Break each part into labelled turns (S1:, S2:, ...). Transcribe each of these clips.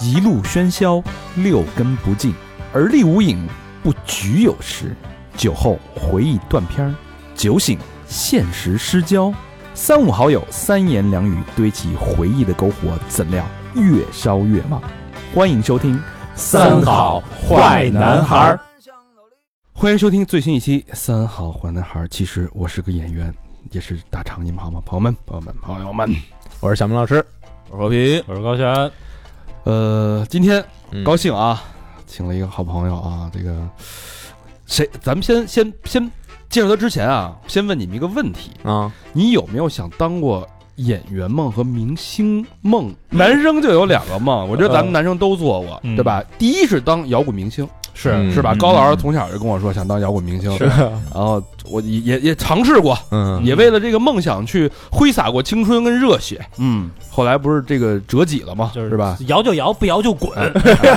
S1: 一路喧嚣，六根不净，而立无影，不局有时。酒后回忆断片儿，酒醒现实失焦。三五好友，三言两语堆起回忆的篝火，怎料越烧越旺。欢迎收听《
S2: 儿。
S1: 欢迎收听最新一期《三好坏男孩》。其实我是个演员，也是大长，你们好吗？朋友们，朋友们，朋友们。
S2: 我是小明老师，我是和平，
S3: 我是高璇，
S1: 呃，今天
S2: 嗯
S1: 高兴啊，请了一个好朋友啊，这个谁？咱们先先先介绍他之前啊，先问你们一个问题：
S2: 啊，
S1: 你有没有想当过演员梦和明星梦？男生就有两个梦，我觉得咱们男生都做过，
S3: 嗯
S1: 对吧？第一是当摇滚明星，
S3: 是
S2: 嗯
S1: 是吧？
S2: 嗯
S1: 高老师从小就跟我说想当摇滚明星，
S3: 是
S1: 然后我也也也尝试过，
S2: 嗯
S1: 也为了这个梦想去挥洒过青春跟热血。嗯，后来不是这个折戟了吗？
S3: 就是
S1: 是吧？？
S3: 摇就摇，不摇就滚。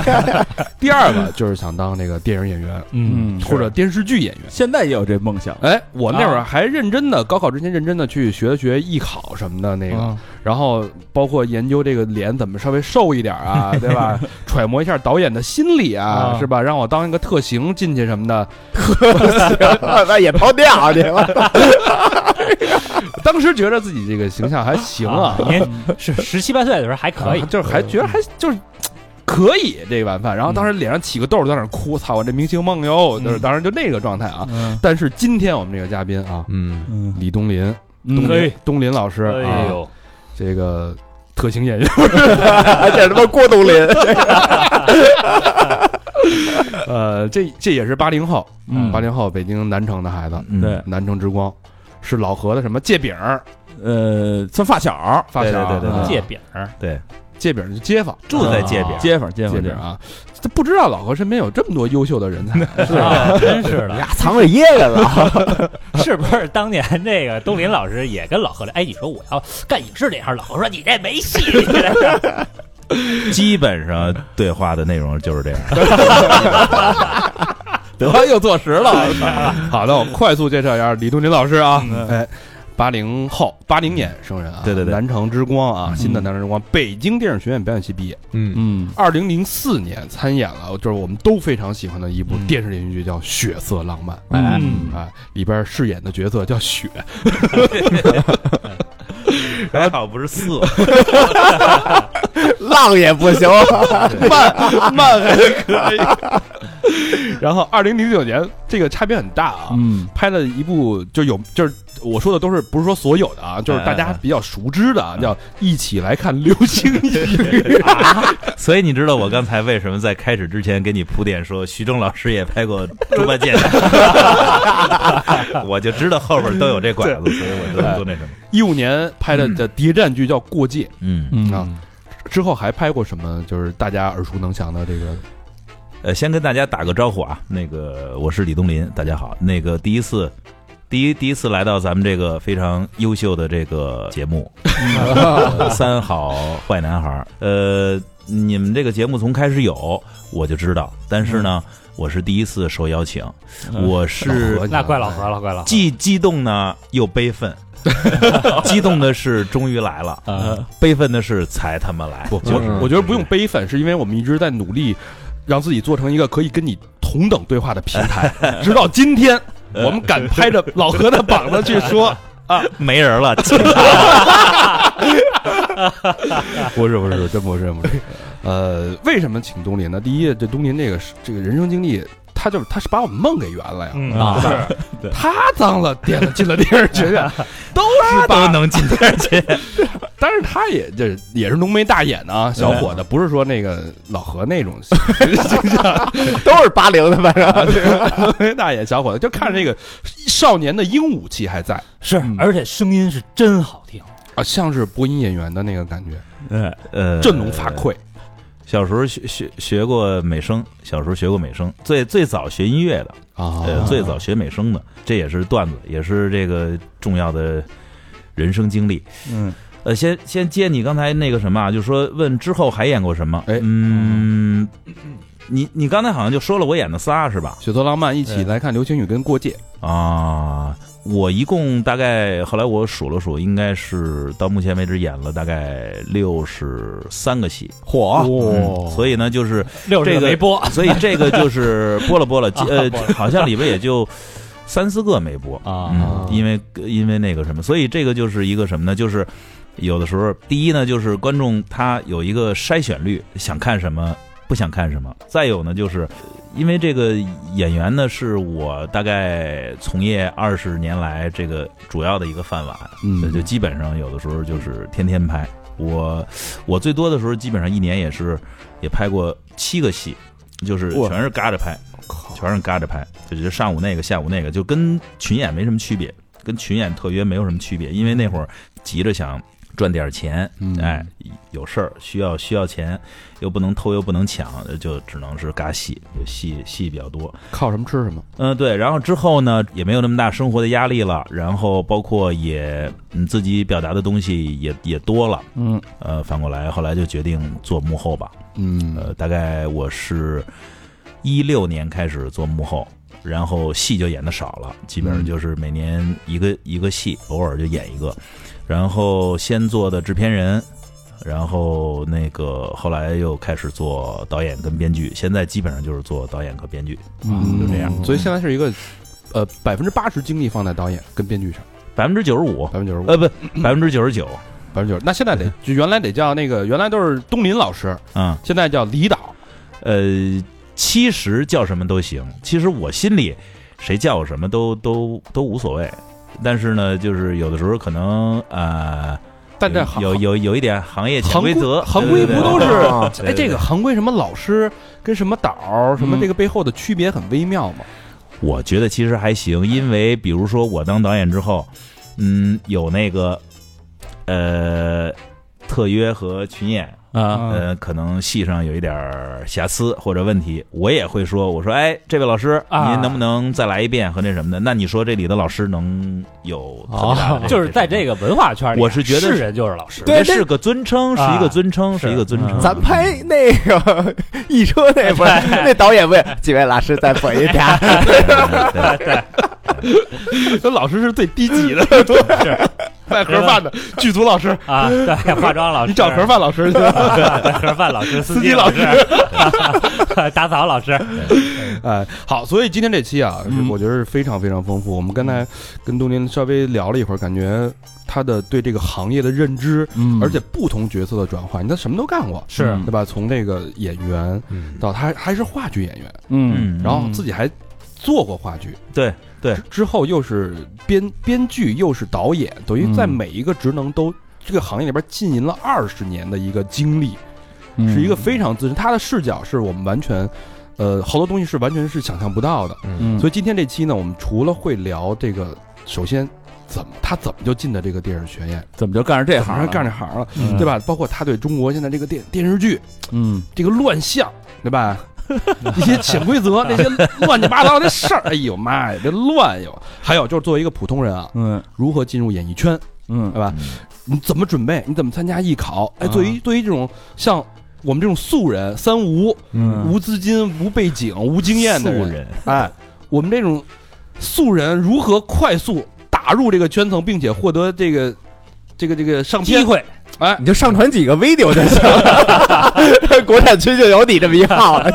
S1: 第二个就是想当这个电影演员，
S3: 嗯
S1: 或者电视剧演员。
S4: 现在也有这梦想，
S1: 哎，我那
S3: 啊
S1: 会儿还认真的，高考之前认真的去学了学艺考什么的那
S3: 嗯
S1: 个，然后包括研究这个脸怎么稍微瘦一 点啊，对吧？揣摩一下导演的心理啊，
S3: 啊
S1: 是吧？让我当一个特型进去什么的。
S4: 那也啊跑调去了。
S1: 当时觉得自己这个形象还行啊，
S3: 您是十七八岁的时候还可以
S1: 啊，就是还觉得还就是。可以这碗饭，然后当时脸上起个痘，在那儿哭，操！我这明星梦哟，就是
S3: 嗯
S1: 当时就那个状态啊。
S3: 嗯
S1: 但是今天我们这个嘉宾啊，
S2: 嗯，
S4: 嗯，
S1: 李东林，东
S3: 可以
S1: 林东林老师
S3: 哎
S1: 啊，
S3: 呦，
S1: 这个特 型演员，
S4: 这他妈郭冬临，
S1: 呃，这这也是八零后，
S4: 嗯
S1: 八零后北京南城的孩子，
S3: 嗯
S4: 对，
S1: 南城之光，是老何的什么借饼儿
S4: 呃，算发小，
S1: 发
S4: 对
S1: 小，
S4: 对对对
S1: 啊
S3: 借饼儿，
S1: 借饼儿就街坊，
S5: 住在界边，
S4: 嗯街坊街
S1: 借
S4: 坊
S1: 饼
S4: 这
S1: 儿啊，这不知道老何身边有这么多优秀的人才，是吧？
S3: 啊真是的，
S4: 藏着掖着了。
S3: 是不是？当年那个东林老师也跟老何聊，哎，你说我要干影视这行，老何说你这没戏，
S5: 基本上对话的内容就是这样。
S1: 得又坐实了。好的，我快速介绍一下李东林老师啊，
S3: 嗯
S1: 哎。八零后，八零年生人啊，
S5: 对对对
S1: 南城之光啊，新的南城之光，北京电影学院表演系毕业。
S2: 嗯，
S4: 嗯，
S1: 二零零四年参演了，就是我们都非常喜欢的一部
S3: 嗯
S1: 电视连续剧，叫《血色浪漫》。
S4: 哎
S3: 嗯
S1: 啊，里边饰演的角色叫雪，
S5: 还好不是四，
S4: 浪也不行，啊
S1: 慢慢还可以。 然后，二零零九年这个差别很大啊，
S4: 嗯
S1: 拍了一部就有就是我说的都是不是说所有的啊，就是大
S5: 哎
S1: 家
S5: 哎哎
S1: 比较熟知的啊，叫一起来看流星雨。
S5: 所以你知道我刚才为什么在开始之前给你铺垫说徐峥老师也拍过《猪八 戒》，我就知道后边都有这拐子，所以我就都那什么。
S1: 一五年拍的的谍战剧叫《过界
S5: 嗯，
S4: 嗯
S1: 啊之后还拍过什么？就是大家耳熟能详的这个
S5: 呃，先跟大家打个招呼啊，那个我是李东林，大家好。那个第一次。第一第一次来到咱们这个非常优秀的这个节 目，呃三好坏男孩儿。呃，你们这个节目从开始有我就知道，但是呢，我是第一次受邀请，我
S1: 嗯
S5: 是
S1: 老何
S3: 那怪老何了，怪老何。
S5: 既激动呢又悲 愤。激动的是终于来了，
S3: 呃，
S5: 悲愤的是才他妈来。
S1: 啊不，
S5: 就
S1: 我
S5: 是
S1: 我觉得不用悲愤，是因为我们一直在努力让自己做成一个可以跟你同等对话的平台， 直到今天，我们敢拍着老何的膀子去说。
S5: 啊没人了，
S1: 不是不是，真不是真不是。 呃，为什么请东林呢？第一，这东林这个是这个人生经历，他就是他是把我们梦给圆了呀。
S3: 嗯
S5: 啊
S3: 是
S1: 他当了电了进了电影学 院，都是
S5: 都
S1: 把，
S5: 能进电视剧。
S1: 但是他也这也是浓眉大眼啊，小伙子，不是说那个老何那 种形象，
S4: 都是八零的，反 正
S1: 浓眉大眼小伙子，就看着这个少年的英武气还在
S3: 是，
S2: 嗯
S3: 而且声音是真好听，
S1: 啊，像是播音演员的那个感觉，
S5: 呃，
S1: 振聋发聩。
S5: 小时候学学学过美声，小时候学过美声，最最早学音乐的，
S1: 啊
S5: 呃，最早学美声的，这也是段子，也是这个重要的人生经历。
S4: 嗯，
S5: 呃，先先接你刚才那个什么啊，就说问之后还演过什么？
S1: 哎
S5: 嗯，你你刚才好像就说了我演的仨是吧？
S1: 血色浪漫一起
S3: 对
S1: 来看流星雨跟过界，
S5: 啊，我一共大概后来我数了数，应该是到目前为止演了大概六十三个戏，
S1: 火
S5: 嗯所以呢，就是
S3: 六
S5: 这
S3: 十
S5: 个
S3: 没播
S5: 所以这个就是播了播了，呃
S3: 播，
S5: 好像里边也就三四个没播，嗯，因为因为那个什么，所以这个就是一个什么呢？就是有的时候，第一呢，就是观众他有一个筛选率，想看什么，不想看什么。再有呢，就是因为这个演员呢，是我大概从业二十年来这个主要的一个饭碗，
S1: 嗯
S5: 就基本上有的时候就是天天拍。我我最多的时候，基本上一年也是也拍过七个戏，就是
S4: 哇
S5: 全是嘎着拍，全是嘎着拍，就是上午那个，下午那个，就跟群演没什么区别，跟群演特约没有什么区别，因为那会儿急着想赚点钱，
S1: 嗯
S5: 哎，有事儿需要需要钱，又不能偷又不能抢，就只能是嘎戏，就戏戏比较多。
S1: 靠什么吃什么，
S5: 嗯，对，然后之后呢，也没有那么大生活的压力了，然后包括也嗯自己表达的东西也也多了，
S1: 嗯
S5: 呃，反过来后来就决定做幕后吧，
S1: 嗯
S5: 呃，大概我是一六年开始做幕后，然后戏就演的少了，基本上就是每年一个一个戏，偶尔就演一个，然后先做的制片人。然后那个后来又开始做导演跟编剧，现在基本上就是做导演和编剧，
S1: 嗯，
S5: 就这样
S1: 所以现在是一个。呃，百分之八十精力放在导演跟编剧上，
S5: 百分之九十五
S1: 百分之九十五，
S5: 呃，不，百分之九十九，
S1: 百分之九十。那现在得就原来得叫那个，原来都是东林老师，
S5: 嗯，
S1: 现在叫李导。
S5: 呃，其实叫什么都行。其实我心里谁叫我什么都都都无所谓。但是呢，就是有的时候可能呃，
S1: 但这
S5: 有
S1: 行
S5: 有有有一点行业潜
S1: 行
S5: 规则，
S1: 行
S5: 对
S1: 规
S5: 对
S1: 不
S5: 对
S1: 都是
S4: 啊
S5: 对对
S1: 哎，这个
S5: 对嗯
S1: 行规什么老师跟什么导什么这个背后的区别很微妙嘛？
S5: 我觉得其实还行，因为比如说我当导演之后，嗯，有那个呃特约和群演，
S1: 嗯
S3: 啊，
S5: 呃，可能戏上有一点儿瑕疵或者问题，我也会说，我说，哎，这位老师，
S3: 啊
S5: 您能不能再来一遍和那什么的？那你说这里的老师能有特别大的
S3: 哦啊就是在这
S5: 个，
S3: 个文化圈里，
S5: 我是觉得
S3: 是人就是老师，
S5: 对，是个尊称，是一个尊称，是一个尊称。
S4: 咱拍那个一车那 不是那导演不也几位老师再捧一下，
S5: 对对
S1: 这老师是最低级 的，卖盒饭的剧组老师，
S3: 啊，对，化妆老师，
S1: 你
S5: 啊
S1: 找盒饭老师去。
S3: 饭， 盒饭老师，司机老师， 打扫老师，
S1: 哎，好，所以今天这期啊，是
S5: 嗯
S1: 我觉得是非常非常丰富。我们刚才跟东林稍微聊了一会儿，感觉他的对这个行业的认知，
S6: 嗯
S1: 而且不同角色的转换，他什么都干过，
S3: 是
S1: 对吧？从这个演员
S6: 嗯
S1: 到他还是话剧演员，
S6: 嗯
S5: 嗯，
S1: 然后自己还做过话剧，
S5: 对对
S1: 之之后又是编编剧，又是导演，等于在
S6: 嗯
S1: 每一个职能都、这个行业里边浸淫了二十年的一个经历，
S4: 嗯
S1: 是一个非常资深。他的视角是我们完全，呃，好多东西是完全是想象不到的。
S6: 嗯
S1: 所以今天这期呢，我们除了会聊这个，首先怎么他怎么就进的这个电影学院，
S6: 怎么就干上这
S1: 怎么
S6: 行
S4: 啊
S1: 上
S6: 上
S1: 干这行了，
S4: 嗯
S1: 对吧？包括他对中国现在这个电电视剧
S6: 嗯
S1: 这个乱象，对吧？那些潜规则，那些乱七八糟的事儿，哎呦妈呀，这乱哟！还有就是作为一个普通人啊，
S6: 嗯
S1: 如何进入演艺圈，
S6: 嗯
S1: 对吧？你怎么准备？你怎么参加艺考？哎，对于对于这种像我们这种素人，三无、
S6: 嗯
S1: 无资金、无背景、无经验的
S5: 素
S1: 人，
S5: 人，
S1: 哎，我们这种素人如何快速打入这个圈层，并且获得这个这个这个上
S3: 机
S1: 片？
S3: 会
S1: 哎，
S4: 你就上传几个 video 就行 了，国产区就有你这么一号了，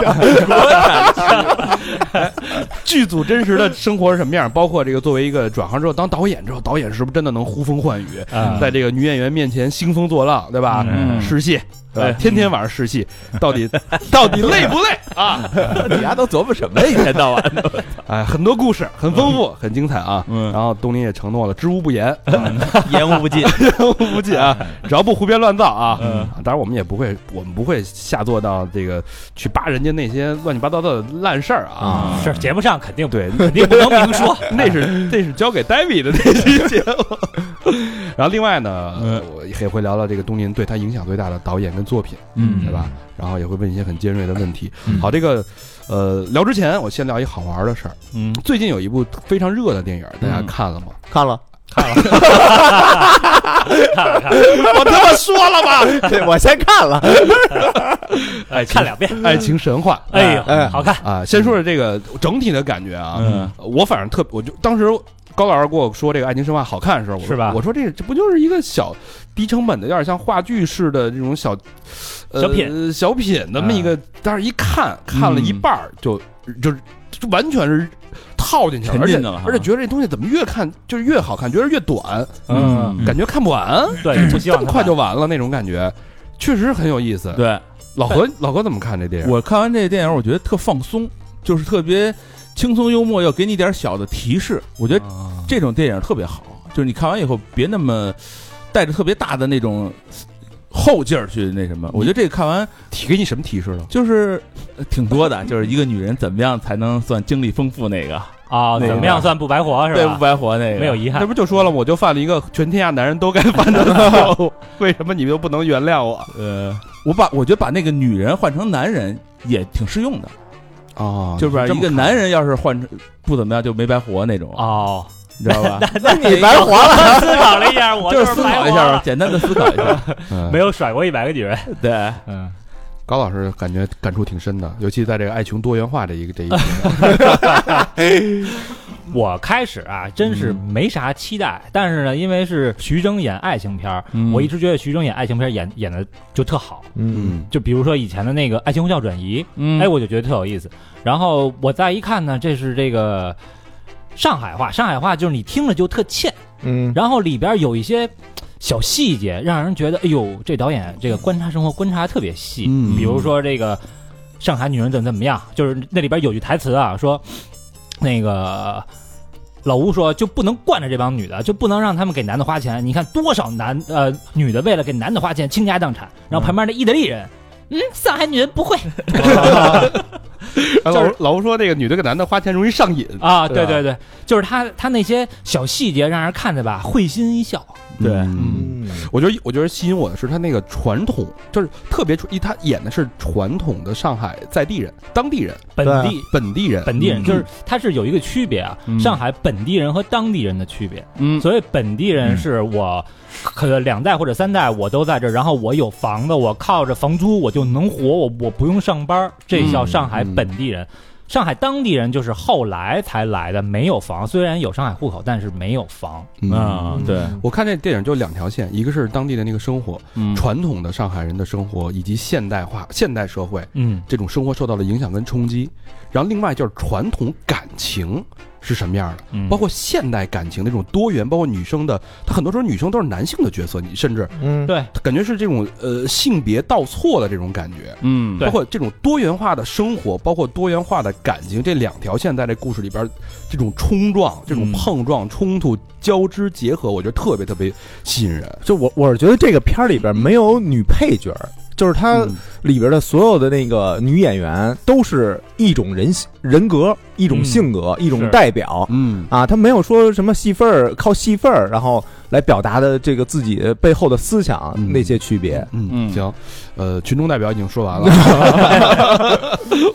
S1: 剧组真实的生活是什么样？包括这个作为一个转行之后当导演之后，导演是不是真的能呼风唤雨，
S3: 啊，
S1: 在这个女演员面前兴风作浪，对吧？
S5: 嗯
S1: 试戏，对吧
S5: 哎
S1: 天天晚上试戏，到底 到底累不累啊？
S6: 你丫都琢磨什么呀？一天到晚
S1: 哎，很多故事，很丰富，很精彩啊！
S6: 嗯
S1: 然后东林也承诺了，知无不言，
S5: 言无不尽。
S1: 无忌啊，只要不胡编乱造啊。啊当然我们也不会，我们不会下作到这个去扒人家那些乱七八糟的烂事儿啊。
S3: 是节目上肯定
S1: 对，
S3: 肯定不能明说，
S1: 那是那是交给 David 的那期节目。 然后另外呢，我也会聊聊这个东林对他影响最大的导演跟作品，
S6: 嗯
S1: 对吧？然后也会问一些很尖锐的问题。
S5: 嗯
S1: 好，这个呃，聊之前我先聊一好玩的事儿。
S6: 嗯
S1: 最近有一部非常热的电影，大家看了吗？
S4: 看了。
S1: 我他妈说了吧，
S4: 对，我先看了，
S3: 哎，看两遍，
S1: 《爱情神话》
S3: 哎呦，
S4: 哎
S3: 好看，
S1: 啊，先说说这个整体的感觉啊。
S6: 嗯
S1: 我反正特，我就当时高老师跟我说这个《爱情神话》好看的时候，我说
S3: 是吧
S1: 我说这这不就是一个小低成本的，有点像话剧式的这种小、呃、
S3: 小
S1: 小品那么
S4: 嗯
S1: 一个，但是一看看了一半儿就、就就完全是套进去了，
S4: 沉
S1: 而
S4: 浸
S1: 且
S4: 了哈
S1: 而且觉得这东西怎么越看就是越好看，觉得越短，
S4: 嗯，
S1: 感觉看不完，
S3: 对，不希
S1: 这
S3: 望
S1: 么
S3: 他
S1: 快
S3: 把
S1: 就完了那种感觉，确实很有意思。
S4: 对
S1: 老何老何怎么看这电影？
S4: 我看完这电影，我觉得特放松，就是特别轻松幽默，要给你点小的提示。我觉得
S1: 啊
S4: 这种电影特别好，就是你看完以后别那么带着特别大的那种后劲儿去那什么。我觉得这个看完
S1: 提给你什么提示了？
S4: 就是呃挺多的，就是一个女人怎么样才能算经历丰富那个，
S3: 啊，怎么样算不白活是
S4: 对不
S3: 吧？
S4: 白活那个
S3: 没有遗
S1: 那
S3: 憾，
S1: 不就说了吗？我就犯了一个全天下男人都该犯的错误，为什么你们都不能原谅我？
S4: 呃，我把我觉得把那个女人换成男人也挺适用的，
S1: 哦
S4: 就是吧一个男人要是换成不怎么样就没白活那种，
S3: 哦，
S4: 你知道吧？
S7: 那你白活了，
S3: 思考了一下，我
S4: 就是思
S3: 白
S4: 考
S3: 活
S4: 一下吧，
S3: 了，
S4: 简单的思考一 下。
S3: 没有甩过一百个女人，
S4: 对，
S7: 嗯，
S1: 高老师感觉感触挺深的，尤其在这个爱情多元化这一个这一点。
S3: 我开始啊，真是没啥期待，但是呢，因为是徐峥演爱情片儿，
S4: 嗯
S3: 我一直觉得徐峥演爱情片儿演演的就特好。
S1: 嗯
S3: 就比如说以前的那个《爱情呼叫转移》，
S4: 嗯
S3: 哎，我就觉得特有意思。然后我再一看呢，这是这个上海话，上海话就是你听着就特欠，
S7: 嗯，
S3: 然后里边有一些小细节，让人觉得哎呦，这导演这个观察生活观察得特别细。
S1: 嗯
S3: 比如说这个上海女人怎么怎么样，就是那里边有句台词啊，说那个。老吴说：“就不能惯着这帮女的，就不能让他们给男的花钱。你看多少男呃女的为了给男的花钱倾家荡产，然后旁边那意大利人，嗯，上海女人不会，
S1: 哎 老老吴说那个女的给男的花钱容易上瘾，
S3: 啊，
S1: 对
S3: 对
S1: 吧
S3: 对对，就是他他那些小细节让人看着吧会心一笑。
S4: 对
S1: 嗯我觉得我觉得吸引我的是他那个传统，就是特别传一他演的是传统的上海在地人、当地人、
S3: 本
S7: 对啊
S3: 地
S1: 本地人，
S3: 本地人
S1: 嗯
S3: 就是他是有一个区别啊，
S1: 嗯
S3: 上海本地人和当地人的区别。
S1: 嗯
S3: 所以本地人是我可两代或者三代我都在这儿，然后我有房子，我靠着房租我就能活，我我不用上班儿，这叫
S1: 嗯
S3: 上海本地人。上海当地人就是后来才来的，没有房，虽然有上海户口，但是没有房。
S1: 嗯。
S4: 啊，对，
S1: 我看这电影就两条线，一个是当地的那个生活，
S4: 嗯
S1: 传统的上海人的生活，以及现代化现代社会
S3: 嗯，
S1: 这种生活受到的影响跟冲击。然后另外就是传统感情是什么样的，
S3: 嗯
S1: 包括现代感情那种多元，包括女生的，她很多时候女生都是男性的角色，你甚至
S7: 嗯，
S3: 对
S1: 感觉是这种呃性别倒错的这种感觉。
S4: 嗯，
S1: 包括这种多元化的生活，包括多元化的感情，这两条线在这故事里边儿，这种冲撞、这种
S4: 嗯
S1: 碰撞、冲突、交织结合，我觉得特别特别吸引人。
S7: 就我我是觉得这个片儿里边没有女配角儿，就是
S4: 呃
S7: 它
S1: 嗯
S7: 里边的所有的那个女演员都是一种人人格、一种
S3: 嗯
S7: 性格、一种
S3: 是
S7: 代表。
S1: 嗯
S7: 啊，他没有说什么戏份儿，靠戏份儿，然后来表达的这个自己背后的思想、
S1: 嗯
S7: 那些区别。
S1: 嗯，
S4: 嗯
S1: 行，呃，群众代表已经说完了，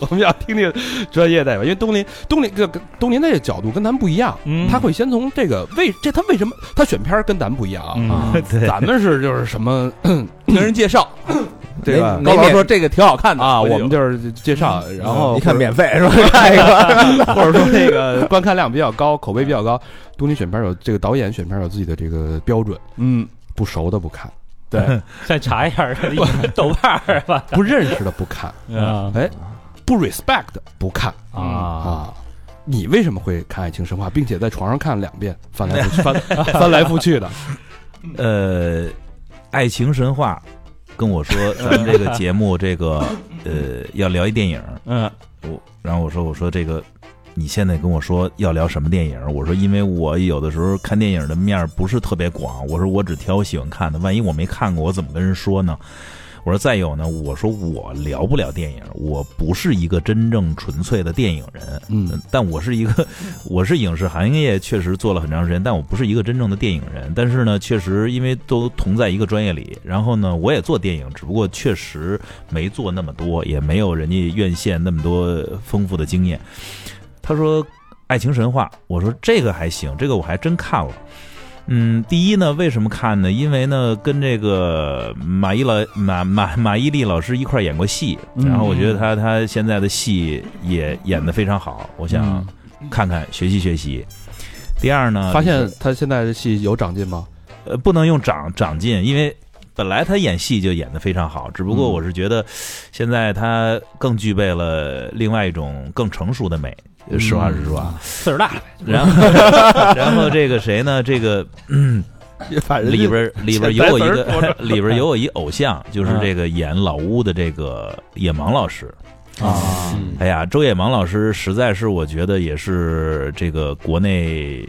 S1: 我们要听听专业代表，因为东林东林这个东林那个角度跟咱们不一样，
S3: 嗯
S1: 他会先从这个为这他为什么他选片儿跟咱们不一样啊？
S3: 嗯，
S5: 对
S1: 咱们是就是什么
S4: 听人介绍，
S1: 对吧？
S7: 哪
S4: 高老
S7: 哪
S4: 师说这个挺好看的
S1: 啊，我
S4: 就
S1: 们就是介绍，
S4: 嗯
S1: 然 后
S7: 你看
S1: 或者
S7: 免费是吧？ 看一 个，
S1: 或者说那个观看量比较高，口碑比较高。东林选片有这个导演选片有自己的这个标准，
S4: 嗯，
S1: 不熟的不看，
S3: 再查一下儿 豆瓣儿吧。
S1: 不认识的不看，
S8: 啊
S3: 嗯
S1: 哎，不 respect 的不看
S5: 嗯
S3: 啊，
S1: 啊。你为什么会看《爱情神话》，并且在床上看两遍，翻 来覆去翻翻来覆去的？
S5: 呃，爱情神话跟我说，咱们这个节目这个呃要聊一电影，
S4: 嗯，
S5: 我然后我说我说这个你现在跟我说要聊什么电影，我说因为我有的时候看电影的面儿不是特别广，我说我只挑喜欢看的，万一我没看过，我怎么跟人说呢？我说再有呢，我说我聊不了电影，我不是一个真正纯粹的电影人，
S1: 嗯
S5: 但我是一个，我是影视行业确实做了很长时间，但我不是一个真正的电影人。但是呢，确实因为都同在一个专业里，然后呢，我也做电影，只不过确实没做那么多，也没有人家院线那么多丰富的经验。他说《爱情神话》，我说这个还行，这个我还真看了。嗯，第一呢，为什么看呢？因为呢，跟这个马伊老马马马伊琍老师一块儿演过戏，然后我觉得她她现嗯在的戏也演得非常好，我想看看学习学习。第二呢，
S8: 啊发现他现在的戏有长进吗？
S5: 呃，不能用长长进，因为本来他演戏就演得非常好，只不过
S8: 嗯
S5: 我是觉得现在他更具备了另外一种更成熟的美。呃实话实说啊，
S3: 岁数大了，
S5: 然 后然后这个谁呢？这 个
S8: 反
S5: 里边里边有我一
S8: 白粉
S5: 个里边有我一偶像，就是这个演老屋的这个野芒老师。
S3: 啊
S8: 嗯
S5: 哎呀，周野芒老师实在是我觉得也是这个国内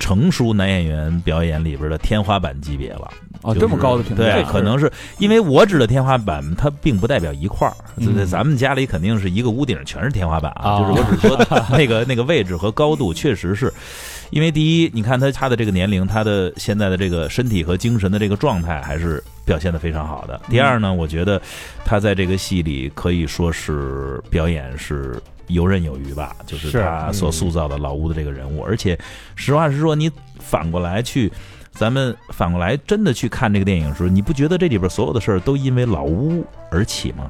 S5: 成熟男演员表演里边的天花板级别了。
S8: 哦，
S5: 就是
S8: 这么高的评价，
S5: 对
S8: 这
S5: 啊，
S8: 是
S5: 可能是因为我指的天花板，它并不代表一块儿。
S8: 嗯哦
S5: 对咱们家里肯定是一个屋顶全是天花板啊，
S3: 啊
S5: 就是我只说那个那个位置和高度，确实是。因为第一，你看他他的这个年龄，他的现在的这个身体和精神的这个状态还是表现的非常好的。第二
S8: 嗯
S5: 呢，我觉得他在这个戏里可以说是表演是游刃有余吧，就是
S3: 是
S5: 他所
S8: 嗯
S5: 塑造的老吴的这个人物。而且实话实说，你反过来去，咱们反过来真的去看这个电影的时候，你不觉得这里边所有的事儿都因为老吴而起吗？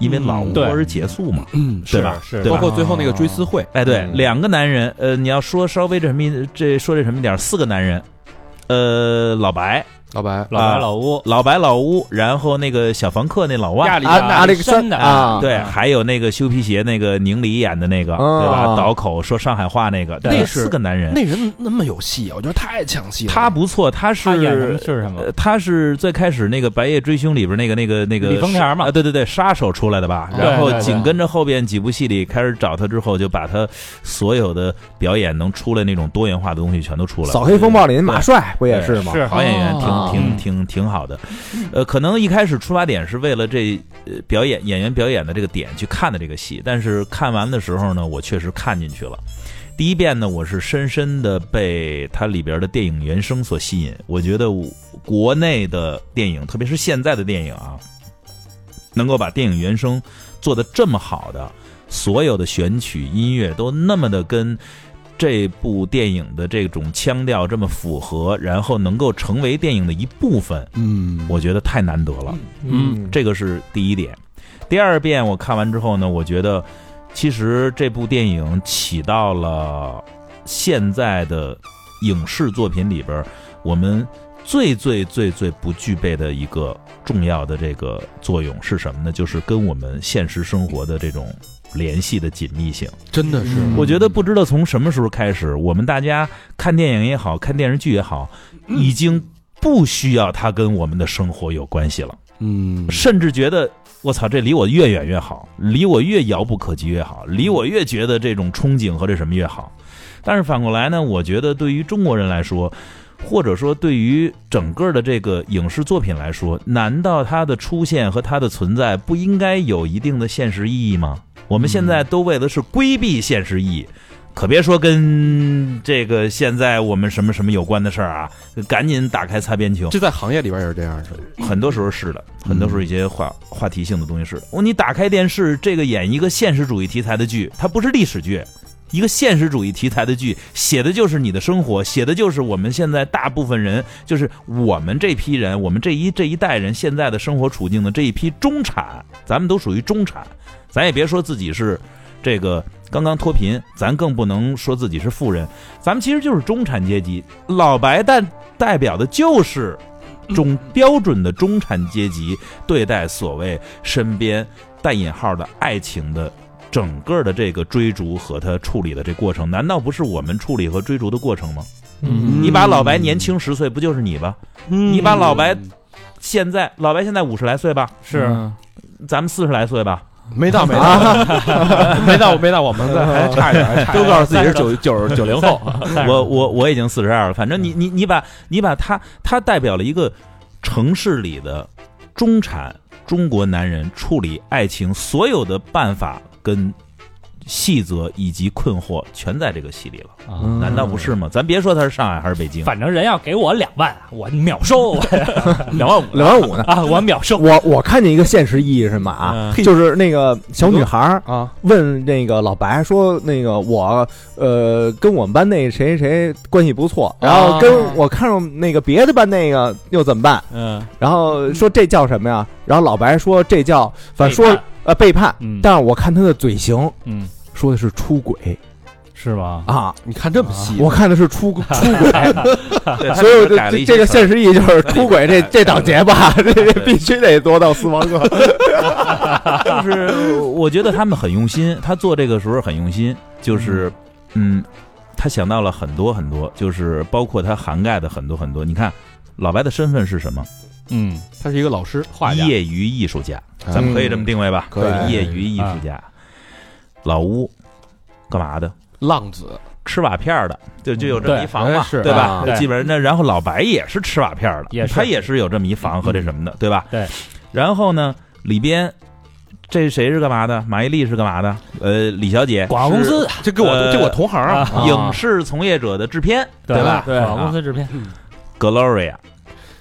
S5: 因为老
S8: 嗯
S5: 吴
S3: 对
S5: 而结束嘛，
S8: 嗯，
S5: 对吧？
S3: 是
S5: 对
S8: 包
S5: 吧？
S8: 括最后那个追思会，
S5: 哎，对，
S4: 嗯
S5: 两个男人，呃，你要说稍微这什么一，这说这什么一点儿，四个男人，呃，老白、啊
S8: 老白，
S3: 老白老乌，
S5: 老白、老乌，然后那个小房客那老万，
S3: 亚历
S4: 啊，那
S3: 亚
S4: 阿里
S3: 历
S4: 克
S3: 山
S4: 森
S3: 的
S4: 啊，
S5: 对，还有那个修皮鞋那个宁理演的那个，
S3: 啊
S4: 哦
S5: 对吧？倒口说上海话那个，
S8: 对
S5: 那
S8: 是
S5: 四个男人，
S8: 那人那么有戏啊，我觉得太抢戏了。
S5: 他不错，他
S3: 他演什么
S5: 是。
S3: 是什么
S5: 呃，他是最开始那个《白夜追凶》里边那个那个那个
S3: 李丰田嘛
S5: 啊，对对对，杀手出来的
S4: 哦
S5: 吧？
S8: 对
S5: 然后
S3: 对对
S5: 紧跟着后边几部戏里开始找他之后，就把他所有的表演能出来那种多元化的东西全都出来了。
S4: 扫黑风暴里那
S5: 对
S4: 马帅不也是吗？
S3: 是
S5: 好演员
S4: 哦
S5: 挺挺挺挺好的，呃，可能一开始出发点是为了这呃表演演员表演的这个点去看的这个戏，但是看完的时候呢，我确实看进去了。第一遍呢，我是深深的被它里边的电影原声所吸引。我觉得我国内的电影，特别是现在的电影啊，能够把电影原声做得这么好的，所有的选曲音乐都那么的跟这部电影的这种腔调这么符合，然后能够成为电影的一部分，
S8: 嗯，
S5: 我觉得太难得了。
S8: 嗯，
S5: 这个是第一点。第二遍我看完之后呢，我觉得其实这部电影起到了现在的影视作品里边儿我们最最最最不具备的一个重要的这个作用是什么呢？就是跟我们现实生活的这种联系的紧密性。
S8: 真的是，
S3: 嗯
S5: 我觉得不知道从什么时候开始，我们大家看电影也好看电视剧也好，已经不需要它跟我们的生活有关系了。
S8: 嗯，
S5: 甚至觉得我操，这离我越远越好，离我越遥不可及越好，离我越觉得这种憧憬和这什么越好。但是反过来呢，我觉得对于中国人来说，或者说对于整个的这个影视作品来说，难道它的出现和它的存在不应该有一定的现实意义吗？我们现在都为的是规避现实意义，可别说跟这个现在我们什么什么有关的事儿啊，赶紧打开擦边球。
S8: 这在行业里边也是这样，是吧？
S5: 很多时候是的，很多时候一些话话题性的东西是的。哦，你打开电视，这个演一个现实主义题材的剧，它不是历史剧，一个现实主义题材的剧，写的就是你的生活，写的就是我们现在大部分人，就是我们这批人，我们这一这一代人现在的生活处境的这一批中产，咱们都属于中产，咱也别说自己是这个刚刚脱贫，咱更不能说自己是富人，咱们其实就是中产阶级。老白代代表的就是中标准的中产阶级对待所谓身边带引号的爱情的整个的这个追逐和他处理的这过程，难道不是我们处理和追逐的过程吗？
S8: 嗯
S5: 你把老白年轻十岁，不就是你吧？
S8: 你
S5: 把老白现在老白现在五十来岁吧，嗯
S3: 是
S4: 嗯
S5: 咱们四十来岁吧，
S8: 没到没
S7: 啊
S8: 到没到没到我们的，还差一点， 还差一点 都告诉自己是 九九九零后，
S5: 我我我已经四十二了，反正你你你把你把他他代表了一个城市里的中产中国男人处理爱情所有的办法跟细则以及困惑全在这个戏里了，
S3: 啊
S5: 难道不是吗？咱别说他是上海还是北京，
S3: 反正人要给我两万，我秒收
S5: 两万五
S4: 两万五呢？
S3: 啊，我秒收。
S4: 我我看见一个现实意义是什么啊？
S5: 啊，
S4: 就是那个小女孩儿
S8: 啊，
S4: 问那个老白说：“那个我呃跟我们班那谁谁关系不错，然后跟我看上那个别的班那个又怎么办？”
S5: 嗯，
S4: 然后说这叫什么呀？然后老白说这叫反正
S3: 背
S4: 说
S3: 叛
S4: 呃背叛，
S3: 嗯
S4: 但是我看他的嘴型
S3: 嗯，
S4: 说的是出轨，
S3: 是吗？
S4: 啊！
S8: 你看这么细，
S4: 我看的是出出轨，
S5: 对
S4: 所以我
S5: 他
S4: 就
S5: 改了一
S4: 这
S5: 些
S4: 个
S5: 词儿
S4: 现实意义 就是出轨这这档节吧，这这
S5: 对
S4: 必须得多到死亡哥。
S5: 就是我觉得他们很用心，他做这个时候很用心，就是嗯，他想到了很多很多，就是包括他涵盖的很多很多。你看老白的身份是什么？
S9: 嗯，
S8: 他是一个老师，画家，
S5: 业余艺术家，咱们可以这么定位吧？
S8: 可以
S5: 业余艺术家。老乌干嘛的？
S8: 浪子，
S5: 吃瓦片儿的，就就有这么一房
S8: 哎
S5: 嘛，
S8: 是
S5: 对吧
S8: 啊？
S5: 那
S3: 对
S5: 基本上那然后老白也是吃瓦片儿的，
S3: 也是
S5: 他也是有这么一房和这什么的，对吧？
S3: 对。
S5: 然后呢，里边这谁是干嘛的？马伊琍是干嘛的？呃，李小姐，
S3: 广告公司
S8: 这跟我
S5: 呃
S8: 这我同行啊，
S5: 是影视从业者的制片，吧？
S3: 广告公
S5: 啊
S3: 司制片，
S5: ，Gloria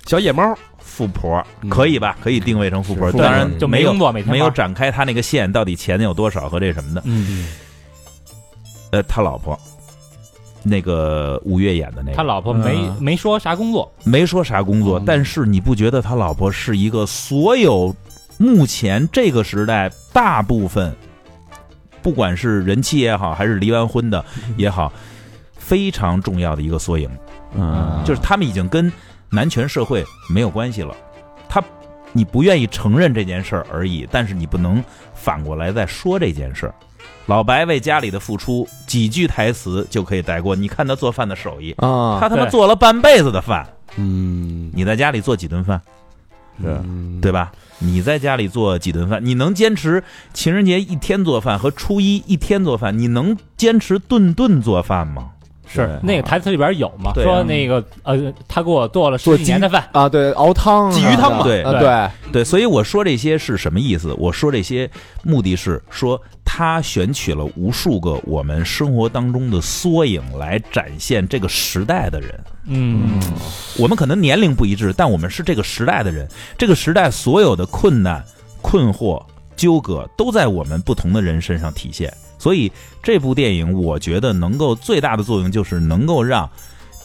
S8: 小野猫，
S5: 富婆
S8: 嗯
S5: 可以吧？可以定位成富婆，
S8: 是富
S3: 对
S8: 婆
S5: 当然
S3: 就
S5: 没有
S3: 工作，每天
S5: 没有
S3: 忙
S5: 展开他那个线，到底钱有多少和这什么的。
S3: 嗯，
S5: 呃，他老婆，那个吴越演的那个，
S3: 他老婆没
S9: 嗯
S3: 没说啥工作，
S5: 没说啥工作，
S3: 嗯
S5: 但是你不觉得他老婆是一个所有目前这个时代大部分，不管是人妻也好，还是离完婚的也好，非常重要的一个缩影，
S9: 嗯，
S5: 就是他们已经跟男权社会没有关系了，他。你不愿意承认这件事儿而已，但是你不能反过来再说这件事儿。老白为家里的付出，几句台词就可以带过。你看他做饭的手艺，
S4: 啊，
S5: 他他妈
S3: 对
S5: 做了半辈子的饭，
S8: 嗯，
S5: 你在家里做几顿饭，
S8: 嗯
S5: 对吧？你在家里做几顿饭，你能坚持情人节一天做饭和初一一天做饭，你能坚持顿顿做饭吗？
S3: 是那个台词里边有嘛，
S5: 对啊
S3: 说那个呃，他给我做了十
S4: 做
S3: 几年
S4: 鸡
S3: 的饭，
S4: 啊，对，熬汤啊，
S8: 鲫鱼汤嘛
S5: 对
S4: 啊
S3: 对
S4: 对，
S5: 对，所以我说这些是什么意思？我说这些目的是说他选取了无数个我们生活当中的缩影来展现这个时代的人。
S3: 嗯，
S5: 我们可能年龄不一致，但我们是这个时代的人。这个时代所有的困难、困惑、纠葛，都在我们不同的人身上体现。所以这部电影，我觉得能够最大的作用就是能够让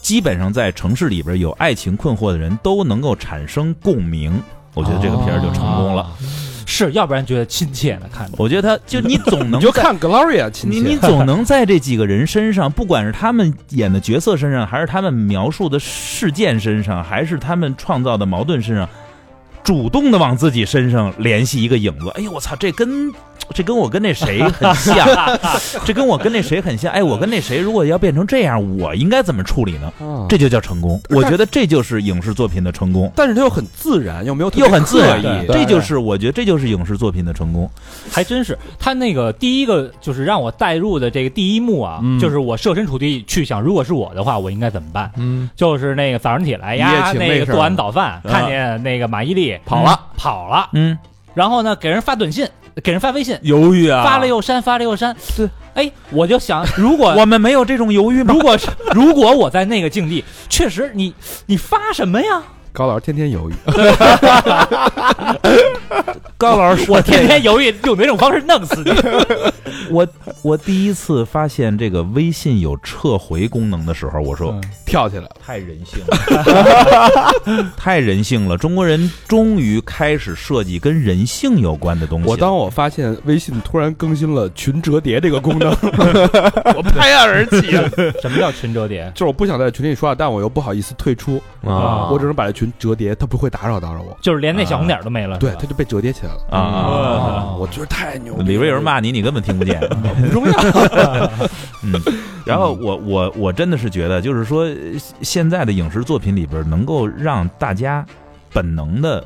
S5: 基本上在城市里边有爱情困惑的人都能够产生共鸣。我觉得这个片儿就成功了。
S3: 是要不然觉得亲切呢，看着，
S5: 我觉得他就你总能
S8: 你就
S5: 在
S8: 看 Gloria 亲
S5: 你
S8: 戚，
S5: 你总能在这几个人身上，不管是他们演的角色身上，还是他们描述的事件身上，还是他们创造的矛盾身上，主动的往自己身上联系一个影子。哎呦，我操，这跟这跟我跟那谁很像，这跟我跟那谁很像。哎，我跟那谁如果要变成这样，我应该怎么处理呢？
S8: 啊
S5: 这就叫成功。
S8: 但
S5: 我觉得这就是影视作品的成功。
S8: 但是他又很自然，又没有特别
S5: 又很自然
S8: 刻意，
S5: 这就是我觉得这就是影视作品的成功。
S3: 还真是他那个第一个就是让我带入的这个第一幕啊，
S9: 嗯
S3: 就是我设身处地去想，如果是我的话，我应该怎么办？
S8: 嗯，
S3: 就是那个早上起来
S8: 一夜
S3: 呀，
S8: 情
S3: 那
S8: 那
S3: 个
S8: 事儿
S3: 做完早饭，看见那个马伊琍
S8: 跑了
S3: 嗯跑了，
S5: 嗯，
S3: 然后呢给人发短信，给人发微信，
S9: 犹豫啊，
S3: 发了又删，发了又删。
S5: 对，
S3: 哎，我就想，如果
S5: 我们没有这种犹豫吗
S3: 如？果是如果我在那个境地，确实你你发什么呀？
S8: 高老师天天犹豫，
S5: 高老 师，
S3: 我天天犹豫用哪种方式弄死你。
S5: 我我第一次发现这个微信有撤回功能的时候，我说、
S3: 嗯
S8: 跳起来了，
S5: 太人性 了，太人性了！中国人终于开始设计跟人性有关的东西了。
S8: 我当我发现微信突然更新了群折叠这个功能， 我拍案而起， 啊
S3: 什么叫群折叠？
S8: 就是我不想在群里说话，但我又不好意思退出，
S3: 啊
S8: 我只能把这群折叠，它不会打扰打扰我，
S3: 就是连那小红点儿都没了。
S8: 对
S3: 是，吧
S8: 它就被折叠起来了。嗯
S5: 啊啊，
S3: 啊
S8: 我觉得太牛逼
S4: 嗯
S8: 了，
S5: 里边有人骂你，你根本听不见。
S8: 不重要，
S5: 然后我我我真的是觉得，就是说呃现在的影视作品里边能够让大家本能的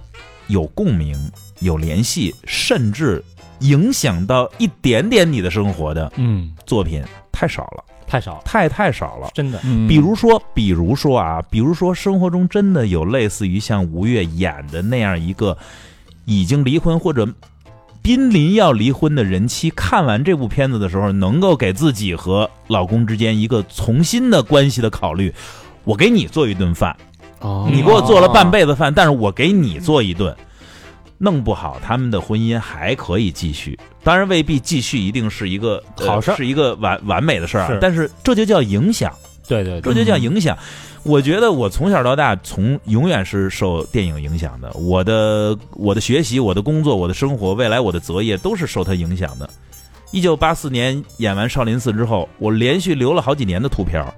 S5: 有共鸣、有联系，甚至影响到一点点你的生活的
S3: 嗯，
S5: 作品太少了，
S3: 太少了，
S5: 太太少了。
S3: 真的。
S9: 嗯，
S5: 比如说，比如说啊，比如说，生活中真的有类似于像吴越演的那样一个已经离婚或者濒临要离婚的人妻，看完这部片子的时候，能够给自己和老公之间一个重新的关系的考虑。我给你做一顿饭，
S8: 哦
S5: 你给我做了半辈子饭，但是我给你做一顿，弄不好他们的婚姻还可以继续。当然未必继续一定是一个呃
S3: 好事儿
S5: 是一个完完美的事儿啊
S3: 是，嗯
S5: 但是这就叫影响。
S3: 对对
S5: 这
S3: 对，
S5: 就叫影响。我觉得我从小到大，从永远是受电影影响的。我的我的学习、我的工作、我的生活，未来我的择业都是受它影响的。一九八四年演完少林寺之后，我连续留了好几年的图片儿，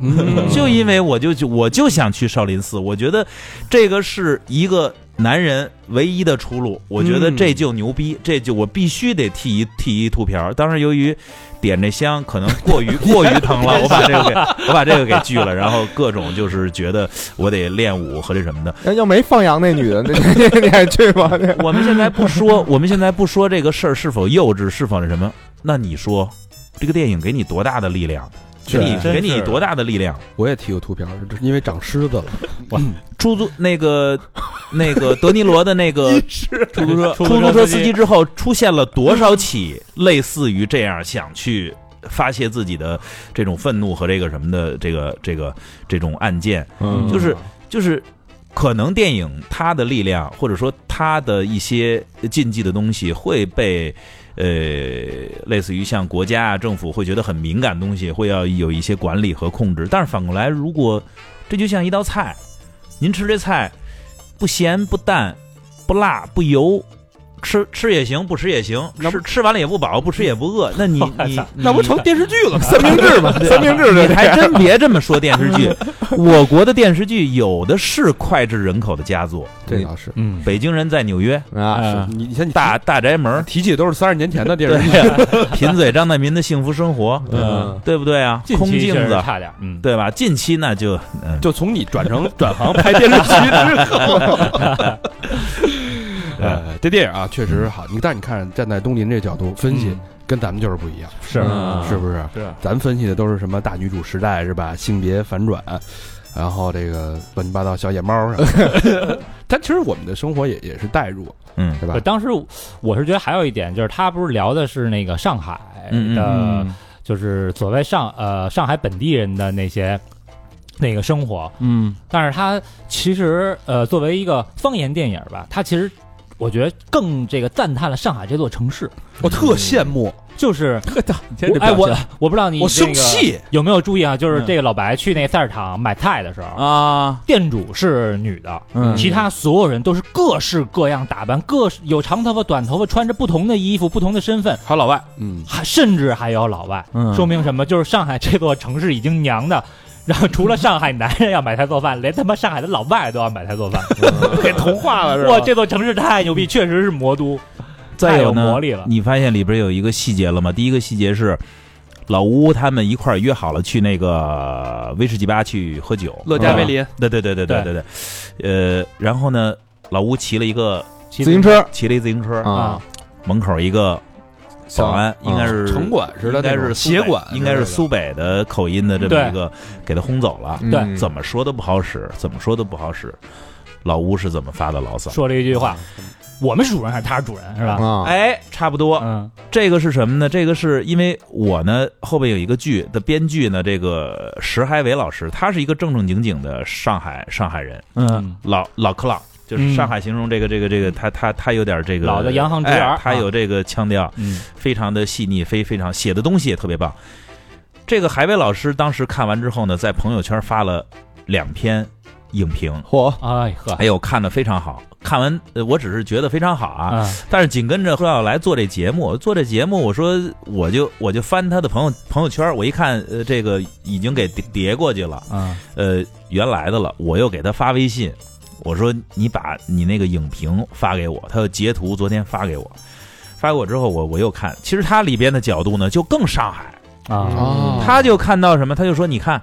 S8: 嗯
S5: 就因为我就就我就想去少林寺，我觉得这个是一个男人唯一的出路，我觉得
S8: 嗯
S5: 这就牛逼，这就我必须得剃一剃一秃瓢儿。当时由于点这香可能过 于过于疼了，我把这个给我把这个给拒了，然后各种就是觉得我得练武和这什么的。
S4: 哎要要没放羊那女的，那那 你还去吗？那
S5: 我们现在不说， 我们现在不说这个事儿是否幼稚，是否那什么？那你说，这个电影给你多大的力量？给你
S9: 是
S5: 给你
S9: 是
S5: 多大的力量？
S8: 我也剃过秃瓢，因为长虱子了。
S5: 出租那个 那个德尼罗的那个出租车
S9: 出
S5: 出
S9: 租车
S5: 租车司
S9: 司
S5: 机
S9: 机
S5: 之后，出现了多少起类似于这样想去发泄自己的这种愤怒和这个什么的这个这个这种案件？
S9: 嗯
S5: 就是就是可能电影它的力量，或者说它的一些禁忌的东西会被。呃，类似于像国家啊、政府会觉得很敏感的东西，会要有一些管理和控制。但是反过来，如果这就像一道菜，您吃这菜不咸不淡不辣不油，吃吃也行，不吃也行， 吃吃完了也不饱，不吃也不饿。那你你
S8: 那不成电视剧了吗？
S4: 三明治 嘛，三明治
S5: 你还真别这么说电视剧，我国的电视剧有的是脍炙人口的佳作，
S8: 这倒是。
S9: 嗯，
S5: 北京人在纽约、
S4: 啊，
S9: 啊，
S8: 你你像你
S5: 大大宅门、
S8: 提起的都是三十年前的电视剧，
S5: 对，贫嘴张大民的幸福生活，
S9: 嗯
S5: 对不对啊？
S3: 近期
S5: 空镜
S3: 确实
S5: 子，
S3: 差点儿，嗯，
S5: 对吧？近期那就嗯，
S8: 就从你转成转行拍电视剧之后，呃，这电影啊确实好，你但你看站在东林这角度分析，跟咱们就是不一样，
S3: 是
S5: 嗯
S8: 是不是？
S9: 是
S8: 咱分析的都是什么大女主时代是吧？性别反转，然后这个乱七八糟小野猫儿什么的， 但其实我们的生活也也是代入，
S5: 嗯
S8: 对吧
S3: 不？当时我是觉得还有一点，就是他不是聊的是那个上海
S5: 嗯嗯
S4: 呃
S3: 的，就是所谓上呃上海本地人的那些那个生活，
S9: 嗯，
S3: 但是他其实呃作为一个方言电影吧，他其实我觉得更这个赞叹了上海这座城市，
S8: 我特羡慕，
S3: 就是
S4: 嗯
S9: 天这
S3: 哎
S9: 表
S3: 我
S9: 情
S3: 我不知道你
S8: 我
S3: 这
S8: 生
S3: 个
S8: 气，
S3: 有没有注意啊，就是
S9: 嗯
S3: 这个老白去那个菜市场买菜的时候。
S9: 啊，
S3: 店主是女的，
S9: 嗯
S3: 其他所有人都是各式各样打扮，各式有长头发、短头发，穿着不同的衣服、不同的身份，
S8: 还有老外，嗯，
S3: 还甚至还有老外，
S9: 嗯
S3: 说明什么？就是上海这座城市已经娘的。 然后除了上海男人要买菜做饭，连他妈上海的老外都要买菜做饭，
S8: 给同化
S1: 啊
S8: 了
S3: 哇，这座城市太牛逼，确实是魔都。
S5: 再有
S3: 太有
S5: 呢
S3: 魔力了，
S5: 你发现里边有一个细节了吗？第一个细节是。老吴他们一块儿约好了去那个威士忌吧去喝酒，啊
S8: 乐嘉威林，
S5: 对对对对对对对，呃，然后呢，老吴骑了一个
S3: 其
S4: 自
S3: 实
S4: 行车
S5: 骑了一自行车，
S4: 啊，
S5: 门口一个保安，
S4: 像
S5: 应该是
S8: 城管似的那
S5: 应该
S8: 种
S5: 是苏北
S8: 协管
S5: 应该
S8: 之类
S5: 是
S8: 的
S5: 苏北的口音的这么
S3: 对
S5: 一个，给他轰走了。
S3: 对
S4: 嗯
S5: 怎么说都不好使，怎么说都不好使。老吴是怎么发的牢骚？
S3: 说了一句话：“我们是主人还是他是主人，是吧
S4: 啊？”
S5: 哎，差不多。
S3: 嗯，
S5: 这个是什么呢？这个是因为我呢后边有一个剧的编剧呢，这个石海伟老师，他是一个正正经经的上海上海人，
S9: 嗯
S5: 老老克朗，就是上海形容这个这个这个，他他他有点这个
S3: 老的洋行职员
S5: 哎他有这个腔调，
S9: 嗯
S5: 非常的细腻，非非常写的东西也特别棒。这个海伟老师当时看完之后呢，在朋友圈发了两篇影评，
S4: 嚯，
S3: 哎呵，
S5: 哎呦，看的非常好。看完，呃我只是觉得非常好啊，
S3: 啊，
S5: 但是紧跟着说要来做这节目，做这节目，我说我就我就翻他的朋友朋友圈，我一看，呃，这个已经给叠叠过去了，
S3: 嗯，
S5: 呃，原来的了，我又给他发微信，我说你把你那个影评发给我，他又截图昨天发给我，发给我之后我我又看，其实他里边的角度呢就更上海，
S3: 啊，
S8: 哦
S5: 他就看到什么，他就说你看。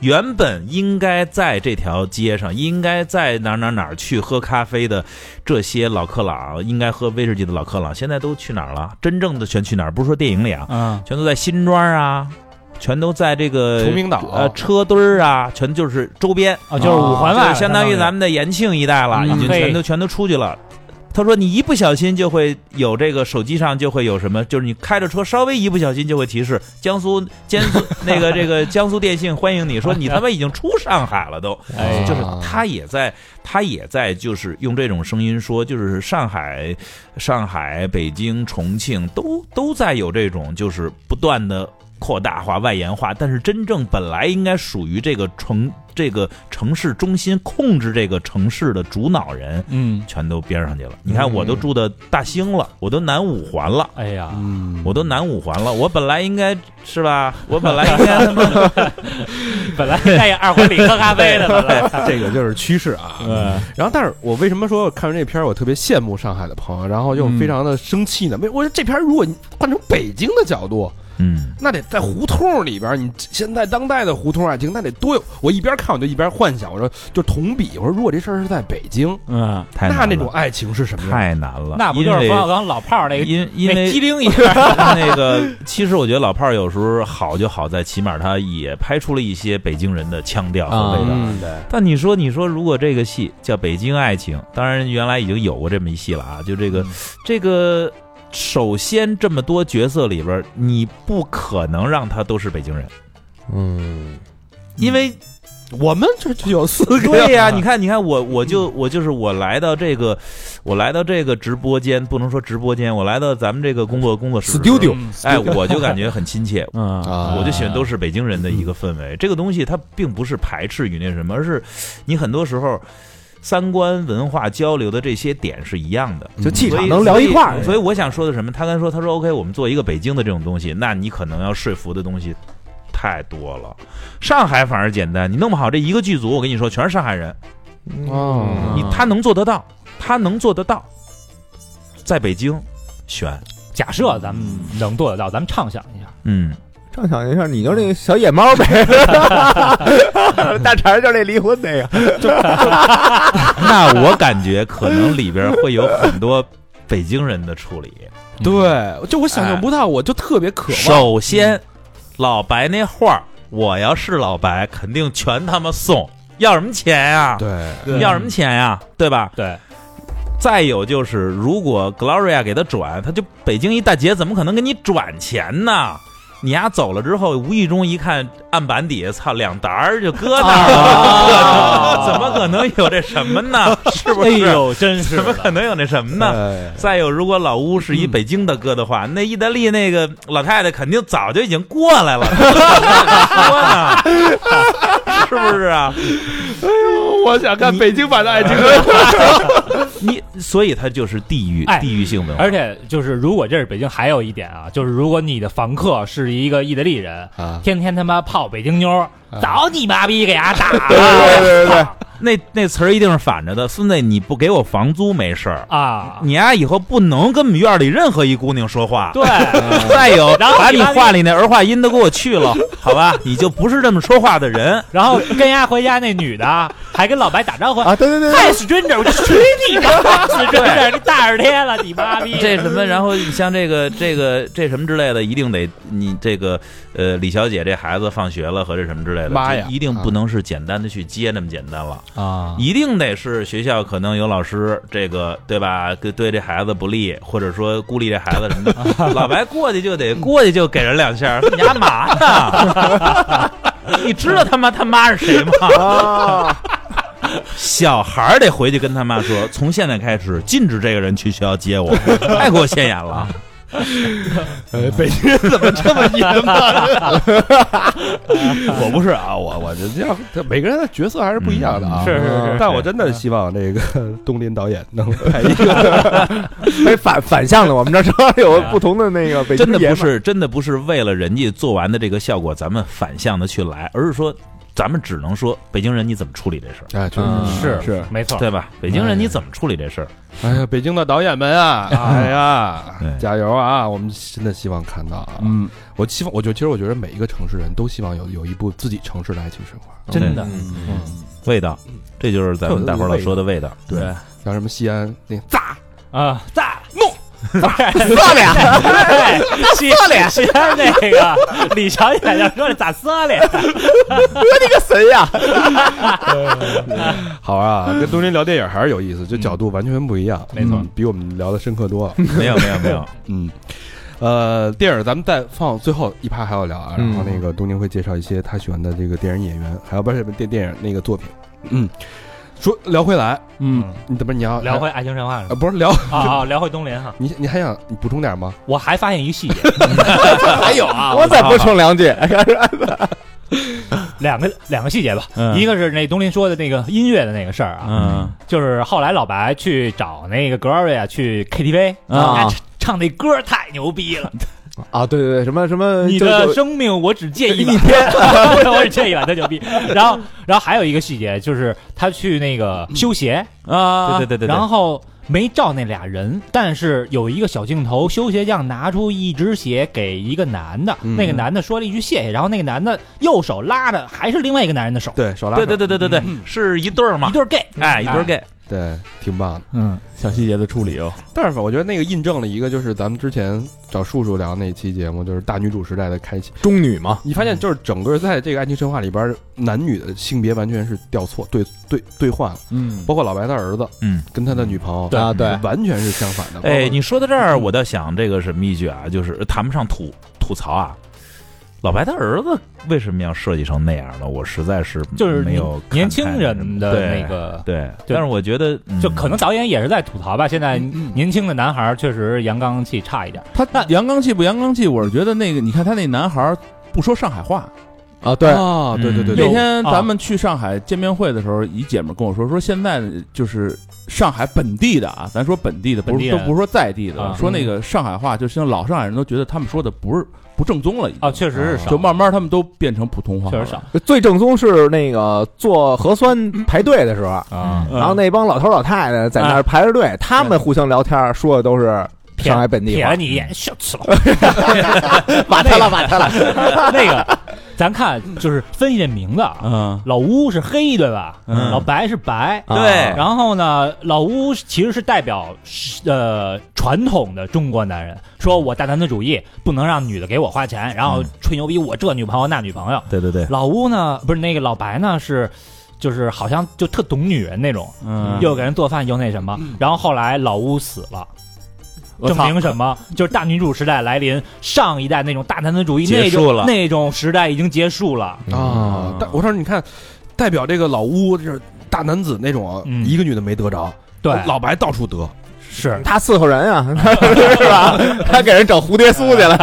S5: 原本应该在这条街上，应该在哪儿哪儿哪儿去喝咖啡的这些老克朗，应该喝威士忌的老克朗，现在都去哪儿了？真正的全去哪儿？不是说电影里啊，
S3: 嗯，
S5: 全都在新庄啊，全都在这个
S8: 崇明岛
S5: 呃车堆儿啊，全就是周边，
S3: 啊，就是五环
S5: 哦就
S3: 外，
S5: 是相当于咱们的延庆一带了，
S9: 嗯
S5: 已经全
S3: 嘿
S5: 都全都出去了。他说你一不小心就会有这个手机上就会有什么，就是你开着车稍微一不小心就会提示江苏江苏 那个这个江苏电信欢迎你，说 你他妈已经出上海了都，
S3: 哎
S5: 就是他也在他也在就是用这种声音说，就是上海、上海、北京、重庆都都在有这种就是不断的扩大化、外延化，但是真正本来应该属于这个城、这个城市中心、控制这个城市的主脑人，
S10: 嗯
S5: 全都边上去了。你看，我都住的大兴了，我都南五环了。
S3: 哎呀，
S10: 嗯
S5: 我都南五环了，我本来应该是吧？我 本来应该他妈
S3: 本来在二环里喝咖啡 的，本来
S1: 这个就是趋势 啊。
S3: 嗯
S1: 然后，但是我为什么说看完这片儿我特别羡慕上海的朋友，然后又
S10: 嗯
S1: 非常的生气呢？为我说这片儿如果你换成北京的角度，
S5: 嗯，
S1: 那得在胡同里边儿，你现在当代的胡同爱情，那得多有。我一边看我就一边幻想，我说就同比，我说如果这事儿是在北京，
S3: 嗯，
S5: 太难
S1: 那
S5: 了
S1: 那种爱情是什么样？
S5: 太难了，
S3: 那不就是
S5: 因为
S3: 冯小刚老炮儿那个
S5: 因 因
S3: 那
S5: 为
S3: 哎机灵一下？
S5: 那个，其实我觉得老炮儿有时候好就好在，起码他也拍出了一些北京人的腔调和味道。
S1: 嗯，
S5: 但你说，你说如果这个戏叫《北京爱情》，当然原来已经有过这么一戏了啊，就这个、这个。首先，这么多角色里边，你不可能让他都是北京人，
S1: 嗯，
S5: 因为
S1: 我们这就有四个，
S5: 对呀、你看，你看我，我就我就是我来到这个，我来到这个直播间，不能说直播间，我来到咱们这个工作工作室
S1: Studio
S5: 哎，我就感觉很 亲切，
S3: 嗯
S1: 啊
S5: 我就喜欢都是北京人的一个氛
S4: 嗯
S5: 围。这个东西它并不是排斥与那什么，而是你很多时候三观文化交流的这些点是一样的。
S4: 就气
S5: 所
S4: 场
S5: 以
S4: 能聊一块儿
S5: 所以，所以我想说的是什么？他刚才说，他说 OK，我们做一个北京的这种东西，那你可能要说服的东西太多了。上海反而简单，你弄不好这一个剧组，我跟你说全是上海人，
S1: 哦
S4: 啊
S5: 你他能做得到，他能做得到，在北京选，
S3: 假设咱们能做得到，咱们畅想一下，
S5: 嗯，
S4: 畅想一下，你就那个小野猫呗， 大肠儿就是那离婚那个，
S5: 那我感觉可能里边会有很多北京人的处理。
S1: 对，就我想象不到，我就特别渴望。
S5: 首先，老白那画儿，我要是老白，肯定全他妈送，要什么钱呀、
S1: 对，
S5: 要什么钱呀、对吧？
S3: 嗯对，
S5: 再有就是，如果 Gloria 给他转，他就北京一大姐怎么可能给你转钱呢？你丫走了之后，无意中一看案板底下，操，两沓儿就搁那儿了，
S3: 啊
S5: 怎么可能有这什么呢？是不
S3: 哎
S5: 是？
S3: 呦，真是
S5: 怎么可
S3: 的，
S5: 能有那什么呢？
S1: 那
S5: 再有，如果老乌是一北京的哥的话，那意大利那个老太太肯定早就已经过来了，说呢，是不是啊？
S1: 我想看北京版的爱情。
S5: 你所以它就是地域、
S3: 哎
S5: 地域性文化，
S3: 而且就是，如果这是北京，还有一点啊，就是如果你的房客是一个意大利人，
S1: 啊，
S3: 天天他妈泡北京妞儿，
S1: 啊
S3: 早你妈逼给伢打了，
S4: 对对对对
S5: 那那词儿一定是反着的。孙子，你不给我房租没事儿，
S3: 啊，
S5: 你丫、以后不能跟我们院里任何一姑娘说话。
S3: 对，
S5: 再有，
S3: 然后
S5: 把
S3: 你
S5: 你
S3: 妈
S5: 话里那儿化音都给我去了，好吧？你就不是这么说话的人。
S3: 然后跟伢回家那女的还跟老白打招 呼，
S4: 啊，对对对对
S3: 太 stranger，我就锤你妈 stranger，你大耳贴了，你妈 逼，
S5: 这什么，然后你像这个这个这什么之类的，一定得你这个呃，李小姐这孩子放学了和这什么之类的，
S1: 妈呀啊
S5: 就一定不能是简单的去接那么简单了，
S3: 啊，
S5: 一定得是学校可能有老师这个对吧，对对这孩子不利，或者说孤立这孩子什么 的，老白过去就得过去就给人两下，说你干嘛呢？ 你知道他妈他妈是谁吗？
S4: 啊，
S5: 小孩儿得回去跟他妈说，从现在开始禁止这个人去学校接我，太给我现眼了。
S1: 呃，北京人怎么这么阴呢？我不是啊，我我就这样，每个人的角色还是不一样的
S3: 嗯
S1: 啊。
S3: 是是是，
S1: 但我真的希望这个 东林导演能拍一个，
S4: 哎，反反向的，我们这儿有不同的那个北京
S5: 真的
S4: 爷
S5: 不
S4: 们儿
S5: 是，真的不是为了人家做完的这个效果，咱们反向的去来，而是说，咱们只能说北京人你怎么处理这事儿，
S1: 啊，确
S9: 嗯
S4: 嗯
S3: 是
S1: 是。
S3: 没错，
S5: 对吧？北京人
S1: 哎
S5: 你怎么处理这事儿？
S1: 哎呀，北京的导演们啊，哎呀
S5: 对，
S1: 加油啊！我们真的希望看到啊。
S10: 嗯，
S1: 我希望，我觉得其实我觉得每一个城市人都希望有有一部自己城市的爱情神话，
S3: 真的，
S5: 嗯味道，这就是咱们大伙儿老说的味道。
S1: 对像什么西安那 炸
S3: 啊，炸弄。
S4: 哎
S3: 色脸，
S5: 哎
S3: 对，色脸是那个 李小姐要说的咋色脸？
S4: 谁呀？
S1: 好啊，跟东林聊电影还是有意思，这角度完全不一样，
S3: 没错
S1: 嗯，比我们聊的深刻多了。
S5: 没有没有没有，
S1: 嗯，呃，电影咱们再放最后一趴还要聊啊，然后那个东宁会介绍一些他喜欢的这个电影演员，还有不是电电影那个作品。嗯，说聊回来，
S9: 嗯，
S1: 你怎么你要
S3: 聊回爱情神话是吧
S1: 呃不是聊
S3: 啊啊，聊回东林哈，
S1: 你你还想你补充点吗？
S3: 我还发现一个细节，
S9: 还有啊，
S4: 我再补充两句，
S3: 两个两个细节吧，
S5: 嗯
S3: 一个是那东林说的那个音乐的那个事儿啊，
S5: 嗯
S3: 就是后来老白去找那个 Gloria 去 KTV
S4: 啊
S3: 哎唱唱那歌太牛逼了，
S4: 啊，对对对，什么什么，
S3: 你
S4: 就
S3: 的
S4: 就
S3: 生命我只借一晚， 我只借一晚，太牛逼。然后，然后还有一个细节就是他去那个修鞋，
S5: 啊，对对对对，
S3: 然后没照那俩人，但是有一个小镜头，修鞋匠拿出一只鞋给一个男的，
S1: 嗯
S3: 那个男的说了一句谢谢，然后那个男的右手拉着还是另外一个男人的手，
S1: 对，手拉
S5: 对
S1: 手
S5: 对对对对对，是一对儿嘛
S3: 啊嗯一，对儿 gay，
S5: 哎，一对儿 gay，
S1: 对，挺棒的。
S9: 嗯，小细节的处理哦，
S1: 但是我觉得那个印证了一个，就是咱们之前找树树聊那期节目，就是大女主时代的开启。
S4: 中女嘛，
S1: 你发
S5: 嗯
S1: 现就是整个在这个爱情神话里边，男女的性别完全是调错、对对对换了，
S9: 嗯，
S1: 包括老白的儿子，
S5: 嗯，
S1: 跟他的女朋友，
S4: 啊对，
S1: 完全是相反的。
S5: 哎，你说到这
S3: 嗯
S5: 儿，我倒想这个什么一句啊，就是谈不上吐吐槽啊。老白他儿子为什么要设计成那样呢？我实在是
S3: 就是
S5: 没有看
S3: 年
S5: 太
S3: 轻人的
S5: 对
S3: 那个。
S5: 对，
S3: 就
S5: 但是我觉得嗯
S3: 就可能导演也是在吐槽吧，现在
S1: 嗯
S3: 年轻的男孩儿确实阳刚气差一点，
S9: 他阳刚气不阳刚气？我是觉得那个，你看他那男孩儿不说上海话。
S4: 啊对，
S1: 啊，对对对
S9: 那
S1: 对，
S9: 天
S3: 啊
S9: 咱们去上海见面会的时候，一姐们跟我说，说现在就是上海本地的啊，咱说本地的，不
S3: 本地
S9: 是
S3: 人
S9: 都不是说在地的
S3: 啊，
S9: 说那个上海话，就像老上海人都觉得他们说的不是不正宗了，已
S3: 啊，
S9: 经，
S3: 确实是少，
S9: 就慢慢他们都变成普通话
S3: 确
S9: 了，
S3: 实少
S4: 最正宗是那个做核酸排队的时候，
S3: 啊，
S9: 嗯。
S4: 然后那帮老头老太太在那儿排着队，他们互相聊天说的都是
S3: 撇
S4: 上海本地
S3: 嗯撇
S4: 话
S3: 了，你一
S9: 嗯
S3: 眼，笑死了。
S4: 完他了完他了，
S3: 那个，咱看就是分析这名字啊，
S9: 嗯，
S3: 老乌是黑对吧？
S5: 嗯
S3: 老白是白。
S4: 啊
S5: 对
S3: 然后呢，老乌其实是代表呃传统的中国男人，说我大男子主义，不能让女的给我花钱，然后
S5: 嗯
S3: 吹牛逼我这女朋友那女朋友。
S5: 对对对，
S3: 老乌呢，不是那个老白呢是。就是好像就特懂女人那种，
S9: 嗯
S3: 又给人做饭又那什么，
S5: 嗯
S3: 然后后来老乌死了，
S9: 我
S3: 证
S9: 操
S3: 明什么？就是大女主时代来临，上一代那种大男子主义那
S5: 结束
S3: 种
S5: 了
S3: 那种时代已经结束了。
S1: 啊，但我说你看，代表这个老乌就是大男子那种啊，
S3: 嗯
S1: 一个女的没得着，
S3: 对，
S1: 老白到处得，
S3: 是
S4: 他伺候人啊， 是 吧？他给人整蝴蝶酥去了，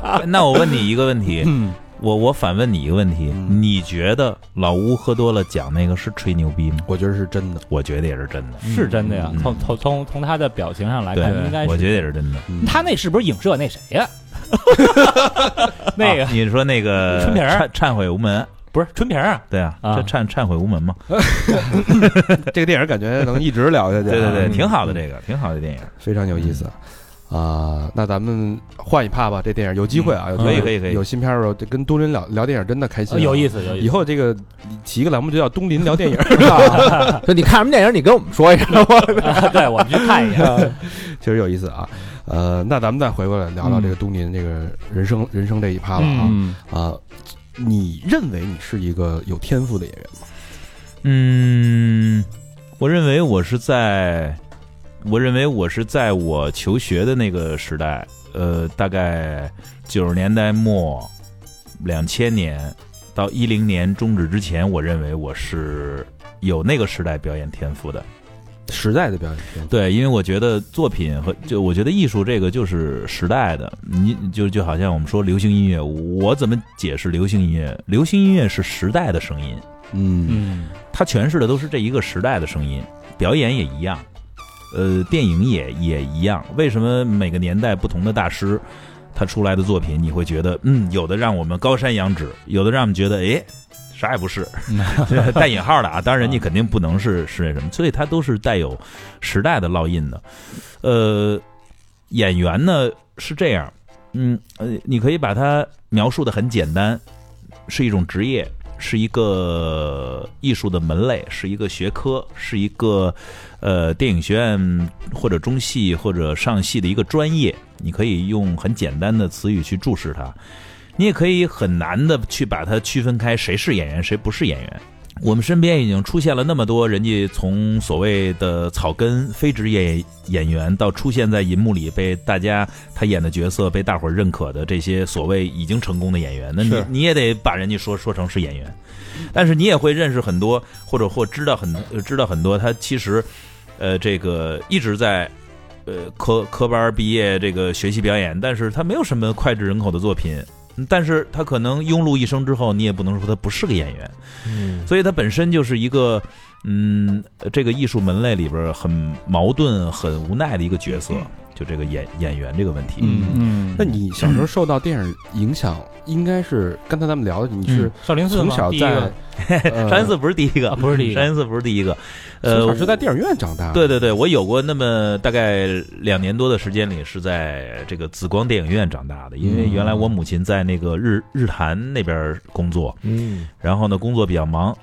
S3: 啊
S5: 那我问你一个问题，
S3: 嗯
S5: 我我反问你一个问题，
S1: 嗯
S5: 你觉得老吴喝多了讲那个是吹牛逼吗？
S1: 我觉得是真的。
S5: 我觉得也是真的，
S3: 是真的呀
S5: 嗯，
S3: 从从从从他的表情上来看，哎应该
S5: 对，我
S3: 是
S5: 觉得也是真的。
S1: 嗯
S3: 他那是不是影射那谁呀？ 那个
S5: 啊你说那个
S3: 春瓶儿
S5: 忏忏悔无门，
S3: 不是春瓶儿啊，
S5: 对啊，
S3: 啊
S5: 这忏忏悔无门嘛，
S1: 这个电影感觉能一直聊下去啊，
S5: 对对对，
S1: 嗯
S5: 挺好的这个，挺好的电影。
S1: 非常有意思啊！那咱们换一趴吧，这电影有机会啊，有机会
S5: 可以可以可以
S1: 有新片儿的时候，这跟东林聊聊电影真的开心
S3: 呃
S1: 啊，
S3: 有意思，有意
S1: 以
S3: 思。
S1: 后这个起一个栏目就叫东林聊电影，
S4: 说你看什么电影，你跟我们说一声，
S3: 对，我们去看一眼。
S1: 确实有意思啊。呃，那咱们再回过来聊聊这个东林这个人生人生这一趴了啊
S9: 嗯，
S1: 啊！你认为你是一个有天赋的演员吗？
S5: 嗯，我认为我是在，我认为我是在我求学的那个时代，呃，大概九十年代末，两千年到一零年终止之前，我认为我是有那个时代表演天赋的。
S1: 时代的表演天赋，
S5: 对，因为我觉得作品和就我觉得艺术这个就是时代的，你就就好像我们说流行音乐，我怎么解释流行音乐？流行音乐是时代的声音，
S1: 嗯
S3: 嗯，
S5: 它诠释的都是这一个时代的声音，表演也一样，呃，电影也也一样。为什么每个年代不同的大师，他出来的作品，你会觉得，嗯，有的让我们高山仰止，有的让我们觉得，诶，啥也不是，带引号的啊。当然，人家肯定不能是是那什么，所以它都是带有时代的烙印的。呃，演员呢是这样，嗯，呃，你可以把它描述的很简单，是一种职业，是一个艺术的门类，是一个学科，是一个呃电影学院或者中戏或者上戏的一个专业。你可以用很简单的词语去注释它，你也可以很难的去把它区分开，谁是演员，谁不是演员。我们身边已经出现了那么多人家从所谓的草根非职业演员到出现在银幕里被大家他演的角色被大伙儿认可的这些所谓已经成功的演员，那你
S4: 是
S5: 你也得把人家说说成是演员，但是你也会认识很多或者或知道很呃知道很多他其实呃这个一直在。呃，科科班毕业，这个学习表演，但是他没有什么脍炙人口的作品，但是他可能庸碌一生之后，你也不能说他不是个演员，
S4: 嗯，
S5: 所以它本身就是一个，嗯，呃这个艺术门类里边儿很矛盾、很无奈的一个角色，就这个演演员这个问题。
S8: 嗯
S9: 嗯
S8: 那你小时候受到电影影响，应该是刚才咱们聊的，
S1: 嗯
S8: 你是
S3: 少
S5: 嗯
S3: 林寺
S8: 从
S3: 嘛
S8: 小
S3: 第一
S8: 在
S3: 个
S8: 呃
S5: 山寺不是第一个，
S3: 啊不是第一个
S5: 山寺不是第一个，
S8: 从
S5: 呃，
S8: 小是在电影院长大的，
S5: 对对对，我有过那么大概两年多的时间里是在这个紫光电影院长大的，因为
S8: 嗯
S5: 原来我母亲在那个日日坛那边儿工作，
S4: 嗯，
S5: 然后呢工作比较忙，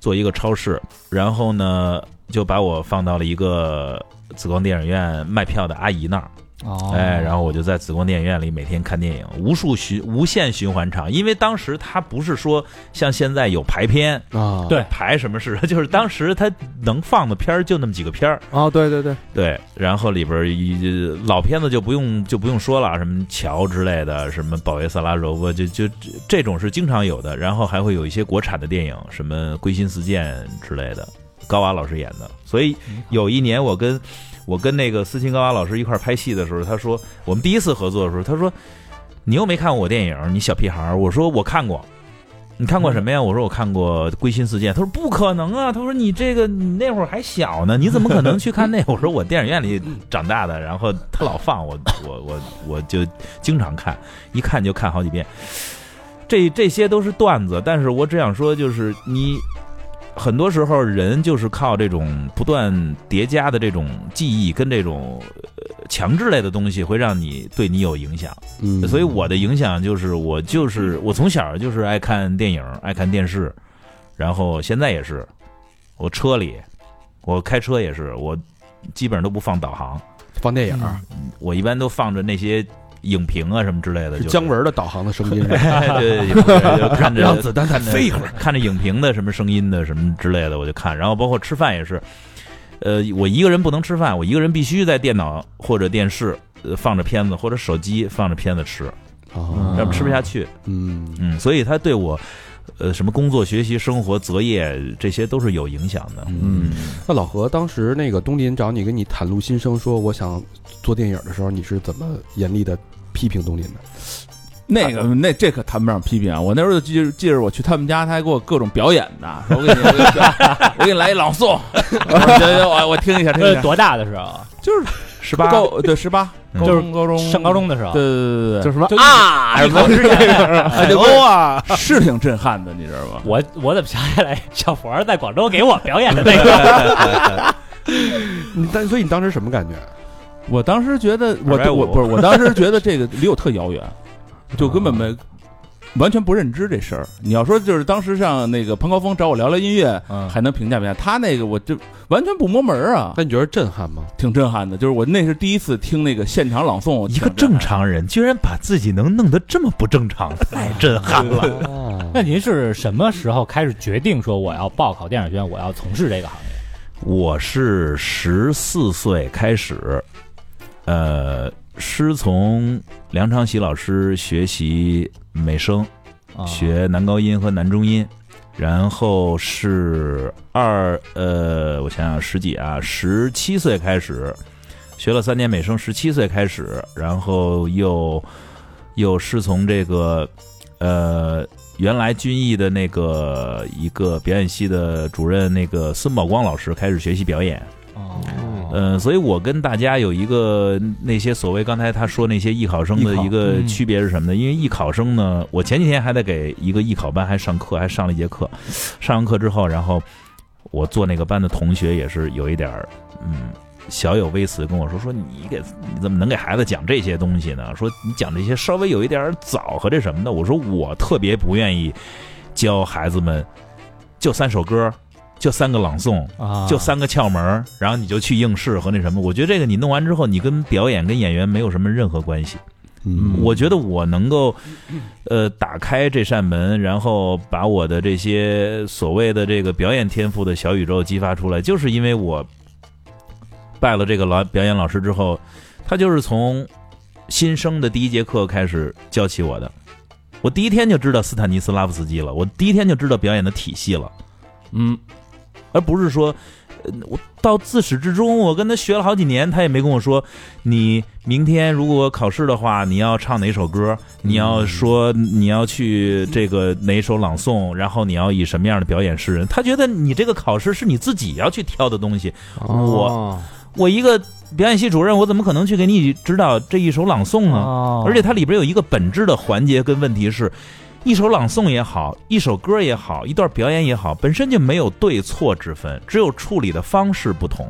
S5: 做一个超市，然后呢就把我放到了一个紫光电影院卖票的阿姨那儿，
S3: 哦
S5: 哎，然后我就在紫光电影院里每天看电影，无数循无限循环场，因为当时它不是说像现在有排片。
S8: 啊，
S3: 对
S5: 排什么事？就是当时它能放的片儿就那么几个片儿，
S4: 哦，对对对，
S5: 对，然后里边儿一老片子就不用就不用说了啊，什么乔之类的，什么保卫萨拉柔夫，就就这这种是经常有的。然后还会有一些国产的电影，什么《归心似箭》之类的，高娃老师演的。所以有一年我跟我跟那个斯琴高娃老师一块儿拍戏的时候，他说我们第一次合作的时候，他说你又没看过我电影，你小屁孩儿。我说我看过。你看过什么呀？我说我看过《归心似箭》。他说不可能啊！他说你这个你那会儿还小呢，你怎么可能去看那？我说我电影院里长大的，然后他老放我，我我我就经常看，一看就看好几遍。这这些都是段子，但是我只想说，就是你很多时候人就是靠这种不断叠加的这种记忆跟这种呃强制类的东西，会让你对你有影响。
S8: 嗯，
S5: 所以我的影响就是我就是我从小就是爱看电影，爱看电视，然后现在也是，我车里，我开车也是，我基本上都不放导航，
S8: 放电影
S5: 嗯我一般都放着那些影评啊什么之类的，
S8: 是
S5: 就是
S8: 姜。文的导航的声音， 啊
S5: 对，对对就看着
S8: 让子弹再
S5: 看着
S8: 飞一会儿。
S5: 看着影评的什么声音的什么之类的，我就看。然后包括吃饭也是，呃，我一个人不能吃饭，我一个人必须在电脑或者电视、呃、放着片子，或者手机放着片子吃，
S8: 啊，
S5: 要不吃不下去。
S8: 嗯，
S5: 嗯，所以他对我，呃，什么工作、学习、生活、择业这些都是有影响的。
S8: 嗯，那老何当时那个东林找你跟你袒露心声，说我想做电影的时候，你是怎么严厉的批评东林的？
S9: 那
S4: 啊
S9: 个那这可谈不上批评啊！我那时候就记着记着我去他们家，他还给我各种表演呢，说 我给你我给你我给你来一朗 诵，我说行行我我听一下听一
S3: 呃
S9: 下，
S3: 多大的时候？
S9: 就是
S5: 十八
S9: 高对十八，
S5: 嗯
S9: 高中高中
S3: 上高中的时候
S9: 对，对对
S4: 就
S9: 对对，
S4: 什么
S9: 就
S5: 啊，什么
S9: 哎对
S5: 欧啊，
S9: 是挺震撼的，你知道吗？
S3: 我我怎么想起来 小佛儿在广州给我表演的那个？
S8: 你但所以你当时什么感觉？
S9: 我当时觉得我
S5: 250
S9: 我不是我当时觉得这个离我特遥远，就根本没完全不认知这事儿。你要说就是当时上那个潘高峰找我聊聊音乐，
S5: 嗯
S9: 还能评价评价他那个，我就完全不摸门儿啊，
S8: 那你觉得震撼吗？
S9: 挺震撼的。就是我那是第一次听那个现场朗诵，
S5: 一个正常人居然把自己能弄得这么不正常，太震撼了。
S1: 哦
S3: 那您是什么时候开始决定说我要报考电影学院，我要从事这个行业？
S5: 我是十四岁开始，呃，师从梁昌喜老师学习美声，
S3: 啊
S5: 学男高音和男中音，然后是二呃，我想想十几啊，十七岁开始学了三年美声，十七岁开始，然后又又是从这个呃原来军艺的那个一个表演系的主任那个孙宝光老师开始学习表演，
S3: 哦，
S5: 嗯，所以我跟大家有一个那些所谓刚才他说那些艺考生的
S9: 艺考
S5: 一个
S3: 嗯
S5: 区别是什么呢？因为艺考生呢，我前几天还在给一个艺考班还上课，还上了一节课。上完课之后，然后我做那个班的同学也是有一点儿，嗯，小有微词跟我说说你给你怎么能给孩子讲这些东西呢？说你讲这些稍微有一点儿早和这什么的。我说我特别不愿意教孩子们就三首歌，就三个朗诵。
S3: 啊
S5: 就三个窍门儿，然后你就去应试和那什么。我觉得这个你弄完之后，你跟表演跟演员没有什么任何关系。
S8: 嗯
S5: 我觉得我能够，呃，打开这扇门，然后把我的这些所谓的这个表演天赋的小宇宙激发出来，就是因为我拜了这个老表演老师之后，他就是从新生的第一节课开始教起我的。我第一天就知道斯坦尼斯拉夫斯基了，我第一天就知道表演的体系了，
S9: 嗯，
S5: 而不是说，呃我到自始至终，我跟他学了好几年，他也没跟我说，你明天如果考试的话，你要唱哪首歌，你要说你要去这个哪首朗诵，然后你要以什么样的表演示人。他觉得你这个考试是你自己要去挑的东西，
S4: 哦
S5: 我一个表演系主任，我怎么可能去给你指导这一首朗
S9: 嗯
S5: 诵呢？
S3: 哦
S5: 而且它里边有一个本质的环节跟问题是，一首朗诵也好，一首歌也好，一段表演也好，本身就没有对错之分，只有处理的方式不同。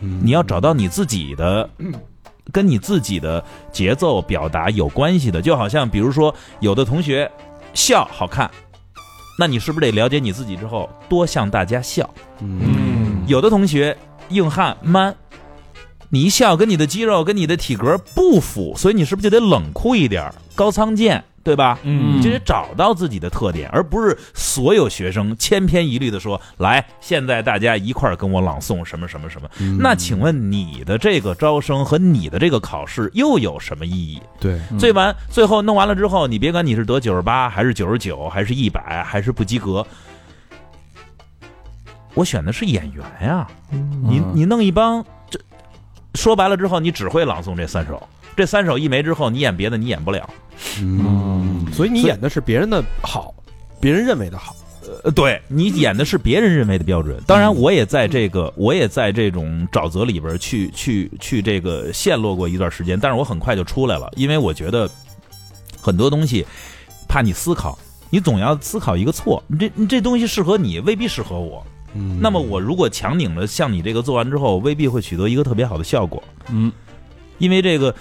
S1: 嗯
S5: 你要找到你自己的，跟你自己的节奏表达有关系的，就好像比如说，有的同学笑好看，那你是不是得了解你自己之后多向大家笑？
S8: 嗯
S5: 有的同学硬汉 man，你一笑跟你的肌肉跟你的体格不符，所以你是不是就得冷酷一点儿，高仓健，对吧？
S9: 嗯
S5: 你就得找到自己的特点，而不是所有学生千篇一律的说来，现在大家一块儿跟我朗诵什么什么什么。
S1: 嗯
S5: 那请问你的这个招生和你的这个考试又有什么意义？
S8: 对，
S5: 最完最后弄完了之后，你别管你是得九十八还是九十九，还是一百，还是不及格。我选的是演员呀、你你弄一帮这，说白了之后，你只会朗诵这三首，这三首一没之后，你演别的你演不了。
S8: 嗯，所以你
S5: 所以
S8: 演的是别人的好，别人认为的好，
S5: 呃，对你演的是别人认为的标准。当然，我也在这个，我也在这种沼泽里边去去去这个陷落过一段时间，但是我很快就出来了，因为我觉得很多东西怕你思考，你总要思考一个错，你这你这东西适合你，未必适合我。
S8: 嗯
S5: 那么我如果强拧了，像你这个做完之后，未必会取得一个特别好的效果。
S9: 嗯，
S5: 因为这个，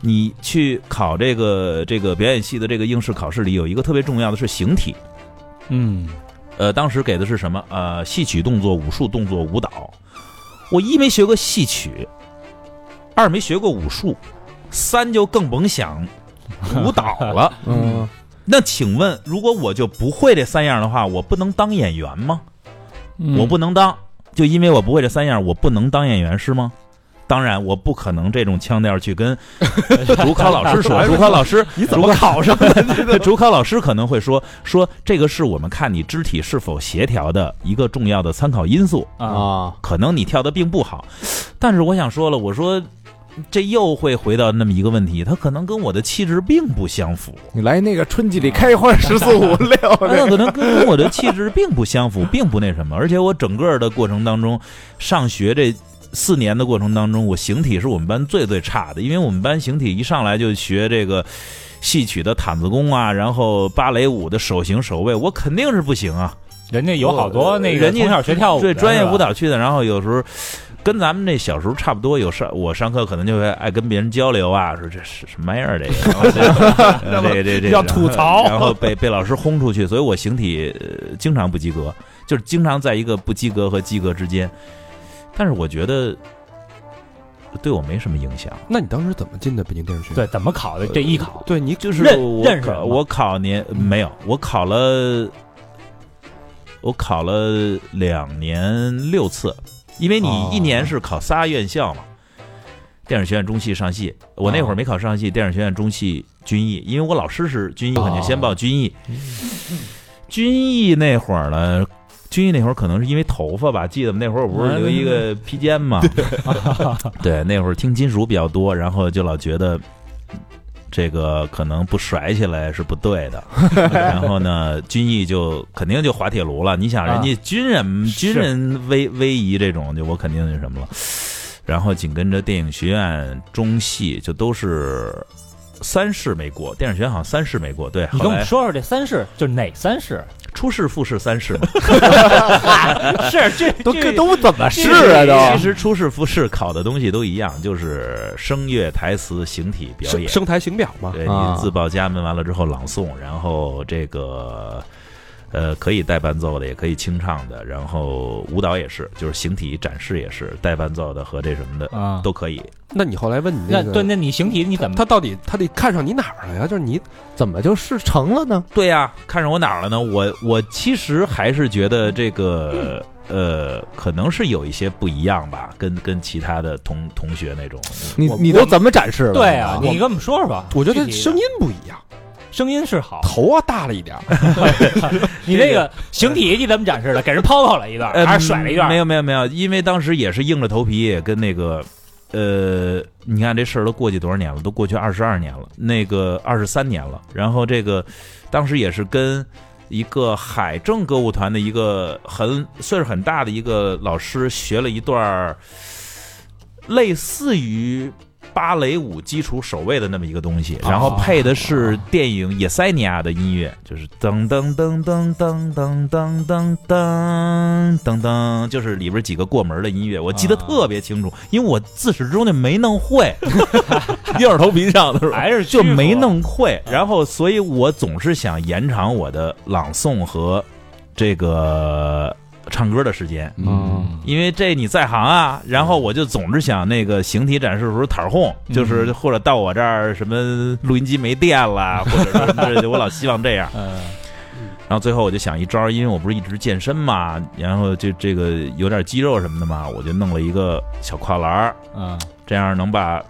S5: 你去考这个这个表演系的这个应试考试里，有一个特别重要的是形体。
S9: 嗯
S5: 呃，当时给的是什么？呃，戏曲动作、武术动作、舞蹈。我一没学过戏曲，二没学过武术，三就更甭想舞蹈了。
S4: 嗯
S5: 那请问，如果我就不会这三样的话，我不能当演员吗？
S9: 嗯
S5: 我不能当，就因为我不会这三样，我不能当演员是吗？当然，我不可能这种腔调去 跟主考老师说，主考老师
S8: 你怎么考上 的？
S5: 主考老师可能会说说这个是我们看你肢体是否协调的一个重要的参考因素，
S3: 啊，
S4: 啊
S5: 可能你跳的并不好，但是我想说了，我说这又会回到那么一个问题，它可能跟我的气质并不相符，
S4: 你来那个春季里开花十四五六
S5: 它可能跟我的气质并不相符，并不那什么，而且我整个的过程当中，上学这。四年的过程当中，我形体是我们班最最差的，因为我们班形体一上来就学这个戏曲的毯子功啊，然后芭蕾舞的手型手位，我肯定是不行啊。
S3: 人家有好多那个
S5: 人家
S3: 从小学跳舞的，
S5: 对专业
S3: 是吧
S5: 舞，蹈去的，然后有时候跟咱们那小时候差不多，有上我上课可能就会爱跟别人交流啊，说这是什么玩意儿这 个，然呃后这这这这
S3: 要吐槽
S5: 然后然后被被老师轰出去，所以我形体呃经常不及格，就是经常在一个不及格和及格之间，但是我觉得对我没什么影响。
S8: 那你当时怎么进的北京电视学院？
S3: 对，怎么考的？这一考，
S8: 对，你
S5: 就是
S3: 认
S5: 我
S3: 认识
S5: 考
S3: 了吗
S5: 我考年没有，我考了，我考了两年六次，因为你
S8: 哦
S5: 一年是考仨院校嘛，电影学院中戏上戏，我那会儿没考上戏，电影学院中戏军艺，因为我老师是军艺，我肯定先报军艺。军艺那会儿呢。军艺那会儿可能是因为头发吧，记得吗那会儿我不是留一个披肩嘛，对，那会儿听金属比较多，然后就老觉得这个可能不甩起来是不对的。然后呢，军艺就肯定就滑铁卢了。你想，人家军人、军人威威仪这种，就我肯定那什么了。然后紧跟着电影学院、中戏就都是三试没过，电影学院好像三试没过。对，
S3: 你
S5: 后
S3: 跟我
S5: 来
S3: 们说说这三试，就是哪三试？
S5: 初试、复试、三试嘛。
S3: 是这
S4: 都
S3: 这
S4: 都怎 么
S5: 是
S4: 试啊
S5: 其
S4: 都？
S5: 实初试、复试考的东西都一样，就是声乐、台词、形体、表
S8: 声
S5: 演。
S8: 声台形表嘛，
S5: 对
S4: 啊
S5: 你自报家门完了之后朗诵，然后这个呃，可以带伴奏的，也可以清唱的，然后舞蹈也是，就是形体展示也是，带伴奏的和这什么的
S3: 啊，
S5: 都可以。
S1: 那你后来问你
S3: 那
S1: 个，
S3: 对，那你形体你怎么
S1: 他到底他得看上你哪儿了呀？就是你
S4: 怎么就是成了呢？
S5: 对呀、看上我哪儿了呢？我我其实还是觉得这个呃，可能是有一些不一样吧，跟跟其他的同同学那种。
S4: 你
S1: 我
S4: 你都怎么展示了？
S3: 对啊？
S1: 我
S3: 你跟我们说说吧。
S1: 我觉
S3: 具
S1: 得
S3: 体的
S1: 声音不一样，
S3: 声音是好，
S1: 头啊大了一点儿，
S3: 你那个形体你怎么展示的？给人抛抛了一段，
S5: 呃，
S3: 还是甩了一段？
S5: 没有没有没有，因为当时也是硬着头皮跟那个，呃，你看这事儿都过去多少年了，都过去二十二年了，那个二十三年了。然后这个当时也是跟一个海政歌舞团的一个很岁数很大的一个老师学了一段儿类似于。芭蕾舞基础手位的那么一个东西，然后配的是电影《野塞尼亚》的音乐，就是噔噔噔噔噔噔噔噔噔噔噔，就是里边几个过门的音乐，我记得特别清楚，因为我自始至终就没弄会，硬着头皮上的时候
S3: 还是
S5: 就
S3: 屈服嗯
S5: 没弄会，然后所以我总是想延长我的朗诵和这个唱歌的时间，
S1: 嗯，
S5: 因为这你在行啊，然
S3: 嗯
S5: 后我就总是想那个形体展示的时候讨哄，
S3: 嗯
S5: 就是或者到我这儿什么录音机没电了，或者说什么之类的，我老希望这样。
S3: 嗯
S5: 然后最后我就想一招，因为我不是一直健身嘛，然后就这个有点肌肉什么的嘛，我就弄了一个小跨栏儿，
S3: 嗯，
S5: 这样能把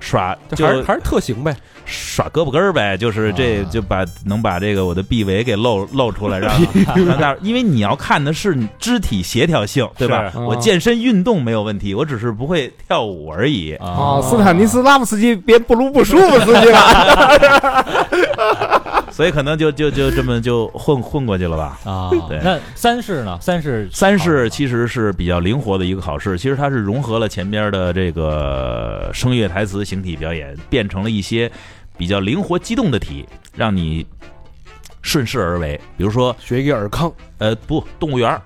S5: 耍
S1: 就
S5: 就
S1: 还是还是特型呗，
S5: 耍胳膊根儿呗，就是这
S3: 啊
S5: 就把能把这个我的臂围给露露出来，让让大，因为你要看的是你肢体协调性，对吧？
S4: 是
S5: 我健身运动没有问题，我只是不会跳舞而已。
S3: 啊
S4: 哦，
S3: 嗯
S4: 斯坦尼斯拉夫斯基别不如不舒服斯基了。
S5: 所以可能就就就这么就混混过去了吧。
S3: 啊
S5: 对，
S3: 那三世呢？三世
S5: 三试其实是比较灵活的一个考试，其实它是融合了前边的这个声乐、台词、形体表演，变成了一些比较灵活机动的题，让你顺势而为。比如说，
S1: 学一个尔康，啊
S5: 呃，不，动物园儿，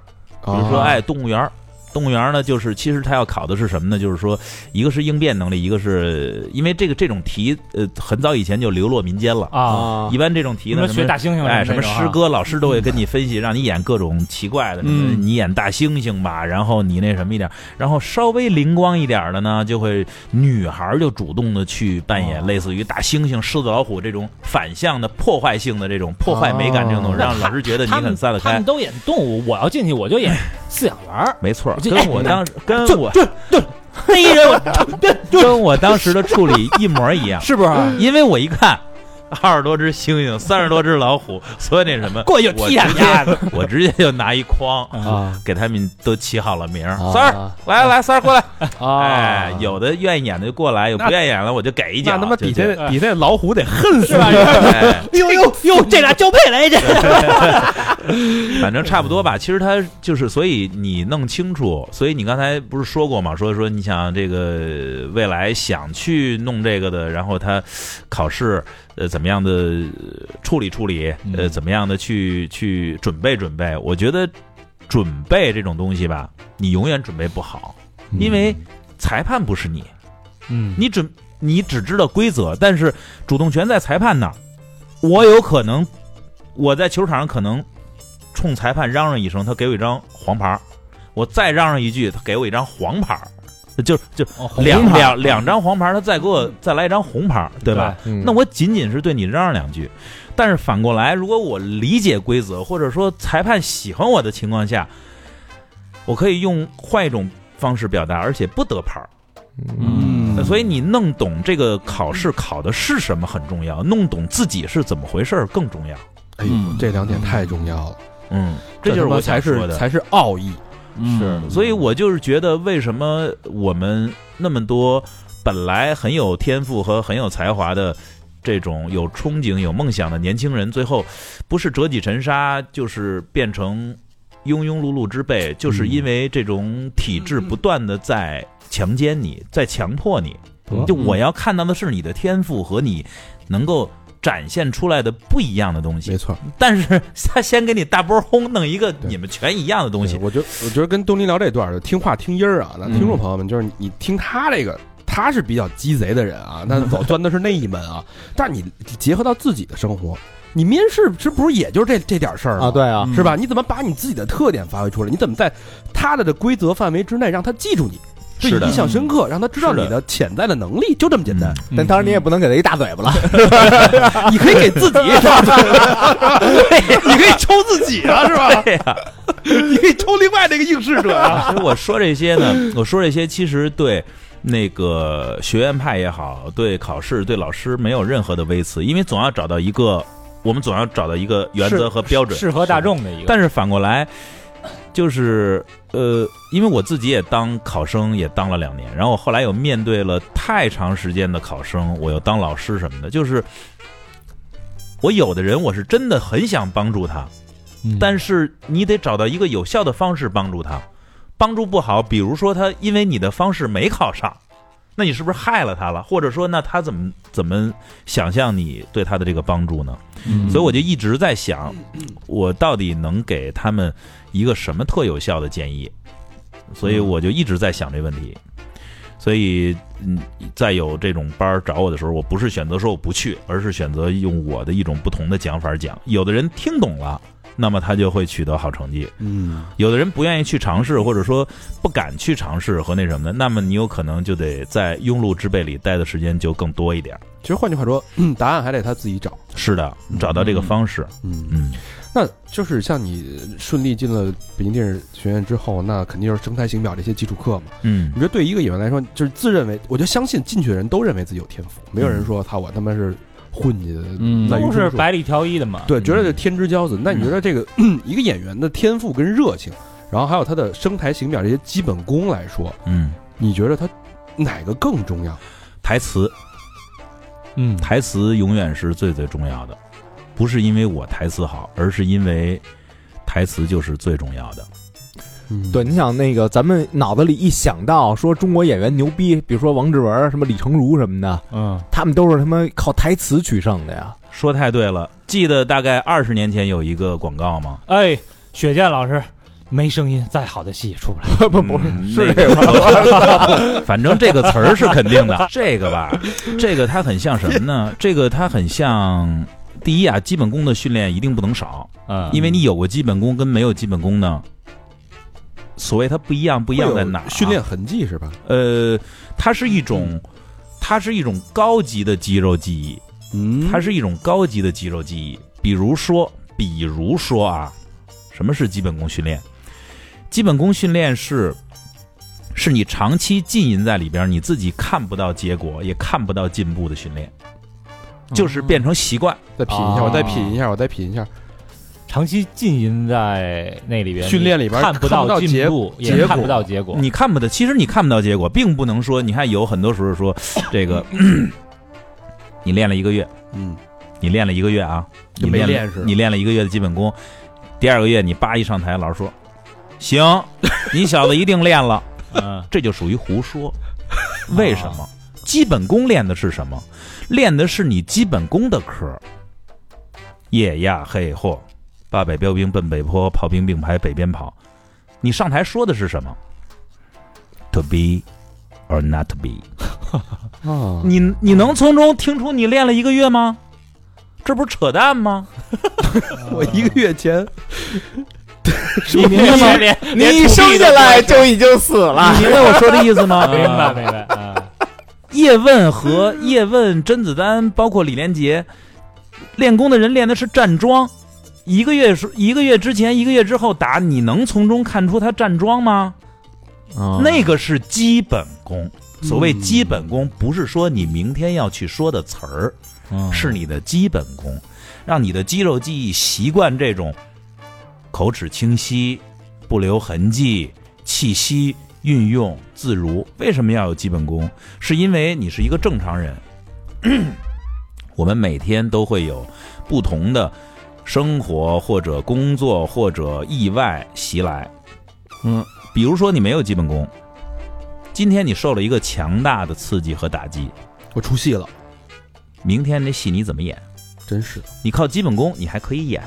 S1: 比，
S5: 比如
S3: 啊
S5: 说，哎，动物园儿，动物园儿呢，就是其实它要考的是什么呢？就是说，一个是应变能力，一个是因为这个这种题，呃，很早以前就流落民间了。
S3: 啊，
S5: 一般这种题
S3: 什
S5: 呢，
S3: 么
S5: 什
S3: 学
S5: 么
S3: 大猩猩了
S5: 哎，什么
S3: 那种啊
S5: 诗歌，老师都会跟你分析，让你演各种奇怪的，什么
S9: 嗯
S5: 你演大猩猩吧，然后你那什么一点儿，然后稍微灵光一点儿的呢，就会女孩儿就主动的去扮演
S3: 哦
S5: 类似于大猩猩、狮子、老虎这种反向的破坏性的这种破坏美感这种东西，
S3: 哦
S5: 让老师觉得你
S3: 他们
S5: 很散得
S3: 他
S5: 开。
S3: 们。都演动物，我要进去我就演饲养员儿
S5: 没错儿，
S3: 这
S5: 跟我当时跟我
S3: 那一人我
S5: 跟我当时的处理一模一样
S1: 是不是啊？
S5: 因为我一看二十多只猩猩，三十多只老虎，所以那什么，
S3: 过去就
S5: 我
S3: 踢他
S5: 直接
S3: 家的。
S5: 我直接就拿一筐
S1: 啊，
S5: 给他们都起好了名儿。三儿
S1: 儿
S5: 来来，三儿过来，
S1: 啊，
S5: 哎，有的愿意演的就过来，有不愿意演的我就给一脚。
S1: 那他妈
S5: 就
S1: 底下
S5: 就
S1: 底下老虎得恨死
S3: 是吧
S1: 你，
S5: 哎
S3: 哟哟哟，这俩交配来着。
S5: 反正差不多吧。其实他就是，所以你弄清楚，所以你刚才不是说过嘛，说说你想这个未来想去弄这个的，然后他考试呃怎么样的呃处理处理，呃
S9: 嗯
S5: 怎么样的去去准备准备。我觉得准备这种东西吧，你永远准备不好，
S4: 嗯
S5: 因为裁判不是你，
S3: 嗯，
S5: 你准你只知道规则，但是主动权在裁判那儿。我有可能，我在球场上可能冲裁判嚷嚷一声，他给我一张黄牌儿；我再嚷嚷一句，他给我一张黄牌儿。就就两两两张黄牌儿，他再给我再来一张红牌儿，对吧？
S1: 嗯
S4: 嗯
S5: 那我仅仅是对你嚷嚷两句，但是反过来，如果我理解规则，或者说裁判喜欢我的情况下，我可以用换一种方式表达，而且不得牌儿。
S1: 嗯
S5: 所以你弄懂这个考试考的是什么很重要，弄懂自己是怎么回事儿更重要。
S1: 哎呦，这两点太重要了，
S5: 嗯，这就是
S1: 他妈
S5: 我
S1: 才
S5: 想说
S1: 是
S5: 的。
S1: 才是奥义，
S9: 是
S5: 所以我就是觉得，为什么我们那么多本来很有天赋和很有才华的这种有憧憬、有梦想的年轻人，最后不是折戟沉沙，就是变成庸庸碌碌之辈，就是因为这种体制不断的在强奸你，在强迫你。
S1: 嗯
S5: 就我要看到的是你的天赋和你能够展现出来的不一样的东
S1: 没
S5: 西，
S1: 错。
S5: 但是他先给你大波轰，弄一个
S1: 对
S5: 你们全一样的东西
S1: 对。我觉得，我觉得跟东林聊这段儿，听话听音儿啊，那
S9: 嗯
S1: 听众朋友们，就是你听他这个，他是比较鸡贼的人啊，他走钻的是那一门啊。但你结合到自己的生活，你面试是不是也就是这这点事儿吗
S4: 啊，，对啊，
S1: 是吧？你怎么把你自己的特点发挥出来？你怎么在他的这规则范围之内让他记住你，对
S5: 是的
S1: 你印象深刻，让他知道
S5: 是的
S1: 你的潜在的能力，就这么简单。
S4: 但当然你也不能给他一大嘴巴了，
S1: 你可以给自己，你可以抽自己 啊，是吧？
S5: 对呀、
S1: 你可以抽另外那个应试者啊。
S5: 其实我说这些呢， 我说这些其实对那个学院派也好，对考试、对老师没有任何的微词，因为总要找到一个，我们总要找到一个原则和标准。
S3: 适合大众的一个。
S5: 但是反过来，就是呃，因为我自己也当考生，也当了两年，然后我后来有面对了太长时间的考生，我又当老师什么的，就是我有的人我是真的很想帮助他，但是你得找到一个有效的方式帮助他，帮助不好，比如说他因为你的方式没考上。那你是不是害了他了？或者说，那他怎么怎么想象你对他的这个帮助呢？所以我就一直在想，我到底能给他们一个什么特有效的建议？所以我就一直在想这问题。所以，嗯，在有这种班儿找我的时候，我不是选择说我不去，而是选择用我的一种不同的讲法讲。有的人听懂了，那么他就会取得好成绩；
S1: 嗯，
S5: 有的人不愿意去尝试，或者说不敢去尝试和那什么的，那么你有可能就得在庸碌之辈里待的时间就更多一点儿。
S1: 其实换句话说，嗯答案还得他自己找。
S5: 是的，找到这个方式，
S1: 嗯，
S5: 嗯，
S1: 那就是像你顺利进了北京电视学院之后，那肯定就是声台形表这些基础课嘛。
S5: 嗯
S1: 你觉得对一个演员来说，就是自认为，我就相信进去的人都认为自己有天赋，没有人说他我他妈是混进去的。
S9: 嗯
S1: 滥竽
S3: 都是
S1: 充数
S3: 百里挑一的 嘛，
S1: 对，觉得是天之骄子。那你觉得这个嗯一个演员的天赋跟热情，然后还有他的声台形表这些基本功来说，
S5: 嗯，
S1: 你觉得他哪个更重要？
S5: 台词。
S3: 嗯，
S5: 台词永远是最最重要的，不是因为我台词好，而是因为台词就是最重要的。
S1: 嗯
S4: 对，你想那个咱们脑子里一想到说中国演员牛逼，比如说王志文、什么李成儒什么的，
S3: 嗯，
S4: 他们都是他妈靠台词取胜的呀。
S5: 说太对了，记得大概二十年前有一个广告吗？
S3: 哎，雪见老师没声音，再好的戏也出不来。
S4: 不 不不
S5: 嗯
S4: 是
S5: 那
S4: 这个，
S5: 个， 反正这个词儿是肯定的。这个吧，这个它很像什么呢？这个它很像，第一啊，基本功的训练一定不能少，
S3: 嗯
S5: 因为你有过基本功跟没有基本功呢，所谓它不一样，不一样在哪儿啊？
S1: 训练痕迹是吧？
S5: 呃，它是一种，它是一种高级的肌肉记忆，
S1: 嗯
S5: 它是一种高级的肌肉记忆。比如说，比如说啊，什么是基本功训练？基本功训练是，是你长期浸淫在里边儿，你自己看不到结果，也看不到进步的训练，
S3: 哦
S5: 就是变成习惯。
S1: 再品一下，我再品一下，我再品一下。
S3: 长期浸淫在那里边
S1: 训练里边
S3: 你看不
S1: 看不到
S3: 进
S1: 结
S3: 步，
S1: 结
S3: 也
S1: 果
S3: 看不到结 果。
S5: 你看不到，其实你看不到结果，并不能说，你看有很多时候说这个， 你练了一个月，
S1: 嗯，
S5: 你练了一个月啊，
S1: 就
S5: 你
S1: 没
S5: 了
S1: 练似的
S5: 你练了一个月的基本功，第二个月你叭一上台，老师说，行， 你小子一定练了，
S3: 嗯，
S5: 这就属于胡说。为什么？基本功练的是什么？练的是你基本功的科儿。夜呀嘿嚯，八百标兵奔北坡，炮兵并排北边跑。你上台说的是什么？To be or not to be。
S1: 啊，
S5: 你你能从中听出你练了一个月吗？这不是扯淡吗？
S1: 我一个月前，
S3: 你明白吗？连
S4: 你一生下来就已经死了。
S5: 你明白我说的意思吗？
S3: 啊 明白明白啊，
S5: 叶问和叶问、甄子丹，包括李连杰，练功的人练的是站桩。一个月是一个月之前，一个月之后打，你能从中看出他站桩吗？
S3: 啊哦
S5: 那个是基本功。所谓基本功，不是说你明天要去说的词儿，是你的基本功，让你的肌肉记忆习惯这种口齿清晰、不留痕迹、气息运用自如。为什么要有基本功？是因为你是一个正常人。 我们每天都会有不同的生活或者工作或者意外袭来。
S9: 嗯，
S5: 比如说你没有基本功，今天你受了一个强大的刺激和打击，
S1: 我出戏了，
S5: 明天这戏你怎么演？
S1: 真是
S5: 你靠基本
S1: 哦
S5: 功，你还可以演。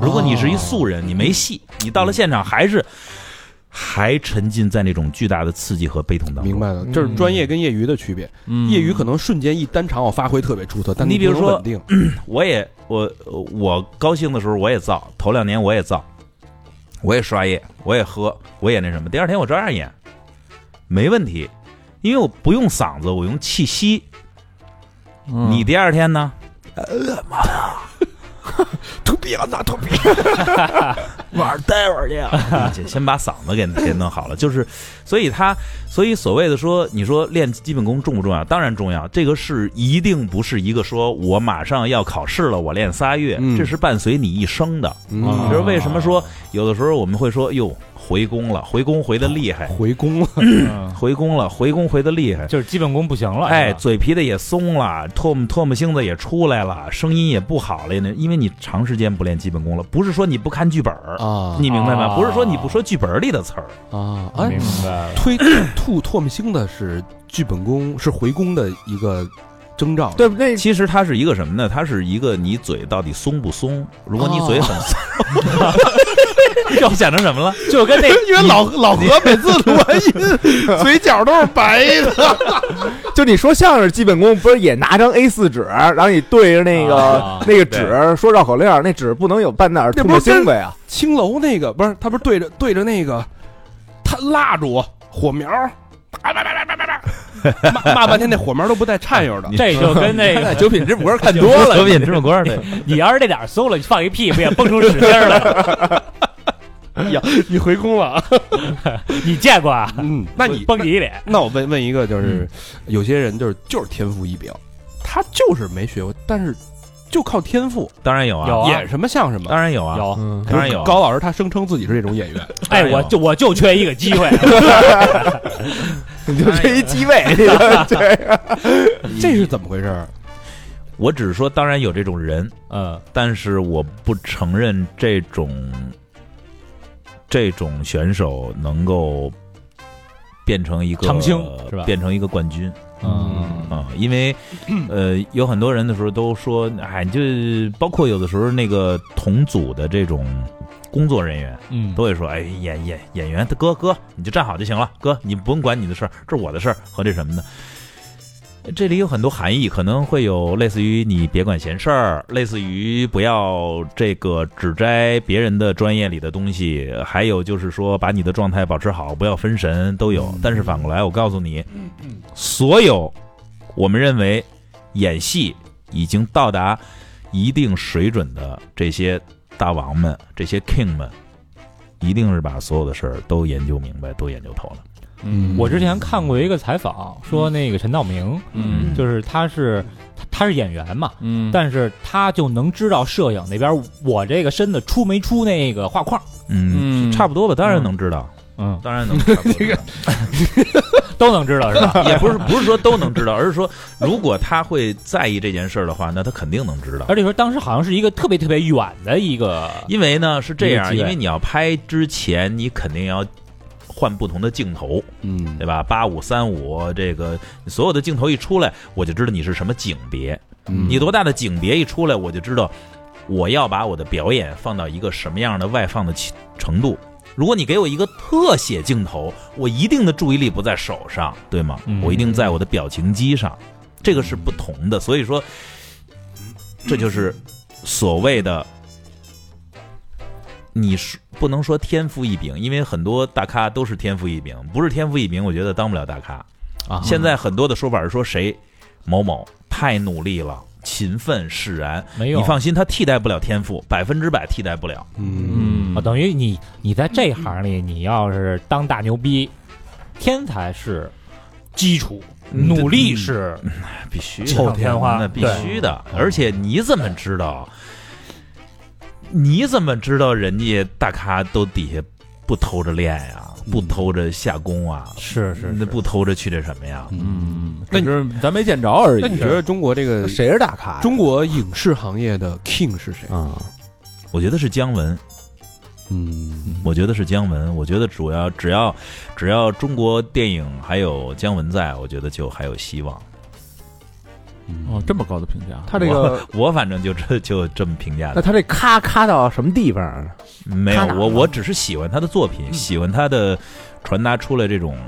S5: 如果你是一素人，你没戏，你到了现场还是，还沉浸在那种巨大的嗯刺激和悲痛当中。
S1: 明白了，这是专业跟业余的区别。
S9: 嗯
S1: 业余可能瞬间一单场我发挥特别出色，但
S5: 你比如
S1: 不能
S5: 说
S1: 稳定，
S5: 我也我我高兴的时候我也造，头两年我也造，我也刷夜，我也喝，我也那什么。第二天我照样演，没问题，因为我不用嗓子，我用气息。
S9: 嗯
S5: 你第二天呢？
S1: 特别那特别
S5: 晚上待会儿去、啊， 先把嗓子给给弄好了。就是，所以他，所以所谓的说，你说练基本功重不重要？当然重要，这个是一定不是一个说我马上要考试了，我练仨月，
S1: 嗯
S5: 这是伴随你一生的。
S9: 啊
S5: 你知道为什么说有的时候我们会说，哟，回宫了，回宫回的厉害，
S1: 回宫了，
S9: 嗯
S5: 回宫了，回宫回的厉害。
S3: 就是基本功不行了。
S5: 哎，
S3: 是吧
S5: 嘴皮子也松了，唾沫唾沫星子也出来了，声音也不好了，那因为你长时间不练基本功了，不是说你不看剧本儿
S1: 啊
S5: 嗯你明白吗？
S3: 啊
S5: 不是说你不说剧本里的词儿，
S1: 啊哎
S3: 明，白了。
S1: 推吐唾沫星的是剧本功，是回宫的一个征兆。
S4: 对，
S3: 嗯
S4: 那
S5: 其实它是一个什么呢？它是一个你嘴到底松不松。如果你嘴很松，你想成什么了？
S3: 就跟 那
S1: 因为老老何每次录完 音，嘴角都是白的。
S4: 就你说相声基本功，不是也拿张 A 四纸，然后你对着那个、
S3: 啊
S4: 那个纸说绕口令儿，那纸不能有半点
S1: 那
S4: 唾
S1: 不
S4: 沫
S1: 是跟
S4: 星子呀？
S1: 青楼那个不是，他不是对着对着那个他蜡烛火苗，叭叭叭叭叭叭叭，骂骂半天那火苗都不带颤 悠的。
S3: 这就跟那个
S1: 九品芝麻官看
S5: 多
S1: 多
S5: 了，
S1: 了，
S5: 何品芝麻官儿对，
S3: 你要是这点儿馊了，你放一屁不也蹦出屎劲儿来？
S1: 你回宫了。
S3: 你见过啊？
S1: 嗯，那你
S3: 蹦你一脸，
S1: 那我问问一个，就是有些人就是就是天赋异禀，他就是没学过，但是就靠天赋
S5: 当然有啊，
S3: 有啊
S1: 演什么像什么。
S5: 当然有啊，
S3: 有。
S4: 嗯，
S5: 当然有啊。
S1: 高老师他声称自己是这种演员，
S3: 哎，
S5: 当然有
S3: 我就我就缺一个机 会，
S4: 你就这一机位，这个这个
S1: 这是怎么回事儿？
S5: 我只是说，当然有这种人，
S3: 嗯，
S5: 但是我不承认这种这种选手能够变成一个
S3: 长青是吧
S5: 变成一个冠军
S3: 嗯
S5: 啊、因为呃，有很多人的时候都说，哎，你就包括有的时候那个同组的这种工作人员
S3: 嗯
S5: 都会说，哎，演演演员，哥哥，你就站好就行了，哥，你不用管你的事儿，这是我的事儿和这什么的。这里有很多含义，可能会有类似于“你别管闲事儿”，类似于不要这个只摘别人的专业里的东西，还有就是说把你的状态保持好，不要分神，都有。但是反过来，我告诉你，所有我们认为演戏已经到达一定水准的这些大王们、这些 king 们，一定是把所有的事儿都研究明白，都研究透了。
S9: 嗯
S3: 我之前看过一个采访，说那个陈道明，
S9: 嗯
S3: 就是他是他他是演员嘛，
S9: 嗯，
S3: 但是他就能知道摄影那边我这个身子出没出那个画框，
S5: 嗯，
S9: 嗯
S5: 差不多吧，当然能知道，
S3: 嗯，
S5: 当然能知道。这个
S3: 都能知道是吧？
S5: 也不是不是说都能知道， 而是说如果他会在意这件事儿的话，那他肯定能知道。
S3: 而且说当时好像是一个特别特别远的一个，
S5: 因为呢是这
S3: 一
S5: 样，
S3: 个机
S5: 因
S3: 位
S5: 为你要拍之前，你肯定要换不同的镜头，
S1: 嗯
S5: 对吧？八五三五这个所有的镜头一出来，我就知道你是什么景别，
S4: 嗯
S5: 你多大的景别一出来，我就知道我要把我的表演放到一个什么样的外放的起程度。如果你给我一个特写镜头，我一定的注意力不在手上，对吗？
S3: 嗯
S5: 我一定在我的表情肌上，这个是不同的。所以说，这就是所谓的。你是不能说天赋异禀，因为很多大咖都是天赋异禀，不是天赋异禀，我觉得当不了大咖。
S3: 啊
S5: 现在很多的说法是说谁某某太努力了，勤奋使然。
S3: 没有
S5: 你放心，他替代不了天赋，百分之百替代不了。
S1: 嗯
S9: 嗯
S3: 啊，等于你你在这行里，你要是当大牛逼，天才是基础，
S5: 嗯
S3: 努力是
S5: 必须
S3: 锦上添花
S5: 那必须的。而且你怎么知道？你怎么知道人家大咖都底下不偷着练呀、不偷着下功啊？
S3: 是是
S5: 那不偷着去这什么呀？
S9: 嗯，那你是咱没见着而已。
S1: 那你觉得中国这个
S4: 谁是大咖呀？
S1: 中国影视行业的 king 是谁？
S4: 啊，
S5: 我觉得是姜文，
S1: 嗯
S5: 我觉得是姜文。我觉得主要只要只要中国电影还有姜文在，我觉得就还有希望。
S9: 哦，这么高的评价，
S4: 他这个，
S5: 我反正就这就这么评价
S4: 那
S5: 的，
S4: 他这咔咔到什么地方啊？
S5: 没有
S4: 他哪儿
S5: 我
S4: 呢嗯
S5: 我只是喜欢他的作品，喜欢他的传达出来这种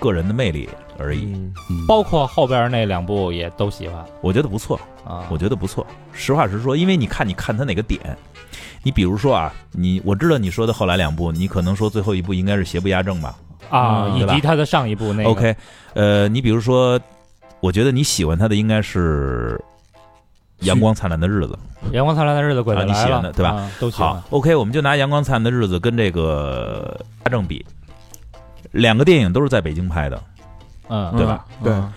S5: 个人的魅力而已，
S4: 嗯
S3: 包括后边那两部也都喜欢
S5: 我觉得不错。
S3: 啊。
S5: 我觉得不错。实话实说，因为你看，你看他哪个点，你比如说啊，你我知道你说的后来两部，你可能说最后一部应该是邪不压正吧、
S3: 啊，
S5: 嗯
S3: 以
S5: 对吧
S3: 及他的上一部那个
S5: o k 呃，你比如说，我觉得你喜欢他的应该是《阳光灿烂的日子
S3: 《阳光灿烂的日子》，鬼子
S5: 啊你
S3: 来
S5: 喜欢
S3: 了
S5: 的》对吧
S3: 啊？都》。喜欢
S5: 好。，OK，我们就拿《阳光灿烂的日子》跟这个《压正》比，两个电影都是在北京拍的。
S3: 嗯，
S9: 对
S3: 对
S9: 吧
S3: 吧？？
S4: 对
S9: 嗯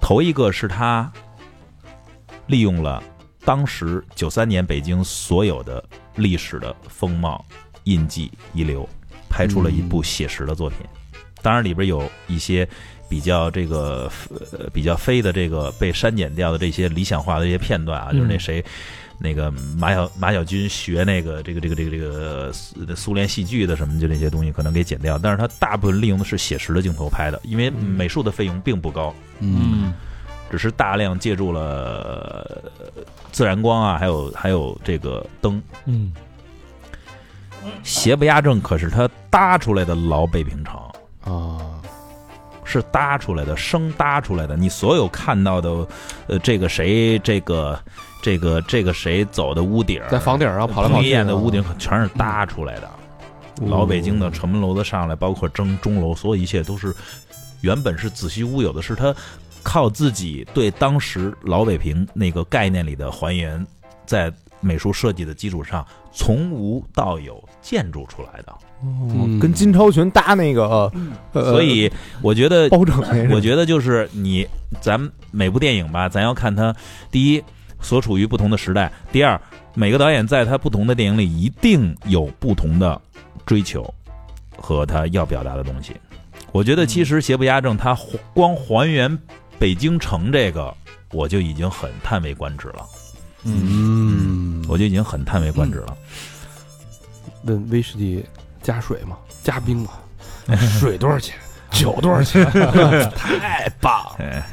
S5: 头一个是他利用了当时九三年北京所有的历史的风貌、印记、遗留，拍出了一部写实的作品。当然，里边有一些比较这个呃比较飞的这个被删减掉的这些理想化的这些片段啊，就是那
S3: 嗯
S5: 谁。那个马小马小军学那个这个这个这呃个这个苏苏联戏剧的什么就那些东西可能给剪掉，但是他大部分利用的是写实的镜头拍的，因为美术的费用并不高，
S8: 嗯，
S5: 只是大量借助了呃自然光啊，还有还有这个灯。
S3: 嗯，
S5: 邪不压正可是他搭出来的老北平城，
S8: 啊，
S5: 是搭出来的，生搭出来的。你所有看到的，呃，这个谁，这个这个这个谁走的屋顶儿，
S1: 在房顶上跑来跑
S5: 彭于
S1: 去
S5: 晏
S1: 啊，
S5: 的屋顶可全是搭出来的。老北京
S1: 嗯
S5: 的城门楼的上来，包括蒸钟楼，所有一切都是原本是子虚乌有的，是他靠自己对当时老北平那个概念里的还原，在美术设计的基础上，从无到有建筑出来的。
S1: 嗯
S4: 跟金超群搭那个，呃，
S5: 所以我觉得
S4: 包拯那
S5: 我
S4: 是
S5: 觉得就是你，咱们每部电影吧，咱要看它，第一，所处于不同的时代；第二，每个导演在他不同的电影里一定有不同的追求和他要表达的东西。我觉得其实《邪不压正》它还光还原北京城这个，我就已经很叹为观止了，
S1: 嗯，
S5: 我就已经很叹为观止了。
S1: 问威士忌加水吗？加冰吗？ 水多少钱？酒多少钱？太棒了！
S5: 哎，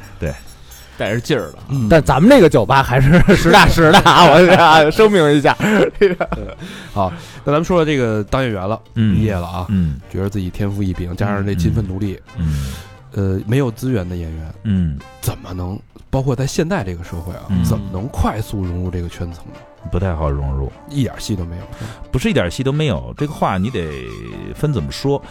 S9: 带着劲儿了，
S4: 但咱们这个酒吧还是 实打实的啊！我啊声明一下，
S1: 那咱们说说这个当演员了，
S5: 嗯，
S1: 毕业了啊，
S5: 嗯
S1: 觉得自己天赋异禀，加上这勤奋努力，
S5: 嗯
S1: 呃，没有资源的演员
S5: 嗯，
S1: 怎么能，包括在现在这个社会啊
S5: 嗯，
S1: 怎么能快速融入这个圈层呢？
S5: 不太好融入。
S1: 一点戏都没有。
S5: 不是一点戏都没有。这个话你得分怎么说。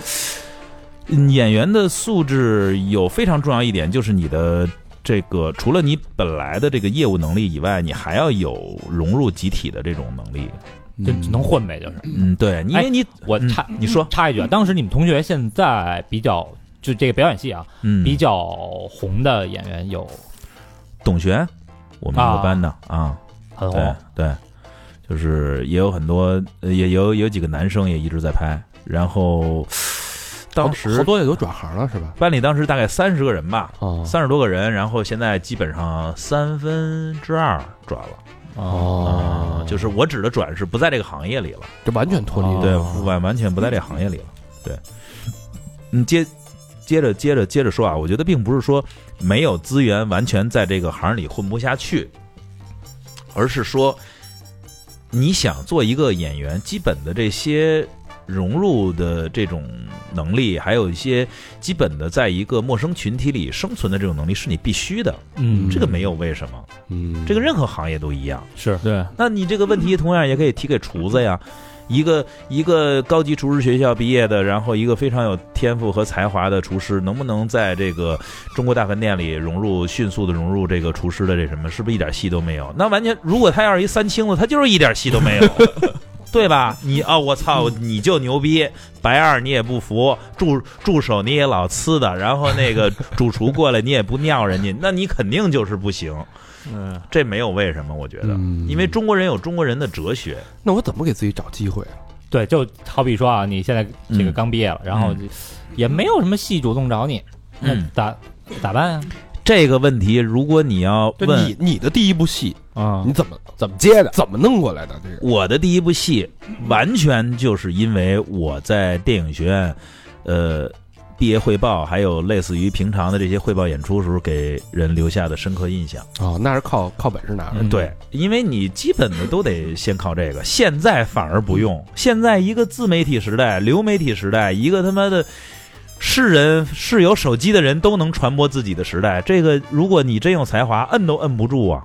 S5: 嗯演员的素质有非常重要一点，就是你的这个除了你本来的这个业务能力以外，你还要有融入集体的这种能力。
S3: 就只能混呗，就是。
S5: 嗯，
S1: 哎
S5: 对，你因为你
S3: 我
S5: 嗯
S3: 插
S5: 你说，
S3: 插一句啊，当时你们同学现在比较就这个表演系啊，
S5: 嗯，
S3: 比较红的演员有
S5: 董璇，我们一个班的啊，
S3: 很
S5: 对
S3: 红，
S5: 对，就是也有很多，呃也有有几个男生也一直在拍，然后当
S1: 好
S5: 时
S1: 多也都转行了，是吧？
S5: 班里当时大概三十个人吧，
S1: 哦
S5: 三十多个人，然后现在基本上三分之二转了啊、
S1: 哦，
S5: 就是哦我指的转是不在这个行业里了，
S1: 这完全脱离了
S5: 对，完完全不在这个行业里了，对。嗯，接接着接着接着说啊，我觉得并不是说没有资源，完全在这个行里混不下去，而是说你想做一个演员，基本的这些融入的这种能力，还有一些基本的在一个陌生群体里生存的这种能力是你必须的，
S3: 嗯
S5: 这个没有为什么，
S1: 嗯，
S5: 这个任何行业都一样。
S3: 是
S9: 对，
S5: 那你这个问题同样也可以提给厨子呀，一个一个高级厨师学校毕业的，然后一个非常有天赋和才华的厨师，能不能在这个中国大饭店里融入，迅速的融入这个厨师的这什么，是不是一点戏都没有？那完全，如果他要是一三清子，他就是一点戏都没有。对吧？你啊、我操，你就牛逼！白二你也不服，助助手你也老呲的，然后那个主厨过来你也不尿人家，那你肯定就是不行。
S9: 嗯，
S5: 这没有为什么，我觉得。
S1: 嗯
S5: 因为中国人有中国人的哲学，
S1: 那我怎么给自己找机会啊？
S3: 对，就好比说啊，你现在这个
S5: 嗯
S3: 刚毕业了，然后就也没有什么戏主动找你，那
S5: 嗯
S3: 咋咋办呀？
S5: 这个问题，如果你要
S1: 就
S5: 问
S1: 你你的第一部戏，
S9: 啊
S1: 你，怎么
S4: 怎么接的？
S1: 怎么弄过来的？这个
S5: 我的第一部戏，完全就是因为我在电影学院，呃，毕业汇报，还有类似于平常的这些汇报演出时候给人留下的深刻印象。
S1: 哦，那是靠靠本事拿的。
S3: 嗯
S5: 对，因为你基本的都得先靠这个，现在反而不用。现在一个自媒体时代、流媒体时代，一个他妈的是人是有手机的人都能传播自己的时代，这个如果你真有才华，摁都摁不住啊，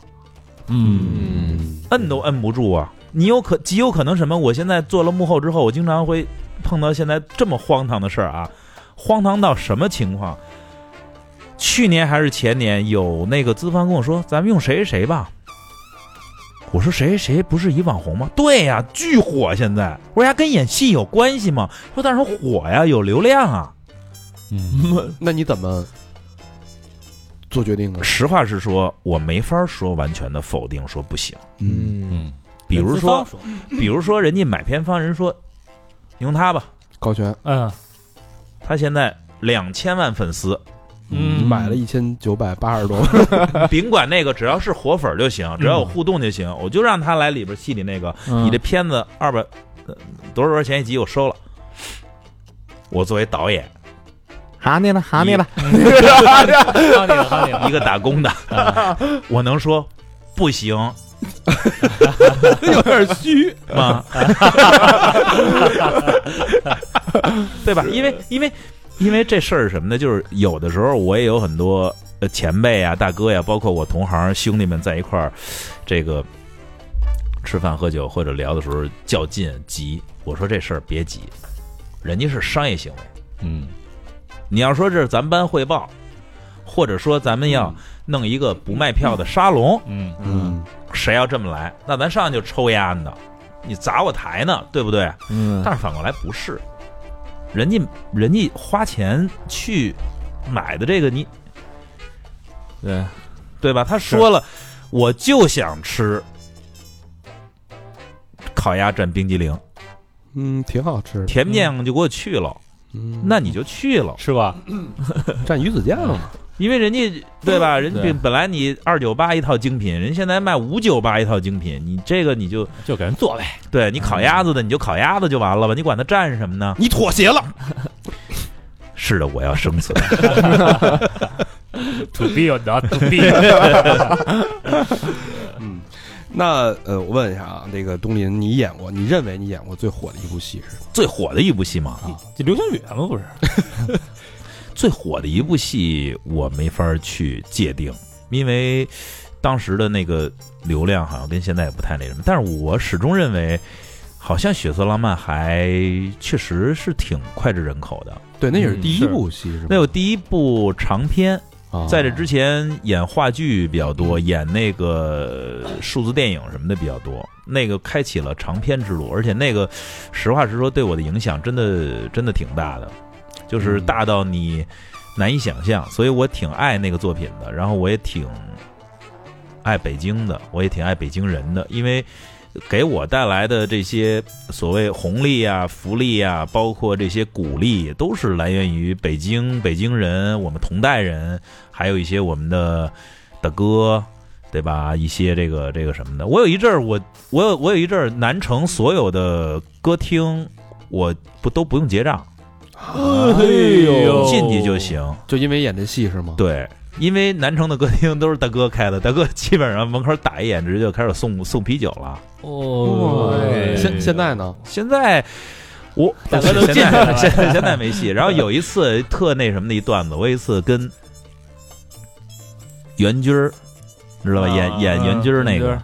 S9: 嗯，
S1: 嗯，
S5: 摁都摁不住啊。你有可极有可能什么？我现在做了幕后之后，我经常会碰到现在这么荒唐的事儿啊，荒唐到什么情况？去年还是前年，有那个资方跟我说，咱们用谁谁谁吧。我说谁谁谁不是一网红吗？对呀、巨火现在。我说呀，跟演戏有关系吗？说但是火呀，有流量啊。嗯
S1: 嗯那你怎么做决定呢？
S5: 实话实说，我没法说完全的否定说不行。
S4: 嗯
S5: 比如
S3: 资
S5: 说
S3: 方，
S5: 比如说人家买片方人说，用他吧，
S1: 高璇
S3: 嗯
S5: 他现在两千万粉丝，
S3: 嗯，
S1: 买了一千九百八十多，
S5: 甭管那个，只要是活粉儿就行，只要有互动就行，我就让他来里边戏里那个，
S9: 嗯
S5: 你这片子二百呃多少多少钱一集，我收了。我作为导演，
S4: 哈你了，哈你了，
S3: 哈那个哈那
S5: 一个打工 的，我能说不行
S1: 有点虚。
S5: 吗？对吧？因为因为因为这事儿是什么呢？就是有的时候我也有很多呃前辈啊、大哥呀、包括我同行兄弟们在一块儿，这个吃饭喝酒或者聊的时候较劲急，我说这事儿别急，人家是商业行为。
S9: 嗯，
S5: 你要说这是咱们班汇报，或者说咱们要弄一个不卖票的沙龙，
S3: 嗯
S1: 嗯，
S5: 谁要这么来，那咱上去就抽烟的，你砸我台呢，对不对？
S4: 嗯
S5: 但是反过来不是，人家人家花钱去买的这个你，
S9: 对，
S5: 对吧？他说了，我就想吃烤鸭蘸冰激凌，
S1: 嗯，挺好吃的。
S5: 甜面就给我去了，
S1: 嗯，
S5: 那你就去了，
S3: 是吧？
S1: 蘸鱼子酱嘛，
S5: 因为人家对吧？人家
S9: 对
S5: 本来你二九八一套精品，人现在卖五九八一套精品，你这个你就
S3: 就给人 做呗。
S5: 对你烤鸭子的你就烤鸭子就完了吧，你管它蘸什么呢？
S1: 你妥协了。
S5: 是的，我要 生存。
S3: To be or not to be，
S1: 嗯，那呃，我问一下啊，那个东林，你演过，你认为你演过最火的一部戏是什么？
S5: 最火的一部戏嘛，
S3: 这 流星雨嘛不是？
S5: 最火的一部戏我没法去界定，因为当时的那个流量好像跟现在也不太那什么。但是我始终认为，好像《血色浪漫》还确实是挺脍炙人口的。
S1: 对，那也是
S9: 嗯
S1: 第一
S9: 是
S1: 部戏是吗？
S5: 那有第一部长片，
S1: 啊
S5: 在这之前演话剧比较多，演那个呃数字电影什么的比较多，那个开启了长篇之路，而且那个实话实说对我的影响真的真的挺大的，就是大到你难以想象，所以我挺爱那个作品的，然后我也挺爱北京的，我也挺爱北京人的，因为。给我带来的这些所谓红利啊、福利啊，包括这些鼓励，都是来源于北京、北京人，我们同代人，还有一些我们的的歌，对吧？一些这个这个什么的。我有一阵儿，我我有我有一阵儿，南城所有的歌厅，我不都不用结账，
S1: 啊
S3: 呦
S5: 进去就行。
S1: 就因为演这戏是吗？
S5: 对，因为南城的歌厅都是大哥开的，大哥基本上门口打一眼，直接就开始送送啤酒了。
S3: 哦
S1: 哎现现在呢？
S5: 现在。我
S3: 大哥都
S5: 现
S3: 进去
S5: 在
S3: 了
S5: 现在现在没戏。然后有一次特那什么的一段子，我有一次跟袁军儿，知
S3: 啊
S5: 道吧？演演袁军儿那个，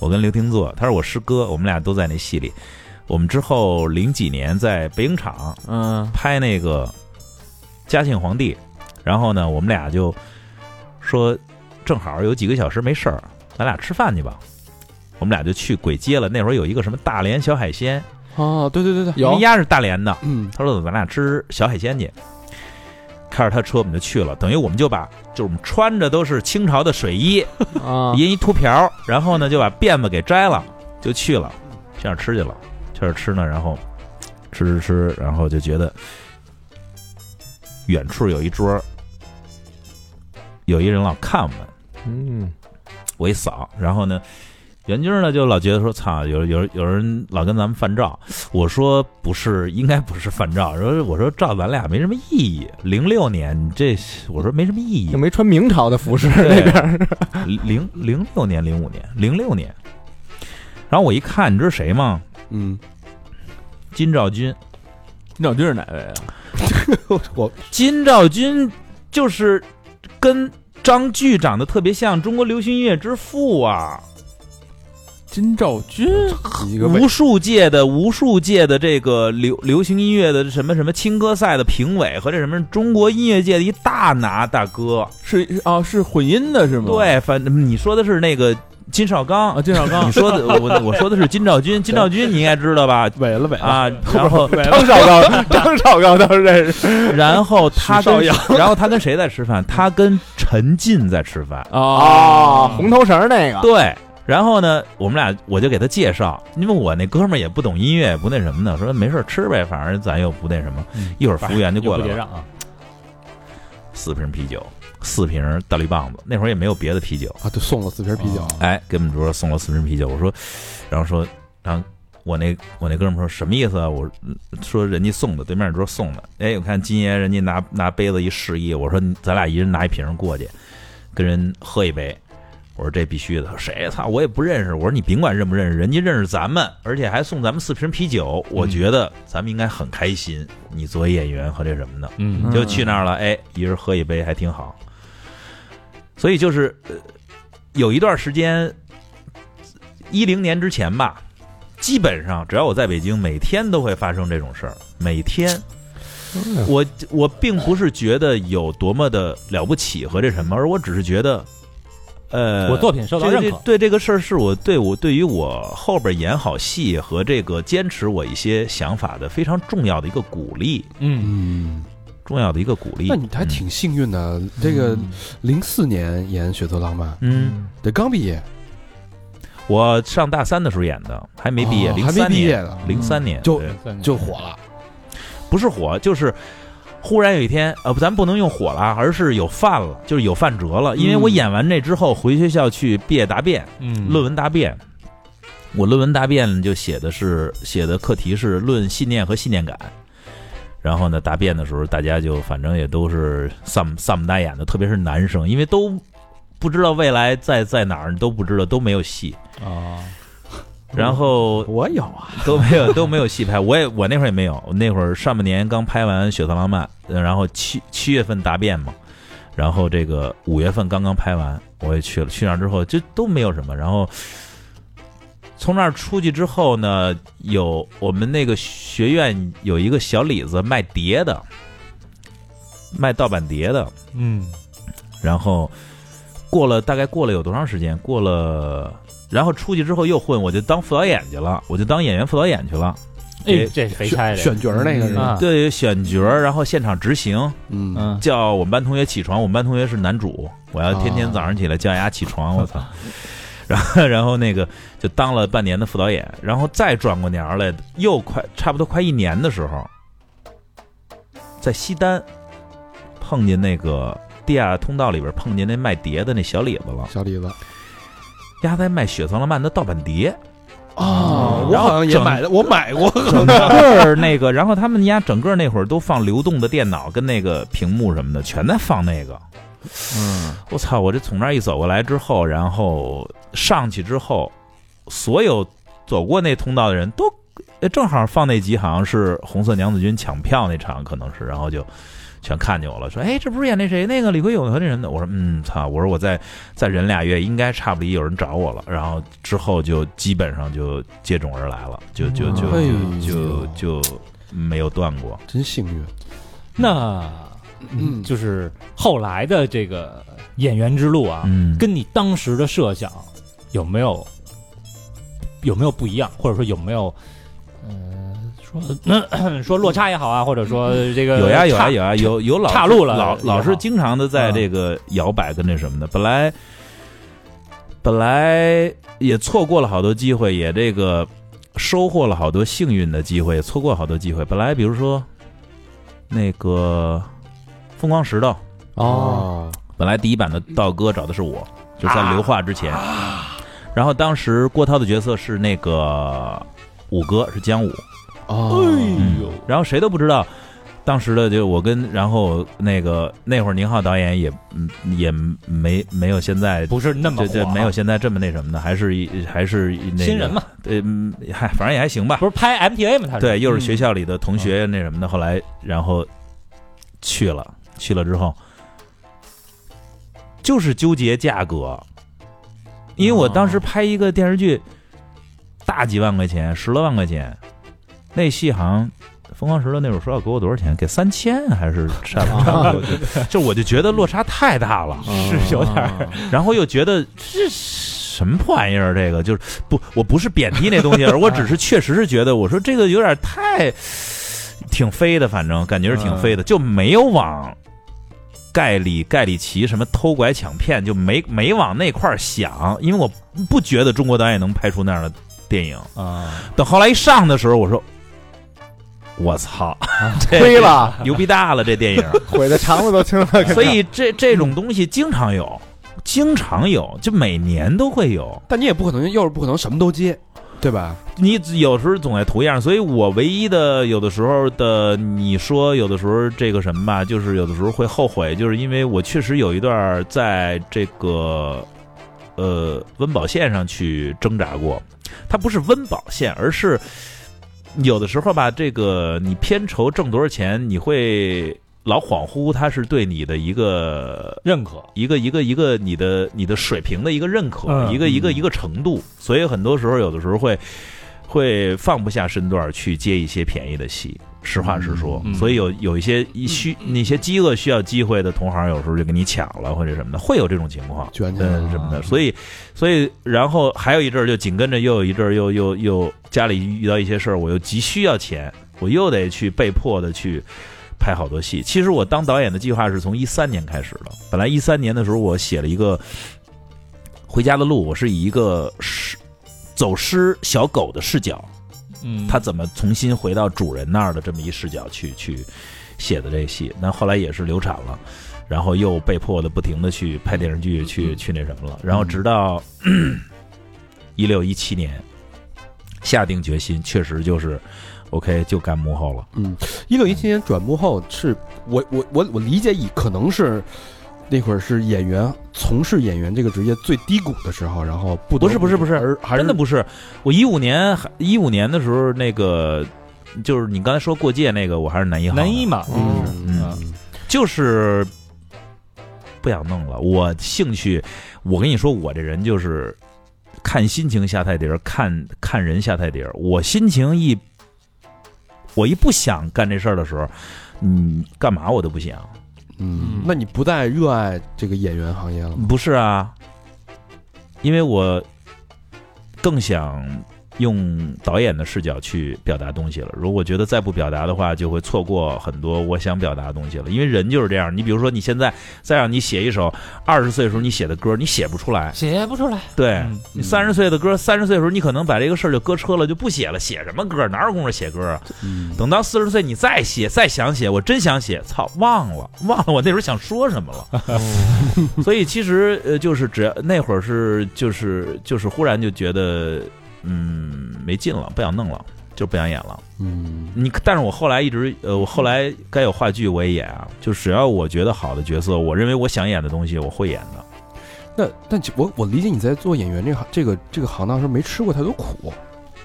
S5: 我跟刘廷座，他是我师哥，我们俩都在那戏里。我们之后零几年在北影厂
S9: 嗯
S5: 拍那个《嘉庆皇帝》，然后呢，我们俩就说正好有几个小时没事儿，咱俩吃饭去吧。我们俩就去鬼街了。那会儿有一个什么大连小海鲜，
S4: 啊
S1: 哦，对对对对，
S5: 因为丫是大连的，
S1: 嗯，
S5: 他说咱俩吃小海鲜去。开着他车我们就去了，等于我们就把就是我们穿着都是清朝的水衣，
S4: 啊，
S5: 印一秃瓢，然后呢就把辫子给摘了，就去了，去那儿吃去了，去那儿吃呢，然后吃吃吃，然后就觉得远处有一桌，有一人老看我们，
S4: 嗯
S5: 我一扫，然后呢袁军呢就老觉得说，操，有有有人老跟咱们犯照。我说不是，应该不是犯照。说我说照咱俩没什么意义。零六年你这我说没什么意义
S4: 就。没穿明朝的服饰
S5: 对
S4: 那
S1: 啊
S4: 边 儿，
S5: 零零六年、零五年、零六年。然后我一看，你知道谁吗？
S1: 嗯，
S5: 金兆军。
S9: 金兆军是哪位啊？
S5: 金兆军就是跟张炬长得特别像，中国流行音乐之父啊，
S9: 金兆军
S1: 你一个
S5: 无数届的无数届的这个流流行音乐的什么什么青歌赛的评委和这什么中国音乐界的一大拿大哥。
S9: 是是啊，是混音的是吗？
S5: 对，反正你说的是那个金少
S9: 啊，
S5: 刚，
S9: 金少刚
S5: 你说的我我说的是金兆 军，金兆军你应该知道吧？
S9: 萎了萎了，
S5: 啊，然后
S4: 张少高，张少高倒是认 识，
S5: 然后他
S4: 邵
S5: 跟然后他跟谁在吃饭？他跟陈进在吃饭。
S9: 啊
S4: 红头绳儿那个，
S5: 对，然后呢，我们俩我就给他介绍，因为我那哥们儿也不懂音乐，也不那什么的，说没事儿吃呗，反正咱又不那什么。
S3: 嗯
S5: 一会儿服务员就过来
S3: 又不结
S5: 了，
S3: 账啊，
S5: 四瓶啤酒，四瓶大绿棒子，那会儿也没有别的啤酒，
S1: 啊，对，送了四瓶啤酒，
S5: 哎，给我们桌送了四瓶啤酒。我说，然后说，然后我那我那哥们儿说什么意思啊？我说人家送的，对面桌送的。哎，我看金爷人家拿拿杯子一示意，我说咱俩一人拿一瓶过去，跟人喝一杯。我说这必须的，谁操我也不认识。我说你甭管认不认识，人家认识咱们，而且还送咱们四瓶啤酒，我觉得咱们应该很开心。你作为演员和这什么的，
S3: 嗯，
S5: 就去那儿了，哎，一人喝一杯还挺好。所以就是、呃、有一段时间，一零年之前吧，基本上只要我在北京，每天都会发生这种事儿。每天，我我并不是觉得有多么的了不起和这什么，而我只是觉得，呃，
S3: 我作品受到
S5: 这
S3: 认
S5: 这
S3: 可，
S5: 对这个事儿是我对我对于我后边演好戏和这个坚持我一些想法的非常重要的一个鼓励，
S3: 嗯，
S1: 嗯，
S5: 重要的一个鼓励。
S1: 那你还挺幸运的。这个零四年演《血色浪漫》，
S5: 嗯。嗯
S1: 对，刚毕业，
S5: 我上大三的时候演的，还没毕业，
S1: 哦
S5: 零
S1: 还
S5: 三、
S1: 没毕业
S5: 年，
S1: 呢，
S5: 零三年
S1: 就
S5: 对
S1: 就火了。
S5: 不是火，就是忽然有一天，呃，不咱不能用火了，而是有饭了，就是有饭辙了。因为我演完这之后，回学校去毕业答辩，
S3: 嗯
S5: 论文答辩。我论文答辩就写的是写的课题是论信念和信念感，然后呢，答辩的时候大家就反正也都是丧丧不打眼的，特别是男生，因为都不知道未来在在哪儿，都不知道都没有戏。
S3: 啊，
S5: 然后
S8: 我有啊，
S5: 都没有都没有戏拍，我也我那会儿也没有，我那会儿上半年刚拍完《血色浪漫》，呃然后七七月份答辩嘛，然后这个五月份刚刚拍完，我也去了，去那儿之后就都没有什么，然后从那儿出去之后呢，有我们那个学院有一个小李子卖碟的，卖盗版碟的，
S3: 嗯
S5: 然后过了大概过了有多长时间？过了，然后出去之后又混，我就当副导演去了，我就当演员副导演去了。
S3: 哎，这肥差
S1: 选
S3: 这
S1: 选角儿那
S5: 嗯
S1: 个人，
S3: 啊，
S5: 对，选角儿，然后现场执行，
S1: 嗯，
S3: 嗯，
S5: 叫我们班同学起床，我们班同学是男主，我要天天
S1: 啊
S5: 早上起来叫丫起床，我操。然后， 然后那个就当了半年的副导演，然后再转过年儿来，又快差不多快一年的时候，在西单碰见那个地下通道里边碰见那卖碟的那小李子了，
S1: 小李子
S5: 丫在卖《雪藏浪漫》的盗版碟，
S1: 哦我
S5: 然后
S1: 好像也
S5: 整
S1: 买的，我买过，
S5: 整个儿那个，然后他们家整个那会儿都放流动的电脑跟那个屏幕什么的，全在放那个。嗯，我操！我这从那儿一走过来之后，然后上去之后，所有走过那通道的人都，呃正好放那集，好像是红色娘子军抢票那场，可能是，然后就全看见我了，说：“哎，这不是演那谁那个李逵勇和那什么的？”我说：“嗯，操！我说我在在人俩月，应该差不离有人找我了。”然后之后就基本上就接踵而来了，就就就
S1: 哎呦
S5: 就就就没有断过。
S1: 真幸运。
S3: 那
S1: 嗯，
S3: 就是后来的这个演员之路啊，
S5: 嗯，
S3: 跟你当时的设想有没有有没有不一样，或者说有没有呃说、 说落差也好啊，或者说这个
S5: 有呀有呀
S3: 差
S5: 有呀有有老
S3: 岔路了
S5: 老
S3: 也
S5: 老是
S3: 好
S5: 经常的在这个摇摆跟那什么的，本来本来也错过了好多机会，也这个收获了好多幸运的机会，错过好多机会。本来比如说那个《疯狂石头》，
S4: 哦，
S5: 啊本来第一版的道哥找的是我，就在
S1: 啊
S5: 刘化之前。然后当时郭涛的角色是那个五哥，是姜武。
S1: 啊
S9: 哎
S3: 嗯
S9: 呦，
S5: 然后谁都不知道，当时的就我跟然后那个那会儿宁浩导演也嗯也没没有现在
S3: 不是那么
S5: 这这
S3: 火啊
S5: 没有现在这么那什么的，还是一还是一那个
S3: 新人嘛，
S5: 对，嗯嗨，反正也还行吧
S3: 不。是拍 MTA 吗？他是嗯
S5: 对，又是学校里的同学那什么的，后来然后去了去了之后，就是纠结价格，因为我当
S3: 哦
S5: 时拍一个电视剧，大几万块钱，十来万块钱，那戏好像。疯狂石头那会儿说要给我多少钱？给三千还 是差不多差不多？ 就我就觉得落差太大了，
S3: 哦是有点儿
S5: 然后又觉得这什么破玩意儿？这个就是不，我不是贬低那东西，而我 只是确实是觉得，我说这个有点太挺飞的，反正感觉是
S4: 嗯
S5: 挺飞的，就没有往盖里盖里奇什么偷拐抢骗，就没没往那块儿想，因为我不觉得中国导演能拍出那样的电影。
S3: 啊，
S5: 等后来一上的时候，我说。我操，这
S4: 啊 亏了，
S5: 牛逼大了！这 电影，
S4: 毁的肠子都青了。可能
S5: 所以这这种东西经常有，经常有，就每年都会有。
S1: 但你也不可能，又是不可能什么都接，对吧？
S5: 你有时候总爱图样，所以我唯一的有的时候的你说有的时候这个什么吧，就是有的时候会后悔，就是因为我确实有一段在这个呃温饱线上去挣扎过，它不是温饱线，而是有的时候吧，这个你片酬挣多少钱，你会老恍惚，它是对你的一个
S3: 认可
S5: 一个一个一个你的你的水平的一个认可，
S3: 嗯
S5: 一个一个一个程度，所以很多时候有的时候会会放不下身段去接一些便宜的戏。实话实说，
S3: 嗯嗯嗯
S5: 所以有有一些一需那些饥饿需要机会的同行，有时候就给你抢了或者什么的，会有这种情况。
S1: 卷起来，
S5: 嗯，什么的，所以，所以，然后还有一阵儿，就紧跟着又有一阵儿，又又又家里遇到一些事儿，我又急需要钱，我又得去被迫的去拍好多戏。其实我当导演的计划是从一三年开始的，本来一三年的时候我写了一个《回家的路》，我是以一个失走失小狗的视角，
S3: 嗯，
S5: 它怎么重新回到主人那儿的这么一视角去去写的这戏，那后来也是流产了，然后又被迫的不停的去拍电视剧，去去那什么了，然后直到 一六一七年下定决心，确实就是 OK 就干幕后了，
S1: 嗯一六一七年转幕后是我我我我理解以可能是那会儿是演员从事演员这个职业最低谷的时候，然后不得
S5: 不是不是不是
S1: 而还是
S5: 真的不是我一五年一五年的时候那个就是你刚才说过界那个，我还是男一号呢
S3: 男一嘛，
S1: 嗯
S5: 嗯，就是不想弄了。我兴趣，我跟你说，我这人就是看心情下菜碟儿，看看人下菜碟儿。我心情一，我一不想干这事儿的时候，嗯，干嘛我都不想。
S1: 嗯，那你不再热爱这个演员行业了吗？
S5: 不是啊，因为我更想用导演的视角去表达东西了。如果觉得再不表达的话，就会错过很多我想表达的东西了。因为人就是这样，你比如说，你现在再让你写一首二十岁时候你写的歌，你写不出来。
S3: 写不出来，
S5: 对
S3: 嗯
S5: 你三十岁的歌，三十岁的时候你可能把这个事儿就搁车了，就不写了。写什么歌？哪有功夫写歌啊？
S9: 嗯
S5: 等到四十岁你再写，再想写，我真想写，操，忘了，忘了我那时候想说什么了。所以其实呃，就是只要那会儿是就是就是忽然就觉得嗯没劲了，不想弄了，就不想演了。
S1: 嗯，
S5: 你但是我后来一直呃，我后来该有话剧我也演啊，就只要我觉得好的角色，我认为我想演的东西，我会演的。
S1: 那但其我我理解你在做演员这个行这个这个行当的时候没吃过太多苦，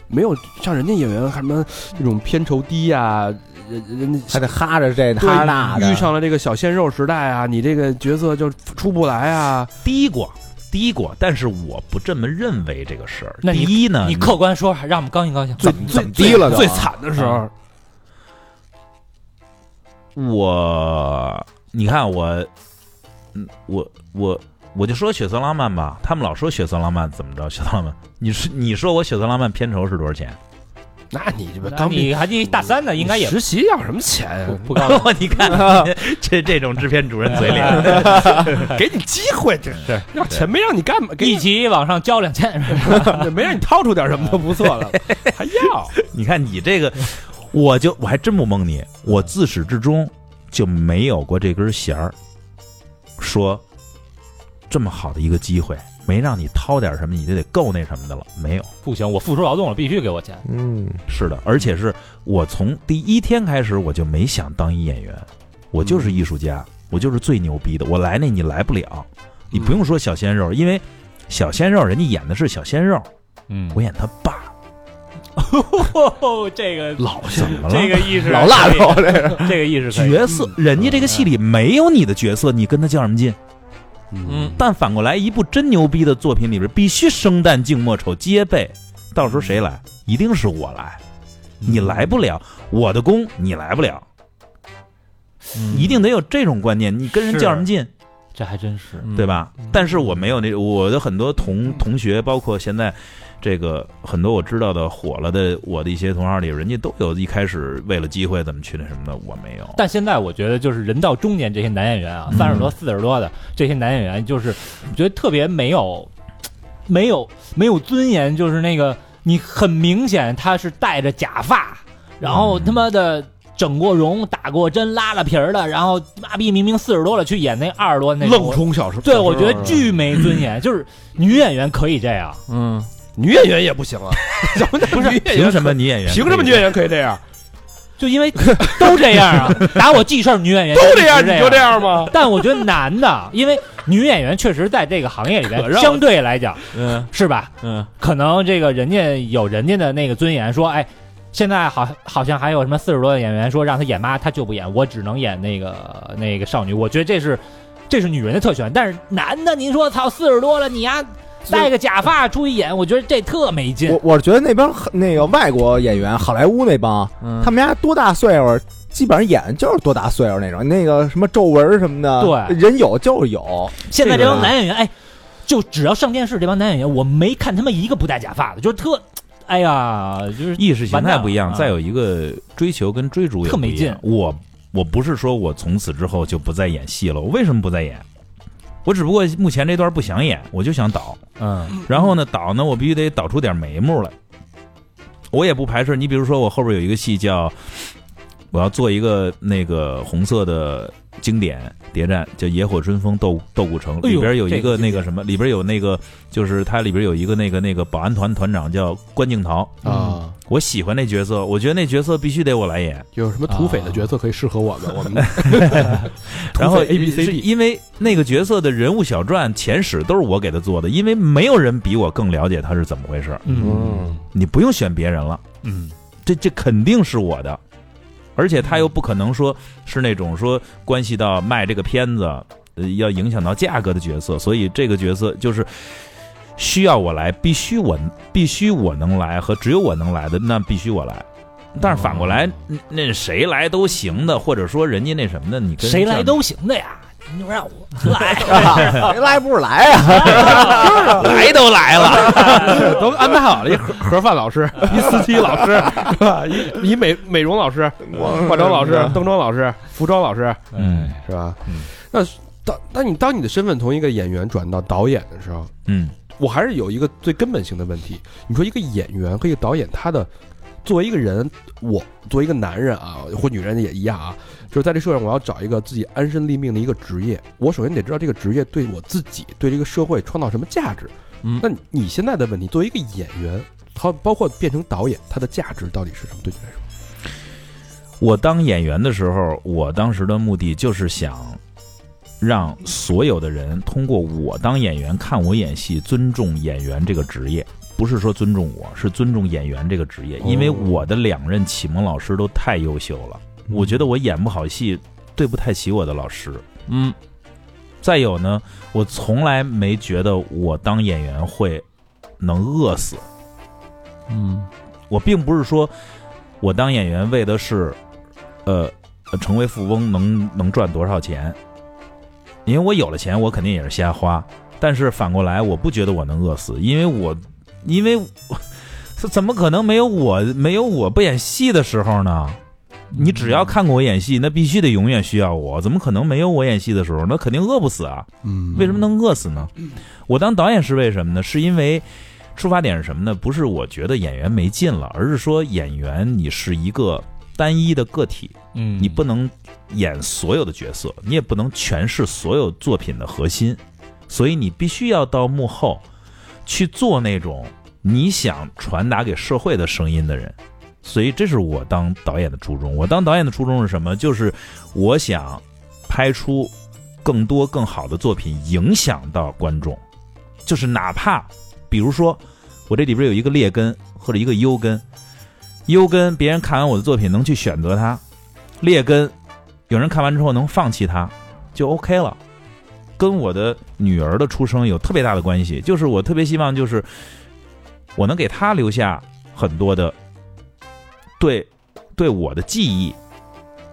S1: 没有像人家演员什么这种片酬低呀、人人家
S4: 还得哈着这
S1: 对
S4: 哈着那的，
S1: 遇上了这个小鲜肉时代啊，你这个角色就出不来啊。
S5: 低过，低过，但是我不这么认为这个事儿。
S3: 那
S5: 第
S3: 你
S5: 一呢，
S3: 你客观说，让我们高兴高兴。
S4: 最最低了都啊
S1: 最惨的时
S3: 啊
S1: 候，
S5: 我，你看我，嗯，我我我就说《血色浪漫》吧，他们老说《血色浪漫》怎么着，《血色浪漫》，你说你说我《血色浪漫》片酬是多少钱？
S1: 那你这
S3: 那
S1: 刚毕
S3: 你还你大三呢，应该也
S1: 实习要什么钱
S3: 不
S1: 啊？
S3: 不高兴。
S5: 你看这这种制片主任嘴脸，
S1: 给你机会，这
S3: 是
S1: 要钱没让你干嘛？给
S3: 一
S1: 你
S3: 级往上交两千，
S1: 没让你掏出点什么都不错了，还要
S5: 你看你这个，我就我还真不蒙你，我自始至终就没有过这根弦儿，说这么好的一个机会，没让你掏点什么，你就得够那什么的了，没有。
S3: 不行，我付出劳动了，必须给我钱。
S4: 嗯，
S5: 是的，而且是我从第一天开始我就没想当一演员，我就是艺术家，我就是最牛逼的，我来那你来不了，你不用说小鲜肉，因为小鲜肉人家演的是小鲜肉，
S3: 嗯
S5: 我演他爸，
S3: 哦，这个
S5: 老怎么了？
S3: 这个嗯意识
S4: 老辣
S3: 可
S4: 手这是，
S3: 以，这个意识可以
S5: 角色，人家这个戏里没有你的角色，你跟他较什么劲？
S9: 嗯，
S5: 但反过来，一部真牛逼的作品里边，必须生旦净末丑皆备。到时候谁来？一定是我来，你来不了，我的功你来不了，一定得有这种观念。你跟人较什么劲，
S3: 这还真是。
S5: 对吧？但是我没有那，我的很多同同学，包括现在这个很多我知道的火了的，我的一些同行里，人家都有一开始为了机会怎么去那什么的，我没有。
S3: 但现在我觉得，就是人到中年，这些男演员啊，三十多、四十多的这些男演员，就是我觉得特别没有、没有、没有尊严，就是那个你很明显他是戴着假发，然后他妈的整过容、打过针、拉了皮儿的，然后妈逼明明四十多了去演那二十多那种
S1: 愣。冲小时，嗯
S3: 对，我觉得巨没尊严，就是女演员可以这样，
S9: 嗯，
S1: 女演员也不行啊， 怎么不是？
S5: 凭什么女演员？
S1: 凭什么女演员可以这样？
S3: 就因为 都这样 啊，打我记事儿，女
S4: 哎
S3: 演员
S1: 都这样
S3: 一直
S1: 你
S3: 这
S1: 就这样吗？
S3: 但我觉得男的，因为女演员确实在这个行业里
S9: 可
S3: 边，
S9: 让我
S3: 相对来讲
S9: 嗯
S3: 是吧？
S9: 嗯，
S3: 可能这个人家有人家的那个尊严，说哎，现在好好像还有什么四十多的演员说让他演妈，他就不演，我只能演那个那个少女。我觉得这是这是女人的特权，但是男的，您说操四十多了，你丫戴个假发出去演，我觉得这特没劲
S4: 我。我觉得那边很那个外国演员，好莱坞那帮，
S9: 嗯
S4: 他们家多大岁数，基本上演就是多大岁数那种，那个什么皱纹什么的，
S3: 对
S4: 人有就是有，
S3: 现在
S4: 这
S3: 这
S4: 个
S3: 帮男演员，哎，就只要上电视，这帮男演员我没看他们一个不戴假发的，就是特，哎呀，就是
S5: 意识形态不一样，
S3: 完蛋了啊
S5: 再有一个追求跟追逐也
S3: 特
S5: 不
S3: 没
S5: 一样。我我不是说我从此之后就不再演戏了，我为什么不再演？我只不过目前这段不想演，我就想导。
S3: 嗯
S5: 然后呢，导呢，我必须得导出点眉目来。我也不排斥你，比如说我后边有一个戏叫，我要做一个那个红色的经典谍战，叫《野火春风斗斗古城》，
S3: 哎呦
S5: 里边有一
S3: 这
S5: 个
S3: 个
S5: 那个什么，里边有那个就是它里边有一个那个那个保安团团长叫关敬陶，
S3: 嗯
S1: 啊，
S5: 我喜欢那角色，我觉得那角色必须得我来演。
S1: 有什么土匪的角色可以适合我们？我们
S5: 然后
S1: A B C
S5: 是
S1: D，
S5: 因为那个角色的人物小传前史都是我给他做的，因为没有人比我更了解他是怎么回事儿。
S3: 嗯
S5: 你不用选别人了，
S3: 嗯，
S5: 这这肯定是我的，而且他又不可能说是那种说关系到卖这个片子呃要影响到价格的角色，所以这个角色就是。需要我来，必须我必须我能来和只有我能来的，那必须我来。但是反过来，那那谁来都行的，或者说人家那什么的，你跟
S3: 谁来
S5: 像
S3: 都行的呀，你就让我来。
S4: 谁来不是来啊？
S5: 来都来了，
S1: 都安排好了，一盒盒饭老师，一司机老师，是 吧？一一啊美美容老师，化妆老师，灯妆老师，服装老师，
S5: 嗯
S1: 嗯是吧？
S5: 嗯
S1: 那当当你当你的身份从一个演员转到导演的时候，
S5: 嗯
S1: 我还是有一个最根本性的问题。你说一个演员和一个导演，他的作为一个人，我作为一个男人啊，或女人也一样啊，就是在这社会上，我要找一个自己安身立命的一个职业。我首先得知道这个职业对我自己、对这个社会创造什么价值。
S9: 嗯
S1: 那你现在的问题，作为一个演员，他包括变成导演，他的价值到底是什么？对你来说，
S5: 我当演员的时候，我当时的目的就是想让所有的人通过我当演员看我演戏，尊重演员这个职业。不是说尊重我，是尊重演员这个职业，因为我的两任启蒙老师都太优秀了，我觉得我演不好戏，对不太起我的老师。
S9: 嗯
S5: 再有呢，我从来没觉得我当演员会能饿死，
S9: 嗯
S5: 我并不是说我当演员为的是，呃，呃成为富翁能能赚多少钱，因为我有了钱，我肯定也是瞎花。但是反过来，我不觉得我能饿死，因为我，因为我 怎么可能没有我没有我不演戏的时候呢？你只要看过我演戏，那必须得永远需要我，怎么可能没有我演戏的时候？那肯定饿不死啊！
S1: 嗯
S5: 为什么能饿死呢？我当导演是为什么呢？是因为出发点是什么呢？不是我觉得演员没劲了，而是说演员你是一个单一的个体，
S3: 嗯
S5: 你不能演所有的角色，你也不能诠释所有作品的核心。所以你必须要到幕后去做那种你想传达给社会的声音的人。所以这是我当导演的初衷。我当导演的初衷是什么？就是我想拍出更多更好的作品，影响到观众。就是哪怕比如说我这里边有一个劣根或者一个优根，优根别人看完我的作品能去选择它，劣根有人看完之后能放弃它，就 OK 了。跟我的女儿的出生有特别大的关系，就是我特别希望，就是我能给她留下很多的对对我的记忆。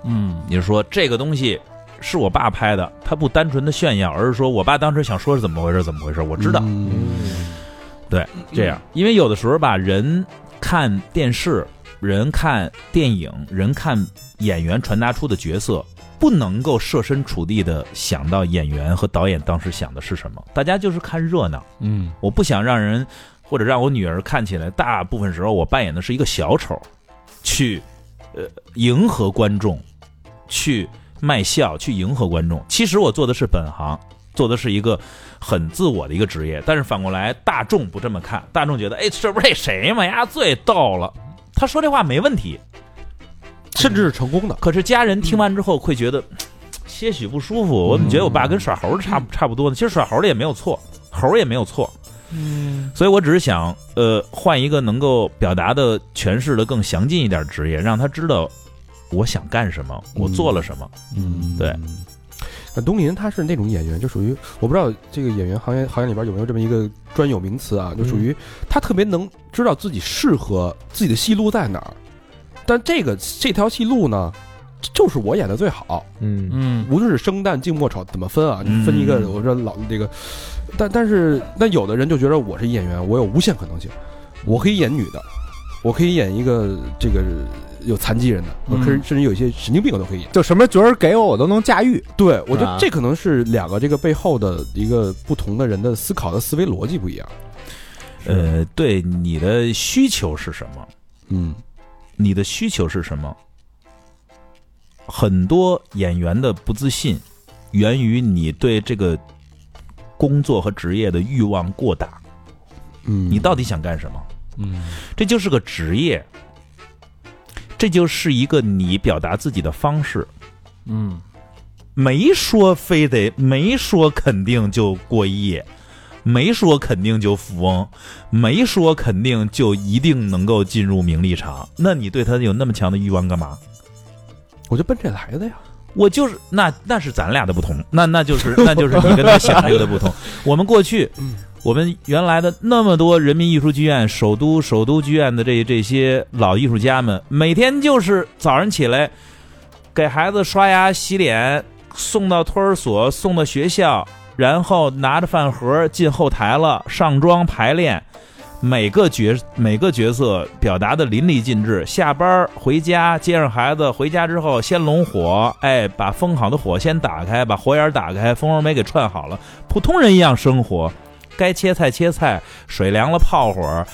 S9: 嗯，
S5: 你是说这个东西是我爸拍的，他不单纯的炫耀，而是说我爸当时想说是怎么回事，怎么回事，我知道。
S9: 嗯
S5: 这样，因为有的时候吧，人看电视、人看电影、人看演员传达出的角色，不能够设身处地的想到演员和导演当时想的是什么，大家就是看热闹。
S9: 嗯，
S5: 我不想让人或者让我女儿看起来，大部分时候我扮演的是一个小丑，去呃迎合观众，去卖笑，去迎合观众。其实我做的是本行，做的是一个很自我的一个职业。但是反过来，大众不这么看，大众觉得，哎，这不是那谁嘛呀，最逗了，他说这话没问题。
S1: 甚至是成功的。
S5: 可是家人听完之后会觉得嘖嘖嗯些许不舒服，我怎么觉得我爸跟耍猴的差不差不多呢？其实耍猴的也没有错，猴儿也没有错。嗯，所以我只是想，呃，换一个能够表达的、诠释的更详尽一点的职业，让他知道我想干什么，我做了什么。
S9: 嗯
S5: 对，
S1: 那东林他是那种演员，就属于我不知道这个演员行业行业里边有没有这么一个专有名词啊，就属于他特别能知道自己适合自己的戏路在哪儿，但这个这条戏路呢，就是我演的最好，
S4: 嗯
S9: 嗯
S1: 无论是生旦净末丑怎么分啊，
S5: 嗯
S1: 你分一个，我说老这个，但但是那有的人就觉得我是演员，我有无限可能性，我可以演女的，我可以演一个这个有残疾人的，我可以
S9: 嗯
S1: 甚至有一些神经病我都可以演。
S4: 就什么角儿给我，我都能驾驭。
S1: 对，我觉得
S4: 啊
S1: 这可能是两个这个背后的一个不同的人的思考的思维逻辑不一样。
S5: 呃，对你的需求是什么？
S1: 嗯
S5: 你的需求是什么？很多演员的不自信，源于你对这个工作和职业的欲望过大。
S1: 嗯
S5: 你到底想干什么？
S9: 嗯
S5: 这就是个职业，这就是一个你表达自己的方式。
S9: 嗯
S5: 没说非得，没说肯定就过一夜，没说肯定就富翁，没说肯定就一定能够进入名利场。那你对他有那么强的欲望干嘛？
S1: 我就奔这来的呀。
S5: 我就是那那是咱俩的不同，那那就是那就是你跟他想这个的 不同。我们过去
S1: 嗯，
S5: 我们原来的那么多人民艺术剧院、首都首都剧院的这这些老艺术家们，每天就是早上起来给孩子刷牙、洗脸，送到托儿所，送到学校，然后拿着饭盒进后台了，上妆排练。每个角每个角色表达的淋漓尽致。下班儿回家接上孩子，回家之后先拢火，哎，把封好的火先打开，把火眼儿打开，蜂窝煤给串好了，普通人一样生活。该切菜切菜，水凉了泡会儿，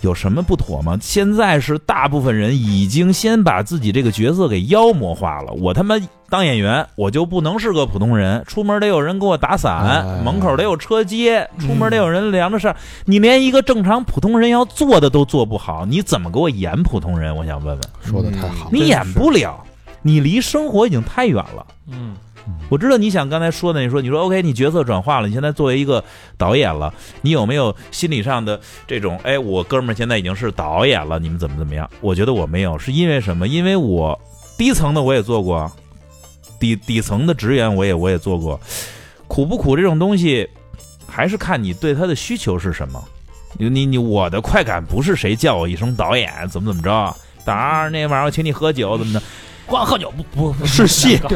S5: 有什么不妥吗？现在是大部分人已经先把自己这个角色给妖魔化了。我他妈当演员，我就不能是个普通人，出门得有人给我打伞
S1: 哎，
S5: 门口得有车接，出门得有人量着事儿。你连一个正常普通人要做的都做不好，你怎么给我演普通人？我想问问，
S1: 说的太好了，
S5: 你演不了，你离生活已经太远了。
S9: 嗯
S5: 我知道你想刚才说的，你说你说 OK，你角色转化了，你现在作为一个导演了，你有没有心理上的这种？哎，我哥们儿现在已经是导演了，你们怎么怎么样？我觉得我没有，是因为什么？因为我低层的我也做过，底底层的职员我也我也做过，苦不苦这种东西，还是看你对他的需求是什么。你你你，我的快感不是谁叫我一声导演怎么怎么着，导儿那晚上我请你喝酒怎么着。
S3: 光喝酒不不不
S5: 是戏
S3: 不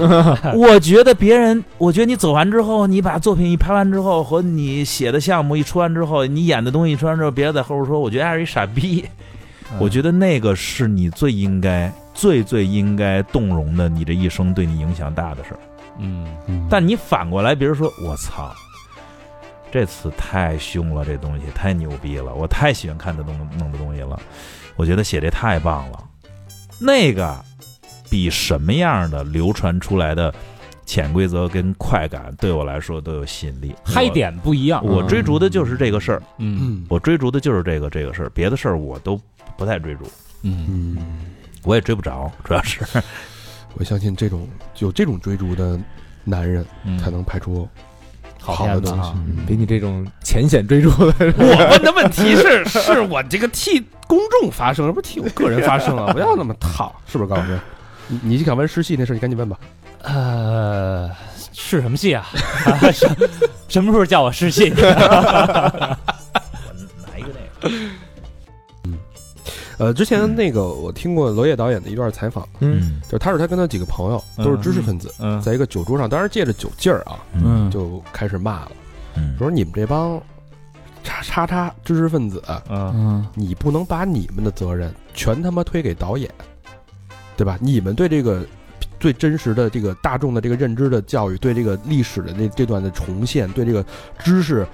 S5: 我觉得别人，我觉得你走完之后，你把作品一拍完之后，和你写的项目一出完之后，你演的东西一出完之后，别人在后边说，我觉得还是一傻逼。我觉得那个是你最应该、最最应该动容的，你这一生对你影响大的事儿。
S9: 嗯
S5: 但你反过来，别人说，我操，这次太凶了，这东西太牛逼了，我太喜欢看这东弄的东西了，我觉得写这太棒了。那个比什么样的流传出来的潜规则跟快感对我来说都有吸引力。
S3: 嗨点不一样
S5: 我，，我追逐的就是这个事儿，
S3: 嗯
S1: 嗯
S5: 我追逐的就是这个这个事儿，别的事儿我都不太追逐，
S3: 嗯，
S1: 嗯，
S5: 我也追不着，主要是
S1: 我相信这种有这种追逐的男人
S3: 嗯
S1: 才能拍出好的
S3: 片子
S1: 东西
S3: 啊。。
S4: 比你这种浅显追逐的，
S1: 我问的问题是，是我这个替公众发声，而不是替我个人发 声啊！不要那么套，是不是高老师？你你想问失戏那事儿，你赶紧问吧。
S3: 呃，是什么戏啊？啊什什么时候叫我失信？
S5: 哪一个那
S1: 呃，之前那个我听过娄烨导演的一段采访，
S5: 个，
S4: 嗯，
S1: 就是他说他跟他几个朋友都是知识分子，
S3: 嗯
S1: 在一个酒桌上，当然借着酒劲儿啊，
S5: 嗯
S1: 就开始骂了，
S5: 嗯
S1: 说你们这帮叉叉叉知识分子，
S3: 嗯
S9: 嗯，
S1: 你不能把你们的责任全他妈推给导演，对吧？你们对这个对真实的这个大众的这个认知的教育，对这个历史的那这段的重现，对这个知识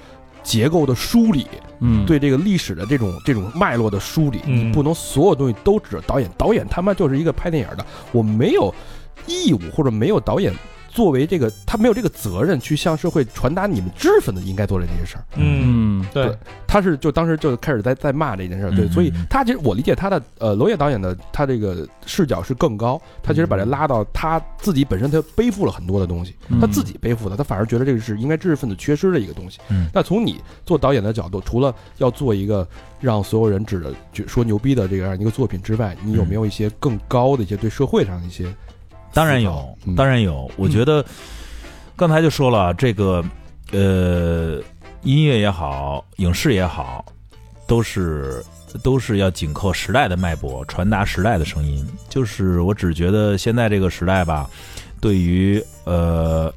S1: 结构的梳理，
S9: 嗯，
S1: 对这个历史的这种这种脉络的梳理，
S3: 嗯
S1: 你不能所有东西都指着导演。导演他妈就是一个拍电影的，我没有义务或者没有导演作为这个他没有这个责任去向社会传达你们知识分子应该做的这些事儿。
S3: 嗯，
S9: 嗯，
S3: 对
S1: 对，他是就当时就开始在在骂这件事儿，对，
S5: 嗯
S1: 所以他其实我理解他的呃娄烨导演的他这个视角是更高，他其实把这拉到他自己本身他背负了很多的东西，
S5: 嗯
S1: 他自己背负的，他反而觉得这个是应该知识分子缺失的一个东西
S5: 嗯。
S1: 那从你做导演的角度，除了要做一个让所有人指着就说牛逼的这样一个作品之外，你有没有一些更高的一些对社会上的一些
S5: 当然有
S1: 嗯，
S5: 当然有。我觉得刚才就说了，这个呃，音乐也好，影视也好，都是都是要紧扣时代的脉搏，传达时代的声音。就是我只觉得现在这个时代吧，对于呃，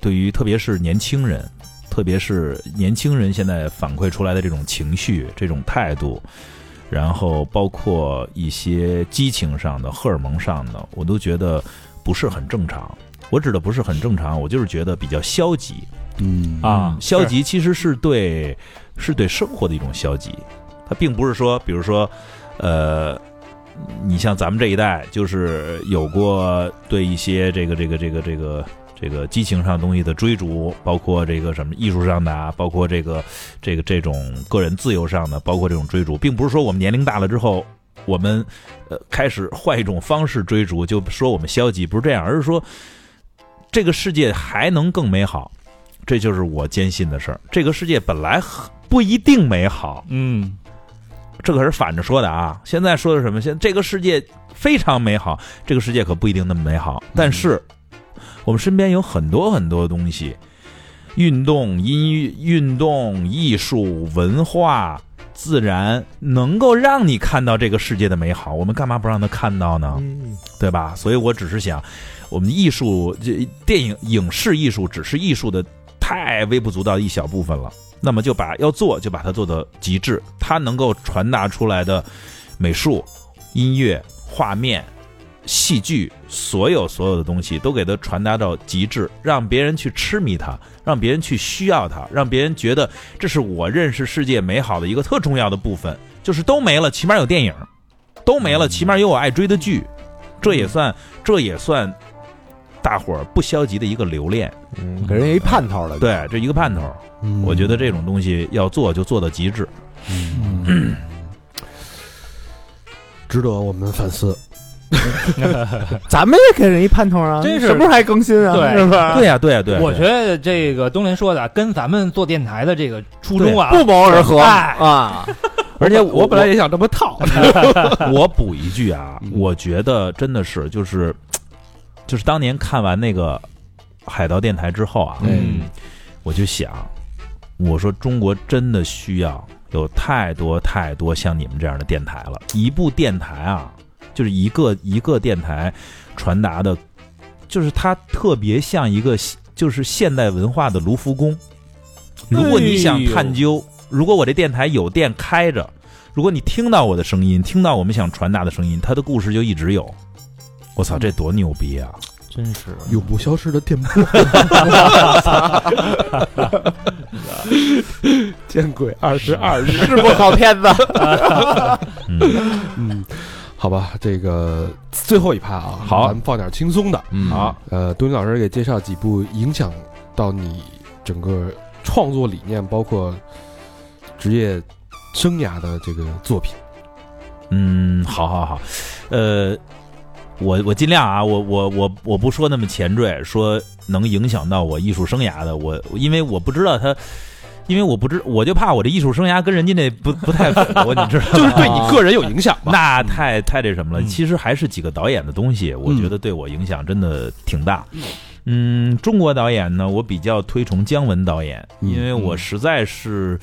S5: 对于特别是年轻人。特别是年轻人现在反馈出来的这种情绪、这种态度，然后包括一些激情上的、荷尔蒙上的，我都觉得不是很正常。我指的不是很正常，我就是觉得比较消极
S1: 嗯
S5: 啊
S3: 嗯。
S5: 消极其实是对是对生活的一种消极，它并不是说，比如说，呃，你像咱们这一代，就是有过对一些这个这个这个这个这个激情上的东西的追逐，包括这个什么艺术上的啊，包括这个这个这种个人自由上的，包括这种追逐，并不是说我们年龄大了之后。我们呃开始换一种方式追逐，就说我们消极，不是这样，而是说这个世界还能更美好，这就是我坚信的事儿。这个世界本来很不一定美好，
S3: 嗯
S5: 这可是反着说的啊。现在说的什么？现这个世界非常美好，这个世界可不一定那么美好。但是我们身边有很多很多东西，运动、音乐、运动、艺术、文化、自然，能够让你看到这个世界的美好。我们干嘛不让他看到呢？
S4: 嗯
S5: 对吧？所以我只是想，我们艺术这电影影视艺术只是艺术的太微不足道的一小部分了。那么就把要做就把它做到极致，它能够传达出来的美术、音乐、画面、戏剧，所有所有的东西都给它传达到极致，让别人去痴迷它，让别人去需要它，让别人觉得这是我认识世界美好的一个特重要的部分。就是都没了，起码有电影；都没了，起码有我爱追的剧。这也算，这也算大伙儿不消极的一个留恋。
S4: 嗯，给人一盼头了，
S5: 对，这一个盼头。
S3: 嗯
S5: 我觉得这种东西要做就做到极致。嗯
S1: 值得我们反思。
S4: 咱们也给人一盼头啊，
S3: 真是
S4: 什么时候还更新啊？
S3: 对
S4: 是吧？
S5: 对呀、对呀、对、呀。
S3: 我觉得这个东林说的跟咱们做电台的这个初衷啊，
S4: 不谋而合
S3: 哎
S4: 啊！
S5: 而且我
S1: 我本来也想这么 套，
S5: 我补一句啊
S1: 嗯，
S5: 我觉得真的是就是，就是当年看完那个海盗电台之后啊，
S3: 嗯
S5: 我就想，我说中国真的需要有太多太多像你们这样的电台了。一部电台啊，就是一个一个电台传达的，就是它特别像一个就是现代文化的卢浮宫。如果你想探究，如果我这电台有店开着，如果你听到我的声音，听到我们想传达的声音，它的故事就一直有。我操，这多牛逼啊！
S3: 真是
S1: 永不消失的电波。 见鬼，二十二日。 嗯
S4: 是部好片子，
S5: 嗯，
S1: 嗯，好吧，这个最后一趴啊，
S5: 好
S1: 咱们放点轻松的。
S5: 嗯，好，
S1: 呃，东尼老师给介绍几部影响到你整个创作理念，包括职业生涯的这个作品。
S5: 嗯，好好好，呃，我我尽量啊，我我我我不说那么前缀，说能影响到我艺术生涯的，我因为我不知道他。因为我不知，我就怕我这艺术生涯跟人家那不不太符合，你知道 吗？
S1: 就是对你个人有影响吧？
S5: 那太太这什么了？
S3: 嗯
S5: 其实还是几个导演的东西，我觉得对我影响真的挺大。嗯，中国导演呢，我比较推崇姜文导演，
S1: 嗯
S5: 因为我实在是，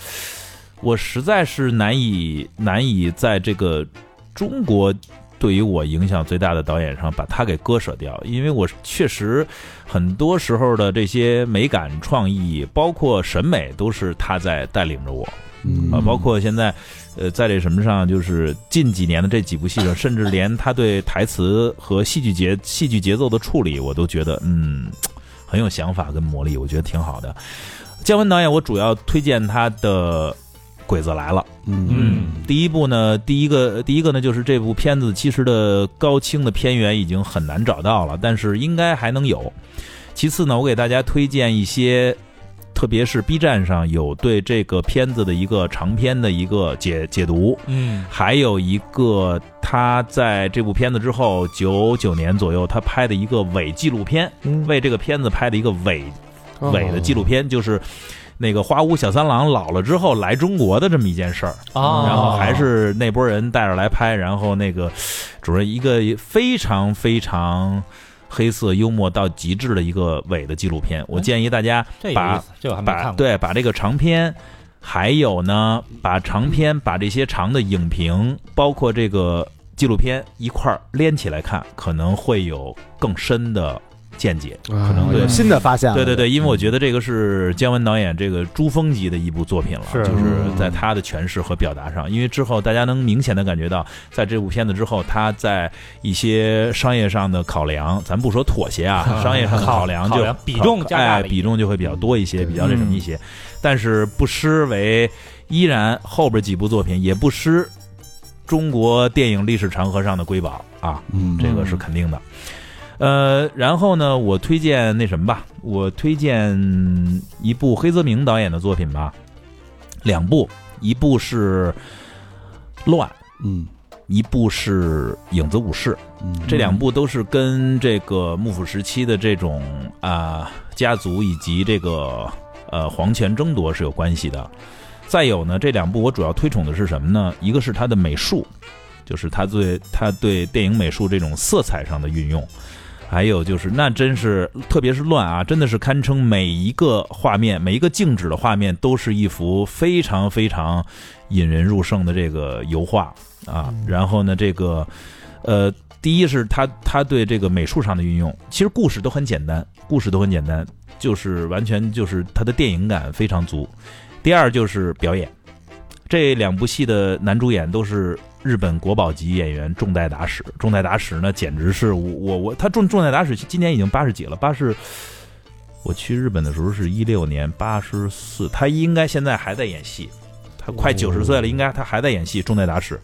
S5: 我实在是难以难以在这个中国对于我影响最大的导演上把他给割舍掉，因为我确实很多时候的这些美感创意，包括审美，都是他在带领着我。
S1: 嗯
S5: 啊，包括现在，呃，在这什么上，就是近几年的这几部戏上，甚至连他对台词和戏剧节戏剧节奏的处理，我都觉得嗯很有想法跟魔力，我觉得挺好的。姜文导演，我主要推荐他的《鬼子来了》。
S3: 嗯
S5: 第一部呢，第一个第一个呢，就是这部片子其实的高清的片源已经很难找到了，但是应该还能有。其次呢，我给大家推荐一些，特别是 B 站上有对这个片子的一个长篇的一个解解读，
S3: 嗯
S5: 还有一个他在这部片子之后，九九年左右他拍的一个伪纪录片，
S4: 嗯
S5: 为这个片子拍的一个伪
S1: 哦
S5: 伪的纪录片，就是那个花屋小三郎老了之后来中国的这么一件事儿。
S3: 啊，
S5: 然后还是那波人带着来拍，然后那个主任一个非常非常黑色幽默到极致的一个伪的纪录片。我建议大家
S3: 这有
S5: 把
S3: 意思，这我嗯还没看
S5: 把
S3: 过。，
S5: 对把这个长篇，还有呢把长篇把这些长的影评，包括这个纪录片一块儿连起来看，可能会有更深的见解。
S1: 可
S5: 能对
S4: 有新的发现了，
S5: 对对对，因为我觉得这个是姜文导演这个珠峰级的一部作品了，
S3: 是
S5: 就是在他的诠释和表达上，因为之后大家能明显的感觉到，在这部片子之后，他在一些商业上的考量，咱不说妥协啊，商业上的
S3: 嗯考
S5: 量
S3: 考
S5: 就
S3: 量比重加大
S5: 哎
S3: 了嗯一
S5: 比重就会比较多一些，
S1: 对
S5: 比较那什么一些，但是不失为依然后边几部作品也不失中国电影历史长河上的瑰宝啊。
S1: 嗯
S5: 这个是肯定的。呃，然后呢，我推荐那什么吧，我推荐一部黑泽明导演的作品吧，两部，一部是《乱》，
S1: 嗯
S5: 一部是《影子武士》，
S1: 嗯
S5: 这两部都是跟这个幕府时期的这种啊、家族以及这个呃皇权争夺是有关系的。再有呢，这两部我主要推崇的是什么呢？一个是它的美术，就是他对他对电影美术这种色彩上的运用，还有就是那真是特别是乱啊，真的是堪称每一个画面每一个静止的画面都是一幅非常非常引人入胜的这个油画啊。然后呢，这个呃，第一是他他对这个美术上的运用，其实故事都很简单，故事都很简单，就是完全就是他的电影感非常足。第二就是表演，这两部戏的男主演都是日本国宝级演员重代达史。重代达史呢，简直是我我我他重重代达史今年已经八十几了，八十。我去日本的时候是一六年，八十四，他应该现在还在演戏，他快九十岁了，应该他还在演戏。重代达史，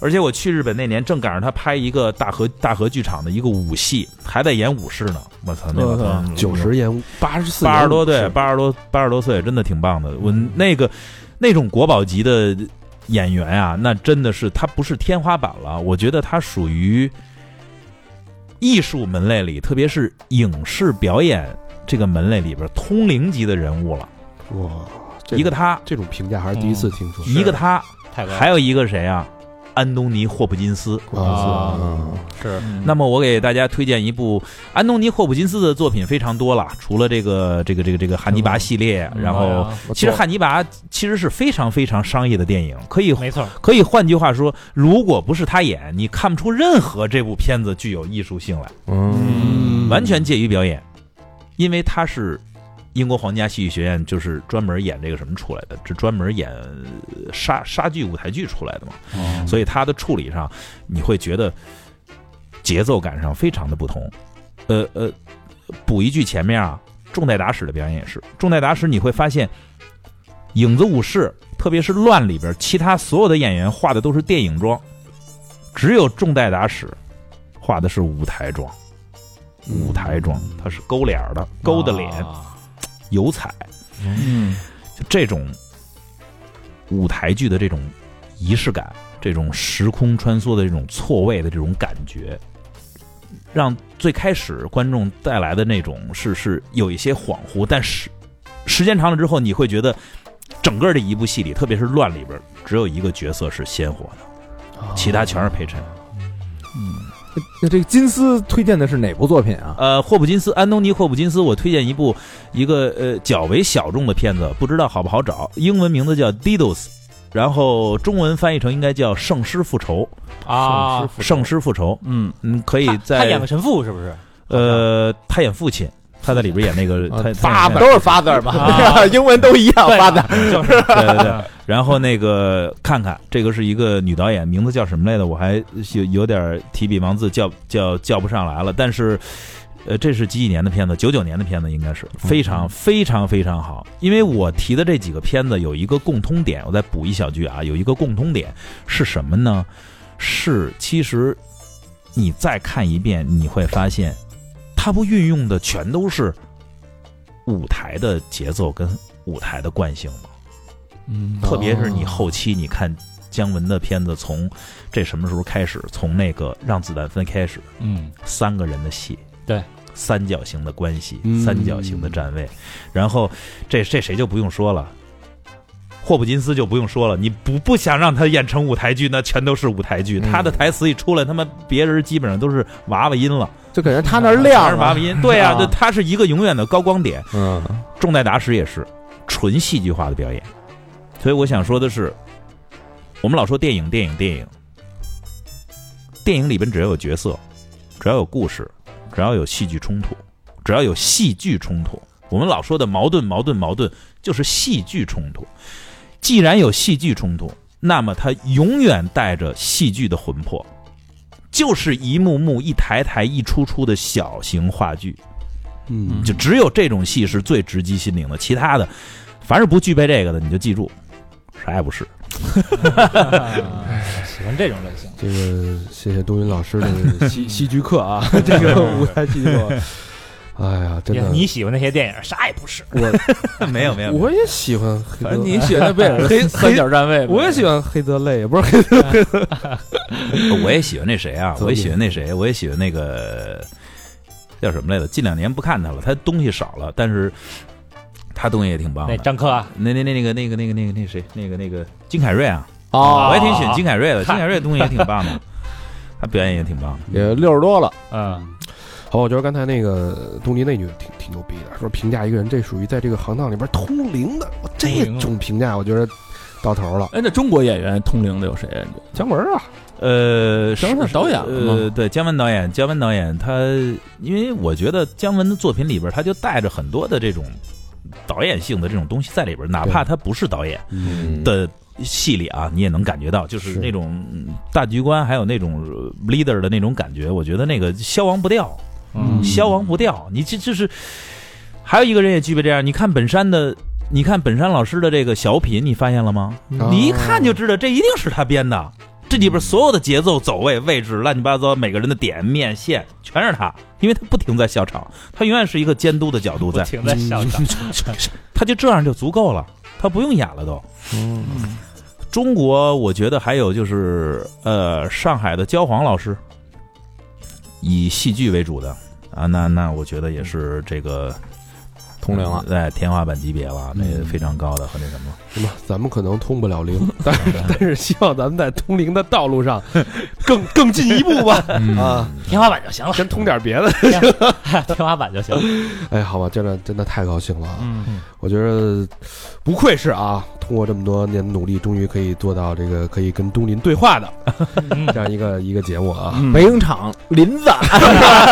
S5: 而且我去日本那年正赶上他拍一个大和大和剧场的一个武戏，还在演武士呢。我操，那个
S9: 嗯
S1: 九十演八十四，
S5: 八十多对，八十多八十多岁，真的挺棒的。我那个那种国宝级的演员啊，那真的是他不是天花板了，我觉得他属于艺术门类里，特别是影视表演这个门类里边通灵级的人物了。
S1: 哇，这
S5: 一个嗯他，
S1: 这种评价还是第一次听说。
S5: 一个他，
S3: 泰国
S5: 还有一个谁啊？安东尼·霍普金斯。
S3: 啊
S1: 啊，
S3: 是
S5: 那么我给大家推荐一部安东尼·霍普金斯的作品非常多了，除了这个这个这个这个《汉尼拔》系列，然后其实《汉尼拔》其实是非常非常商业的电影，可以
S3: 没错，
S5: 可以换句话说，如果不是他演，你看不出任何这部片子具有艺术性来，
S1: 嗯
S5: 完全介于表演，因为他是英国皇家戏剧学院就是专门演这个什么出来的，是专门演呃莎莎剧舞台剧出来的嘛，
S9: 哦
S5: 所以他的处理上你会觉得节奏感上非常的不同。呃呃，补一句前面啊，重代达史的表演也是，重代达史你会发现，影子武士特别是乱里边，其他所有的演员画的都是电影妆，只有仲代达史画的是舞台妆，
S1: 嗯
S5: 舞台妆，它是勾脸儿的，勾的脸，
S3: 啊
S5: 油彩，
S9: 嗯，
S5: 就这种舞台剧的这种仪式感，这种时空穿梭的这种错位的这种感觉，让最开始观众带来的那种是是有一些恍惚，但是时间长了之后，你会觉得整个这一部戏里，特别是乱里边，只有一个角色是鲜活的，
S3: 哦
S5: 其他全是陪衬。
S4: 那这个金丝推荐的是哪部作品啊？
S5: 呃，霍普金斯，安东尼·霍普金斯，我推荐一部一个呃较为小众的片子，不知道好不好找，英文名字叫《Diddles》，然后中文翻译成应该叫《圣师复仇》。
S3: 啊，
S5: 圣师复仇，
S9: 嗯，
S5: 嗯，可以在
S3: 他演个神父是不是？
S5: 呃，他演父亲，他在里边演那个
S4: 啊
S5: 他
S4: 八
S5: 他
S4: 字
S5: 演
S4: 都是 father 吧，
S3: 啊
S4: 英文都一样
S3: 对
S4: father。
S3: 就是
S5: 对对对。然后那个看看，这个是一个女导演，名字叫什么来着？我还有有点提笔忘字，叫叫叫不上来了。但是，呃，这是几几年的片子？九九年的片子应该是非常非常非常好。因为我提的这几个片子有一个共通点，我再补一小句啊，有一个共通点是什么呢？是其实你再看一遍，你会发现，它不运用的全都是舞台的节奏跟舞台的惯性吗？
S9: 嗯
S5: 特别是
S1: 哦
S5: 你后期，你看姜文的片子，从这什么时候开始？从那个《让子弹飞》开始，
S3: 嗯，
S5: 三个人的戏，
S3: 对，
S5: 三角形的关系，
S1: 嗯
S5: 三角形的站位，然后这这谁就不用说了。霍普金斯就不用说了，你不不想让他演成舞台剧，那全都是舞台剧。
S4: 嗯
S5: 他的台词一出来，他妈别人基本上都是娃娃音了，
S4: 就感觉他那儿
S1: 嗯
S5: 全
S4: 亮
S5: 是娃
S4: 了
S5: 娃。音。对呀、
S4: 啊
S5: 对，他是一个永远的高光点。
S4: 嗯，
S5: 重代达史也是纯戏剧化的表演。所以我想说的是，我们老说电影，电影，电影，电影里边只要有角色，只要有故事，只要有戏剧冲突，只要有戏剧冲突，我们老说的矛盾，矛盾，矛盾，就是戏剧冲突。既然有戏剧冲突，那么它永远带着戏剧的魂魄，就是一幕幕、一台台、一出出的小型话剧。
S1: 嗯，
S5: 就只有这种戏是最直击心灵的，其他的，凡是不具备这个的，你就记住，啥也不是。
S3: 喜欢这种类型。
S1: 这个谢谢东云老师的戏戏剧课啊，这个舞台戏剧课。哎呀，真
S3: 也
S1: 的，
S3: 你喜欢那些电影，啥也不
S4: 啊
S3: 是。
S5: 没有没
S1: 我也喜欢黑泽
S9: 反正，哎你喜欢的不也是黑三角站位吗？
S1: 我也喜欢黑泽类，不是黑泽类。
S5: 我也喜欢那谁啊，我也喜欢那谁，我也喜欢那个叫什么来着？近两年不看他了，他东西少了，但是他东西也挺棒
S3: 那
S5: 的。
S3: 张克啊，
S5: 那那那那个那个那个那个那谁那个那个金凯瑞啊，
S4: 哦，
S5: 我也挺喜欢金凯瑞的，
S3: 看
S5: 金凯瑞东西也挺棒的，他表演也挺棒的。
S4: 也六十多了，
S3: 嗯，
S1: 好，我觉得刚才那个东尼那句挺挺牛逼的，说评价一个人，这属于在这个行当里边通灵的，我这种评价，我觉得到头了。
S9: 哎，那中国演员通灵的有谁啊？
S1: 姜文啊，
S5: 呃，
S9: 姜文
S5: 是
S9: 导演了吗
S5: 呃，对，姜文导演，姜文导演他，因为我觉得姜文的作品里边，他就带着很多的这种导演性的这种东西在里边，哪怕他不是导演
S1: 嗯，
S5: 的戏里啊，你也能感觉到，就是
S1: 是
S5: 那种嗯大局观，还有那种呃 leader 的那种感觉，我觉得那个消亡不掉，
S9: 嗯
S5: 消亡不掉。你这这是还有一个人也具备这样，你看本山的。你看本山老师的这个小品，你发现了吗？你一
S1: 啊
S5: 看就知道这一定是他编的。这里边所有的节奏、走位、位置、乱七八糟，每个人的点、面、线，全是他，因为他不停在笑场，他永远是一个监督的角度
S3: 不
S5: 在，
S3: 停在笑场。
S4: 嗯
S5: 他就这样就足够了，他不用演了都。
S1: 嗯
S5: 中国，我觉得还有就是，呃，上海的焦晃老师，以戏剧为主的啊，那那我觉得也是这个
S4: 通灵了。嗯
S5: 哎，天花板级别了，那个非常高的和那什么。
S1: 什么？咱们可能通不了灵， 但是但是希望咱们在通灵的道路上 更更进一步吧。啊，
S3: 天花板就 行了，
S1: 先通点别的。
S3: 天花板就行了。
S1: 哎，好吧，真的真的太高兴了啊！
S9: 嗯，
S1: 我觉得不愧是啊，通过这么多年的努力，终于可以做到这个可以跟东林对话的这样一个一个节目
S3: 嗯
S1: 啊。
S9: 嗯
S4: 北影厂林子，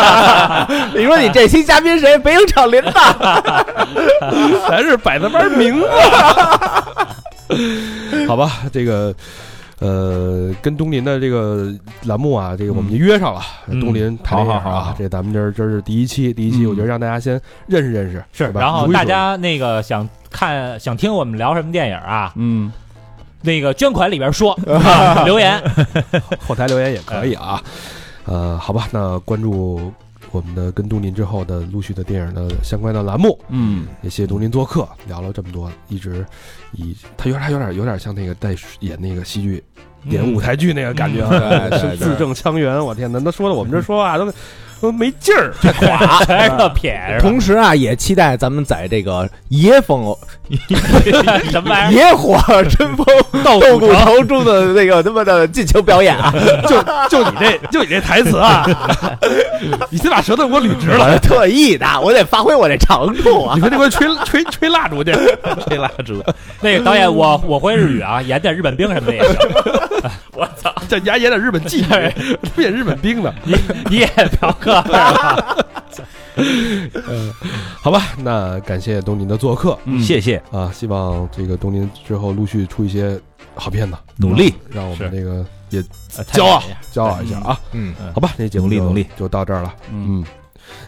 S4: 你说你这期嘉宾谁？北影厂林子，
S1: 咱是摆在班名字。 好吧，这个呃，跟东林的这个栏目啊，这个我们就约上了。
S3: 嗯
S1: 东林谈恋爱啊，
S5: 好好好好
S1: 这咱们这这是第一期，第一期
S9: 嗯
S1: 我觉得让大家先认识认识，
S3: 是，
S1: 对吧
S3: 然后
S1: 熟一熟
S3: 大家那个想看、想听我们聊什么电影啊，
S9: 嗯，
S3: 那个捐款里 边说、啊、留言，
S1: 后台留言也可以啊。呃，好吧，那关注我们的跟东林之后的陆续的电影的相关的栏目，
S9: 嗯，
S1: 也谢谢东林做客，聊了这么多，一直以他有点他有点有点像那个在演那个戏剧演舞台剧那个感觉啊，
S4: 对对
S1: 是字正腔圆，我天哪，那说的我们这说话都都没劲儿，
S3: 垮还是个撇是吧
S4: 同时啊，也期待咱们在这个野风、
S3: 什么
S1: 哎
S3: 玩意
S4: 野火春风
S3: 儿？豆
S4: 斗
S3: 骨
S4: 骨
S3: 头
S4: 头中的那个他妈的进行表演 啊！
S1: 就你这就你这台词啊，你先把舌头给我捋直了，
S4: 我是 特意的，我得发挥我这长处啊
S1: 你！快这给我吹吹吹蜡烛去，
S5: 吹蜡烛，
S3: 那个导演，我我会日语啊，演点日本兵什么的也行。
S1: 这牙演点日本技
S4: 哎
S1: 艺，不演日本兵的。
S3: 你你也嫖客，
S1: 好吧，那感谢东林的做客
S4: 嗯
S5: 谢谢，
S1: 啊，希望这个东林之后陆续出一些好片子，
S5: 努力，
S1: 让我
S3: 是
S1: 们这个也
S3: 骄傲。
S1: 骄傲一下啊。
S4: 哎嗯，
S1: 好吧，这节目
S5: 努力
S1: 就
S5: 努力
S1: 就到这儿了。
S9: 嗯
S1: 嗯，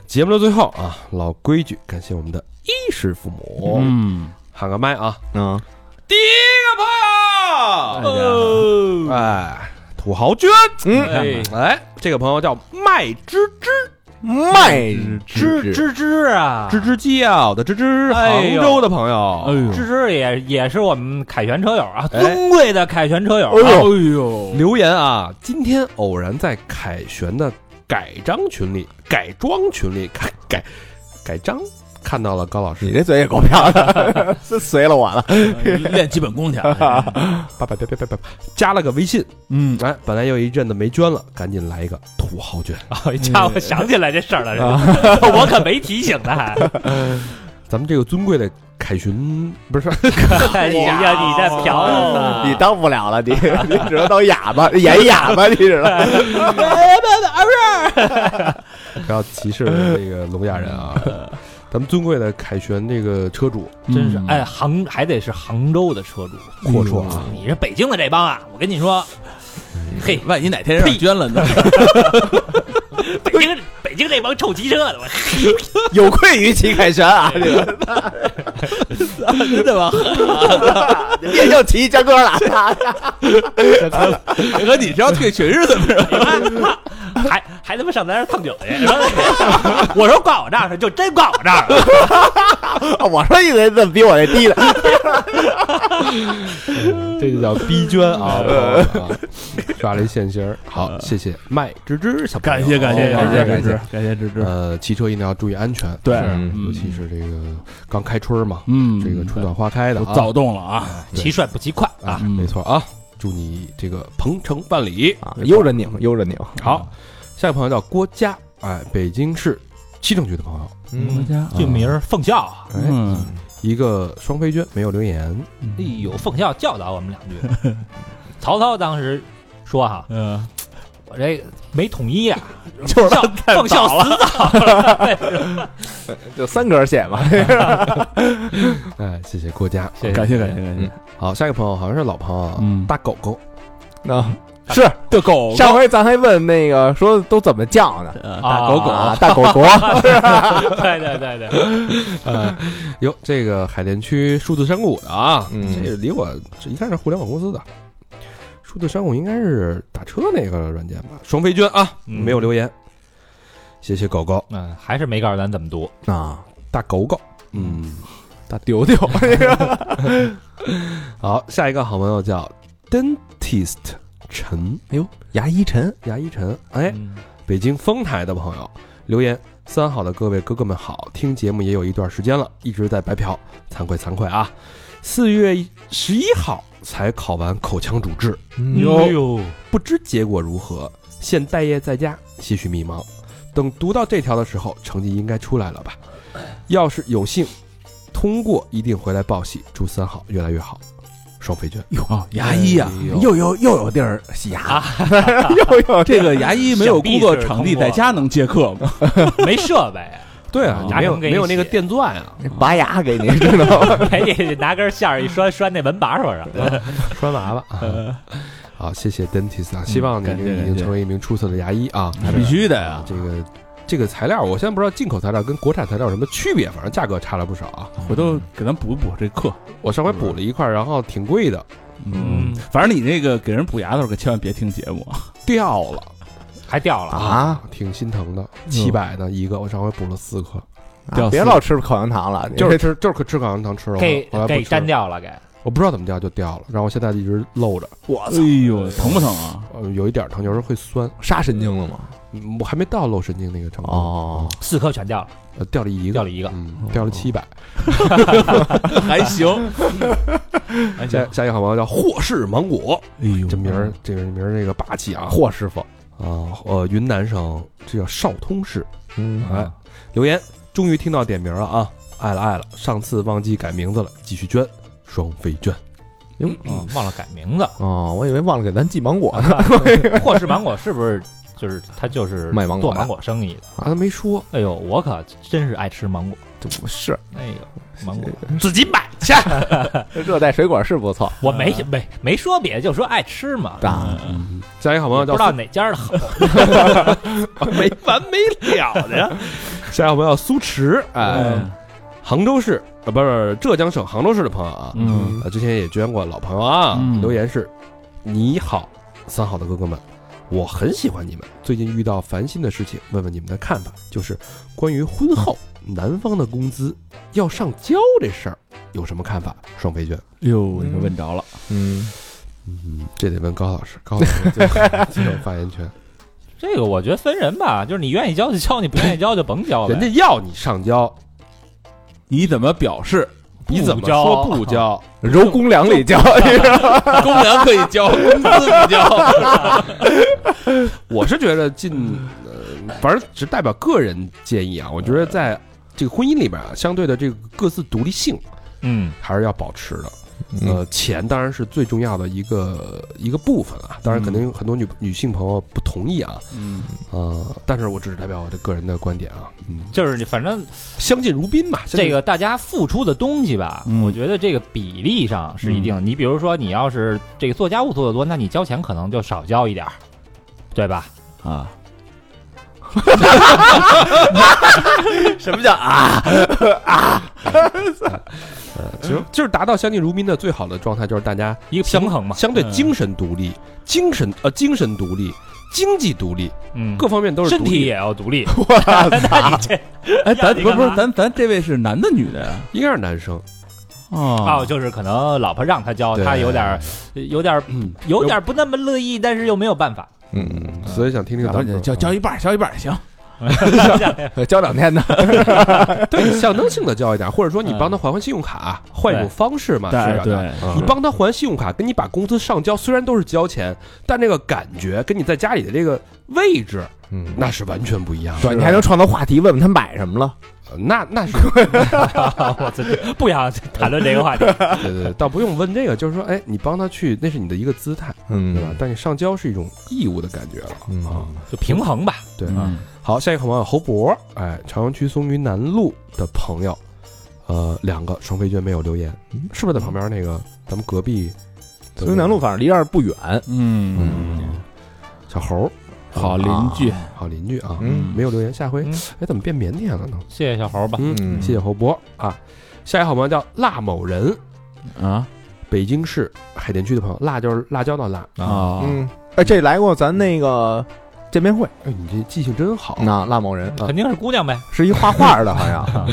S1: 节目的最后啊，老规矩，感谢我们的衣食父母，
S9: 嗯，
S1: 喊个麦啊，
S4: 嗯，
S1: 哎，土豪君，
S4: 嗯，
S3: 哎，
S1: 哎，这个朋友叫麦芝芝
S4: 卖
S3: 吱吱吱啊，
S1: 吱吱叫的吱吱，
S3: 哎
S1: 杭
S3: 呦
S1: 州的朋友，
S9: 哎呦，
S3: 吱吱也也是我们凯旋车友啊，
S1: 哎
S3: 尊贵的凯旋车友
S4: 哎
S3: 啊，
S9: 哎呦，
S1: 留言啊，今天偶然在凯旋的改章群里、改装群里、 改改改章看到了高老
S4: 你
S1: 师，
S4: 这嘴也够漂亮的， 是随了我 了。
S9: 练基
S4: 嗯
S9: 本功 去啊，
S1: 叭叭叭叭叭叭，加了个微信，
S9: 嗯，
S1: 哎，本来有一阵子没捐了，赶紧来一个土豪捐。
S3: 好家伙，想起来这事儿了，是 吧我可没提醒他，还。
S1: 咱们这个尊贵的凯旋不是
S9: 哎
S3: 你呀，你在嫖呢，
S4: 你当不了了，你 你只能当哑巴， 演哑 巴，你知道吗？
S1: 不要歧视那个聋哑人 啊，咱们尊贵的凯旋这个车主
S9: 嗯
S3: 真是哎，杭还得是杭州的车主，
S1: 阔绰啊，
S3: 你这北京的这帮啊，我跟你说，嘿，
S9: 万一哪天让捐了呢？
S3: 北京北京这帮臭骑车的，我
S4: 有愧于齐凯旋 啊！这个
S9: 真的吗？
S4: 也就骑江哥 了。
S9: 和你这要退群是怎么着？
S3: 还还他妈上咱这儿蹭酒去！我说挂我这儿是就真挂我这儿了。
S4: 我说你得怎么比我这低的？
S1: 这就叫逼捐啊，朋友们啊抓了一现行儿。好，谢谢麦芝芝小朋友，哦
S9: 感谢感谢
S1: 感
S9: 感谢
S1: 感
S9: 感
S1: 谢
S9: 谢。感谢芝芝，
S1: 呃，骑车一定要注意安全，
S9: 对
S1: 是啊
S9: 嗯
S1: 尤其是这个刚开春儿嘛，
S9: 嗯，
S1: 这个春暖花开的
S9: 我
S1: 啊，
S9: 躁动了啊，
S3: 骑帅不骑快啊！
S1: 啊，
S9: 嗯
S1: 没错啊，祝你这个鹏程万里。
S4: 啊悠着拧，悠着拧。
S1: 好，下一个朋友叫郭佳，哎，北京市西城区的朋友，
S4: 嗯，
S9: 家，
S3: 这名儿奉孝啊，
S1: 哎，
S9: 嗯，
S1: 一个双飞娟没有留言，
S3: 哎呦，奉孝教导我们两句。 曹操当时说哈，
S9: 嗯，
S3: 我这没统一 啊，
S4: 就是
S3: 孝奉孝死早了。
S4: 就三格写 吧。
S1: 哎，谢谢郭佳，
S3: 谢谢
S9: 感谢感谢感谢，
S1: 好，下一个朋友好像是老朋友啊，
S9: 嗯
S1: 大狗狗，
S4: 那是
S9: 这啊狗
S4: 上回咱还问那个说都怎么叫呢？
S9: 呃大
S3: 啊
S9: 狗
S4: 啊
S9: 狗，
S4: 大狗国
S3: 对对对 对，
S1: 呃，哟，这个海淀区数字山谷的啊，
S4: 嗯
S1: 这离我这应该是互联网公司的。数字山谷应该是打车那个软件吧？双飞娟啊，
S3: 嗯
S1: 没有留言，谢谢狗狗，
S3: 嗯，还是没告诉咱怎么读。
S4: 啊，
S1: 大狗狗，嗯，
S4: 大丢丢。
S1: 好，下一个好朋友叫 Dentist 陈
S4: 哎呦，牙医陈，
S1: 牙医陈，哎，
S3: 嗯
S1: 北京丰台的朋友留言：三好的各位哥哥们好，听节目也有一段时间了，一直在白嫖，惭愧惭愧啊！四月十一号才考完口腔主治，
S3: 哎呦，
S1: 不知结果如何，现待业在家，些许迷茫。等读到这条的时候，成绩应该出来了吧？要是有幸通过，一定回来报喜，祝三好越来越好。双飞娟，
S9: 哦牙医啊，
S1: 哎
S4: 又
S1: 呦
S4: 有又有地儿洗牙，
S9: 又有这个牙医没有工作场地，在家能接客吗？
S3: 没设备，
S1: 对啊，
S3: 牙
S1: 没有
S3: 疼给
S1: 没
S3: 你
S1: 有那个
S3: 洗
S1: 电钻啊，
S4: 拔牙给你知道吗？
S3: 给你拿根线儿一拴，拴那门把手上。
S1: 拴娃娃啊。 好，谢谢 dentist 啊，希望你
S9: 感
S1: 这
S9: 谢
S1: 个已
S9: 感
S1: 经
S9: 谢
S1: 成为一名出色的牙医啊。
S4: 哎
S9: 必须的呀，
S1: 这个这个材料，我现在不知道进口材料跟国产材料有什么区别，反正价格差了不少啊。
S9: 回头给咱补一补这课。
S1: 我上回补了一块，然后挺贵的，
S3: 嗯，
S9: 反正你那个给人补牙的时候，可千万别听节目啊。
S1: 掉了
S3: 还掉了啊！
S4: 啊，
S1: 挺心疼的，七百呢一个，我上回补了四颗，
S9: 掉
S4: 啊别
S9: 丝
S4: 老吃口香糖了，你
S1: 就是吃就是吃口香糖吃了，
S3: 给
S1: 我还不
S3: 给
S1: 吃
S3: 粘，掉了，给
S1: 我不知道怎么掉就掉了，然后我现在一直露着，
S9: 我操！哎呦，疼不疼啊？
S1: 呃，有一点疼，有时候会酸，
S4: 杀神经了吗？
S1: 嗯我还没到露神经那个程度，
S4: 哦，
S3: 四颗全掉了，
S1: 呃掉了一个，
S3: 掉了一个
S1: 嗯，掉了七百。
S9: 还行。
S5: 而且
S1: 下下一个好朋友叫霍氏芒果，
S9: 哎呦，
S1: 这名儿这个名儿这个霸气啊！
S4: 霍师傅，
S1: 啊，呃，云南省这叫邵通市，
S4: 嗯
S1: 哎，留言终于听到点名了啊，爱了爱了，上次忘记改名字了，继续捐，双飞捐，
S4: 哟，
S3: 哦忘了改名字。
S4: 哦，我以为忘了给咱寄芒果呢，
S3: 霍氏芒果是不是就是他就是
S4: 卖芒果
S3: 做
S4: 的
S3: 芒果生意的？
S1: 啊，他没说，
S3: 哎呦，我可真是爱吃芒果，
S4: 这不是
S3: 哎呦，芒果
S5: 自己买去。
S4: 热带水果是不错
S3: 我没没没说别的，就说爱吃嘛。
S4: 的，
S1: 下一个好朋友
S3: 不
S1: 叫
S3: 知道哪家的好，
S1: 没完没了的呀，下一个好朋友叫苏池，
S4: 哎，
S9: 嗯
S1: 杭州市啊，不是浙江省杭州市的朋友啊，
S9: 嗯，
S1: 啊，之前也捐过老朋友啊，
S9: 嗯
S1: 留言是：你好，三好的哥哥们，我很喜欢你们。最近遇到烦心的事情，问问你们的看法，就是关于婚后男方的工资要上交这事儿，有什么看法？双飞娟，
S9: 哎呦，你可问着了。
S4: 嗯，
S1: 嗯，这得问高老师，高老师最有最有发言权。
S3: 这个我觉得分人吧，就是你愿意交就交，你不愿意交就甭交呗。
S1: 人家要你上交，
S9: 你怎么表示？
S1: 你怎么
S3: 不交
S1: 说不交？
S4: 揉公粮里交，
S9: 公粮可以交，工资不交。
S1: 我是觉得进，呃，反正只代表个人建议啊。我觉得在这个婚姻里边啊，相对的这个各自独立性
S3: 嗯，
S1: 还是要保持的。
S4: 嗯
S1: 呃，钱当然是最重要的一个一个部分啊，当然
S9: 嗯
S1: 肯定有很多女女性朋友不同意啊，
S9: 嗯，
S1: 呃，但是我只是代表我的个人的观点啊，嗯，
S3: 就是你反正
S1: 相敬如宾嘛，相敬
S3: 这个大家付出的东西吧，
S9: 嗯
S3: 我觉得这个比例上是一定。
S1: 嗯
S3: 你比如说，你要是这个做家务做的多，那你交钱可能就少交一点儿，对吧？
S9: 啊，
S1: 就是就是达到相敬如宾的最好的状态，就是大家
S3: 一个
S1: 相
S3: 平衡嘛。
S1: 相对
S9: 嗯
S1: 精神独立，精神呃精神独立，经济独立，
S3: 嗯，
S1: 各方面都是
S3: 身
S1: 独立
S3: 体
S1: 的
S3: 也要独 立。 那你这
S9: 哎，咱
S3: 要你
S9: 不是
S3: 干
S9: 不
S3: 嘛
S9: 是咱咱这位是男的女的呀？
S1: 应该是男生，
S3: 哦，
S9: 哦，
S3: 就是可能老婆让他交，
S1: 啊对
S3: 他有点儿有点儿
S1: 嗯，
S3: 有点儿不那么乐意，但是又没有办法。
S4: 嗯，
S1: 所以想听听咱们
S9: 交交一半儿，交一半儿也行。
S4: 嗯交两天的，
S1: 对象征性的交一点，或者说你
S9: 嗯
S1: 帮他还还信用卡，换一种
S3: 对
S1: 方式嘛，是吧？嗯
S9: 对，
S1: 你帮他还信用卡，跟你把工资上交，虽然都是交钱，但这个感觉跟你在家里的这个位置，
S4: 嗯
S1: 那是啊完全不一样的。
S4: 对，你还能创造话题，问问他买什么了，
S1: 呃那那是
S3: 我自己不想谈论这个话题。
S1: 对对，对倒不用问这个，就是说，哎，你帮他去，那是你的一个姿态，
S4: 嗯
S1: 对吧？但你上交是一种义务的感觉了。啊
S4: 嗯，
S3: 就平衡吧。
S1: 对，啊
S9: 嗯
S1: 好，下一个朋友侯博，哎，朝阳区松云南路的朋友，呃，两个双飞娟没有留言，
S3: 嗯
S1: 是不是在旁边那个咱们隔壁
S4: 松云南路反正离这儿不远，
S9: 嗯，
S1: 小猴
S9: 好邻居，
S1: 好邻居啊？
S4: 嗯
S1: 没有留言，下回
S3: 嗯
S1: 哎怎么变腼腆了呢？
S3: 谢谢小猴吧。
S4: 嗯
S1: 谢谢侯博啊。下一个好朋友叫辣某人，
S9: 啊
S1: 北京市海淀区的朋友，辣就是辣椒的辣。
S9: 啊，
S4: 嗯，哎，这来过咱那个见面会，嗯
S1: 哎，你这记性真好。
S4: 哦那辣某
S1: 嗯
S4: 人啊
S3: 肯定是姑娘呗，
S4: 是一画画的，好 像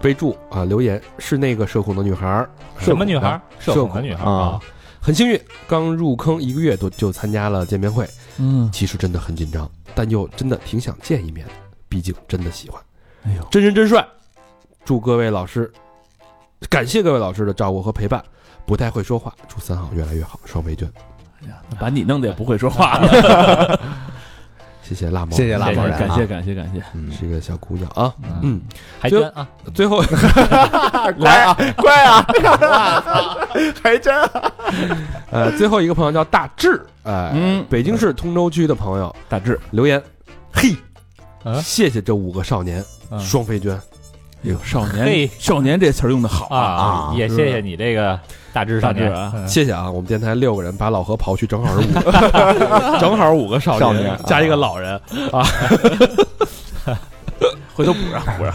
S1: 备注啊，留言是那个社恐的女孩儿，
S3: 什么女孩儿？社
S1: 社
S3: 恐的女孩儿
S4: 啊，
S1: 很幸运，刚入坑一个月多就参加了见面会，
S9: 嗯，
S1: 其实真的很紧张，但又真的挺想见一面的，毕竟真的喜欢。
S9: 哎呦，
S1: 真人真帅，祝各位老师，感谢各位老师的照顾和陪伴。不太会说话，祝三好越来越好，双倍券，
S9: 把你弄得也不会说话了。
S1: 谢谢辣毛，
S4: 谢谢辣毛人啊
S9: 哎感谢感谢感谢。
S4: 嗯
S1: 是一个小姑娘啊，
S9: 嗯
S1: 嗯，
S3: 还真啊，
S1: 最后
S4: 来啊， 乖啊，还真啊
S1: 呃，最后一个朋友叫大志，哎、
S9: 嗯
S1: 北京市通州区的朋友
S9: 大志，
S1: 留言，嘿，
S3: 啊
S1: 谢谢这五个少年，
S3: 嗯
S1: 双飞娟，
S9: 哎呦，少
S3: 嘿
S9: 年少年这词儿用的好
S3: 啊
S4: 啊，
S3: 也谢谢你这个大智少
S9: 大志
S3: 年
S9: 啊
S3: 嗯
S1: 谢谢啊，我们电台六个人把老何刨去，正好是五个，正好五个少
S4: 少年
S1: 加一个老人，
S9: 回头补上补上，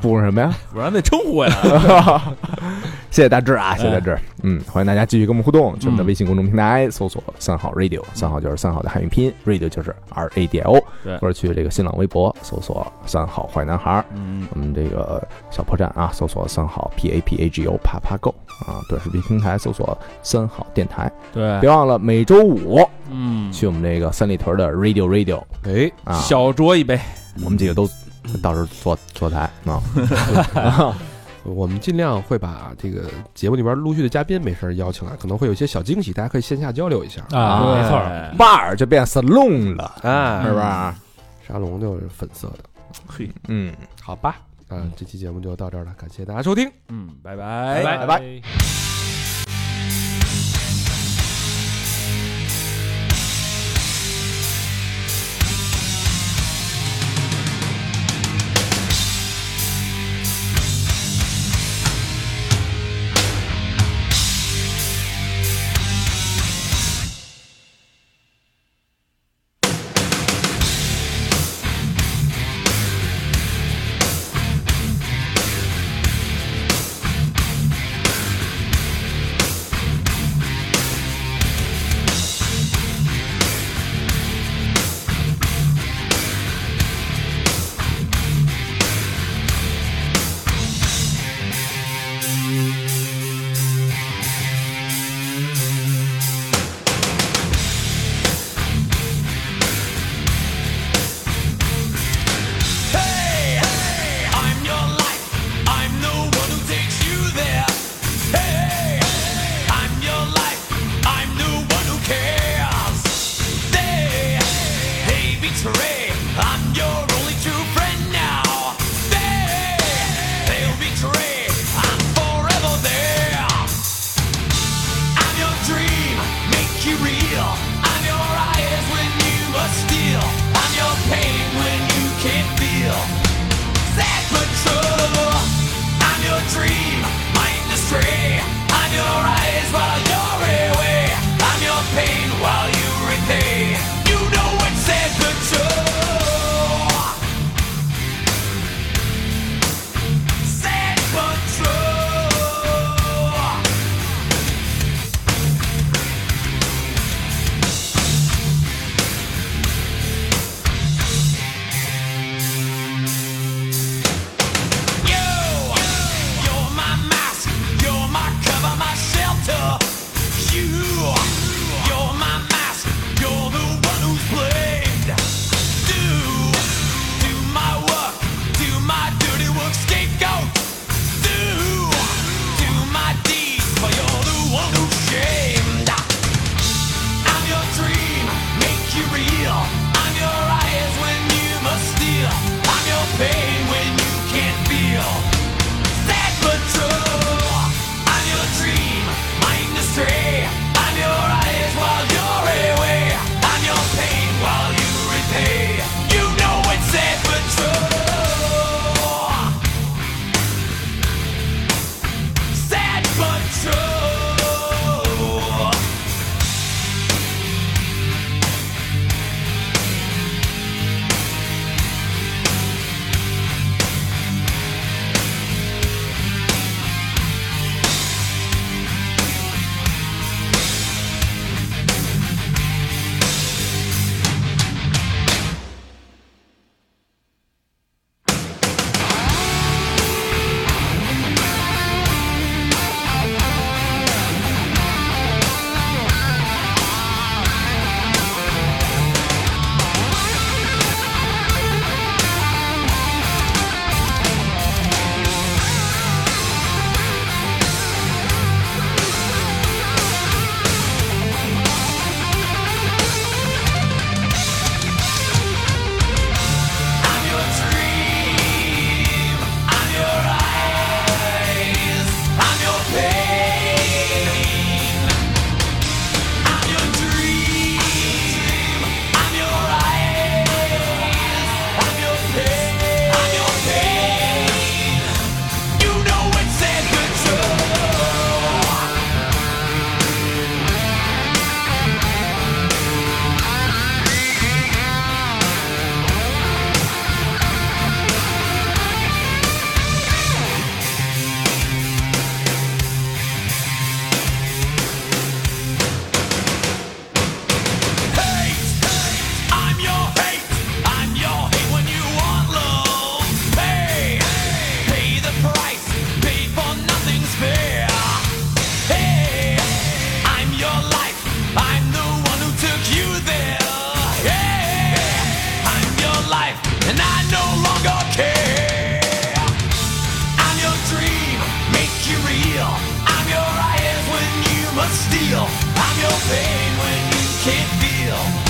S4: 补什么呀？
S9: 补上再称呼回来。
S4: 谢谢大志啊，谢谢大志。嗯，欢迎大家继续跟我们互动，去我们的微信公众平台搜索“三好 radio”，三好就是三好的汉语拼音，radio 就是 R A D I O，
S9: 对
S4: 或者去这个新浪微博搜索“三好坏男孩儿”，
S9: 嗯，
S4: 我们这个小破站啊，搜索“三好 P A P A G O 啪啪 Go” 啊，短视频平台搜索“三好电台”，
S9: 对，
S4: 别忘了每周五
S9: 嗯，
S4: 去我们这个三里屯的 Radio Radio
S1: 哎，
S4: 啊，
S9: 小酌一杯，
S4: 我们几个都到时候坐坐台啊，
S1: 我们尽量会把这个节目里边陆续的嘉宾没事儿邀请啊来，可能会有一些小惊喜，大家可以线下交流一下。
S3: 啊，
S9: 对
S3: 没错儿，
S9: 哎
S4: 巴嗯尔就变 salon 了，
S1: 哎，
S4: 是吧？
S1: 沙龙就是粉色的，
S9: 嘿，
S4: 嗯，
S1: 好吧？啊，这期节目就到这儿了，感谢大家收听。
S9: 嗯，拜拜。
S4: 拜拜。
S11: 「 I'm your pain when you can't feel.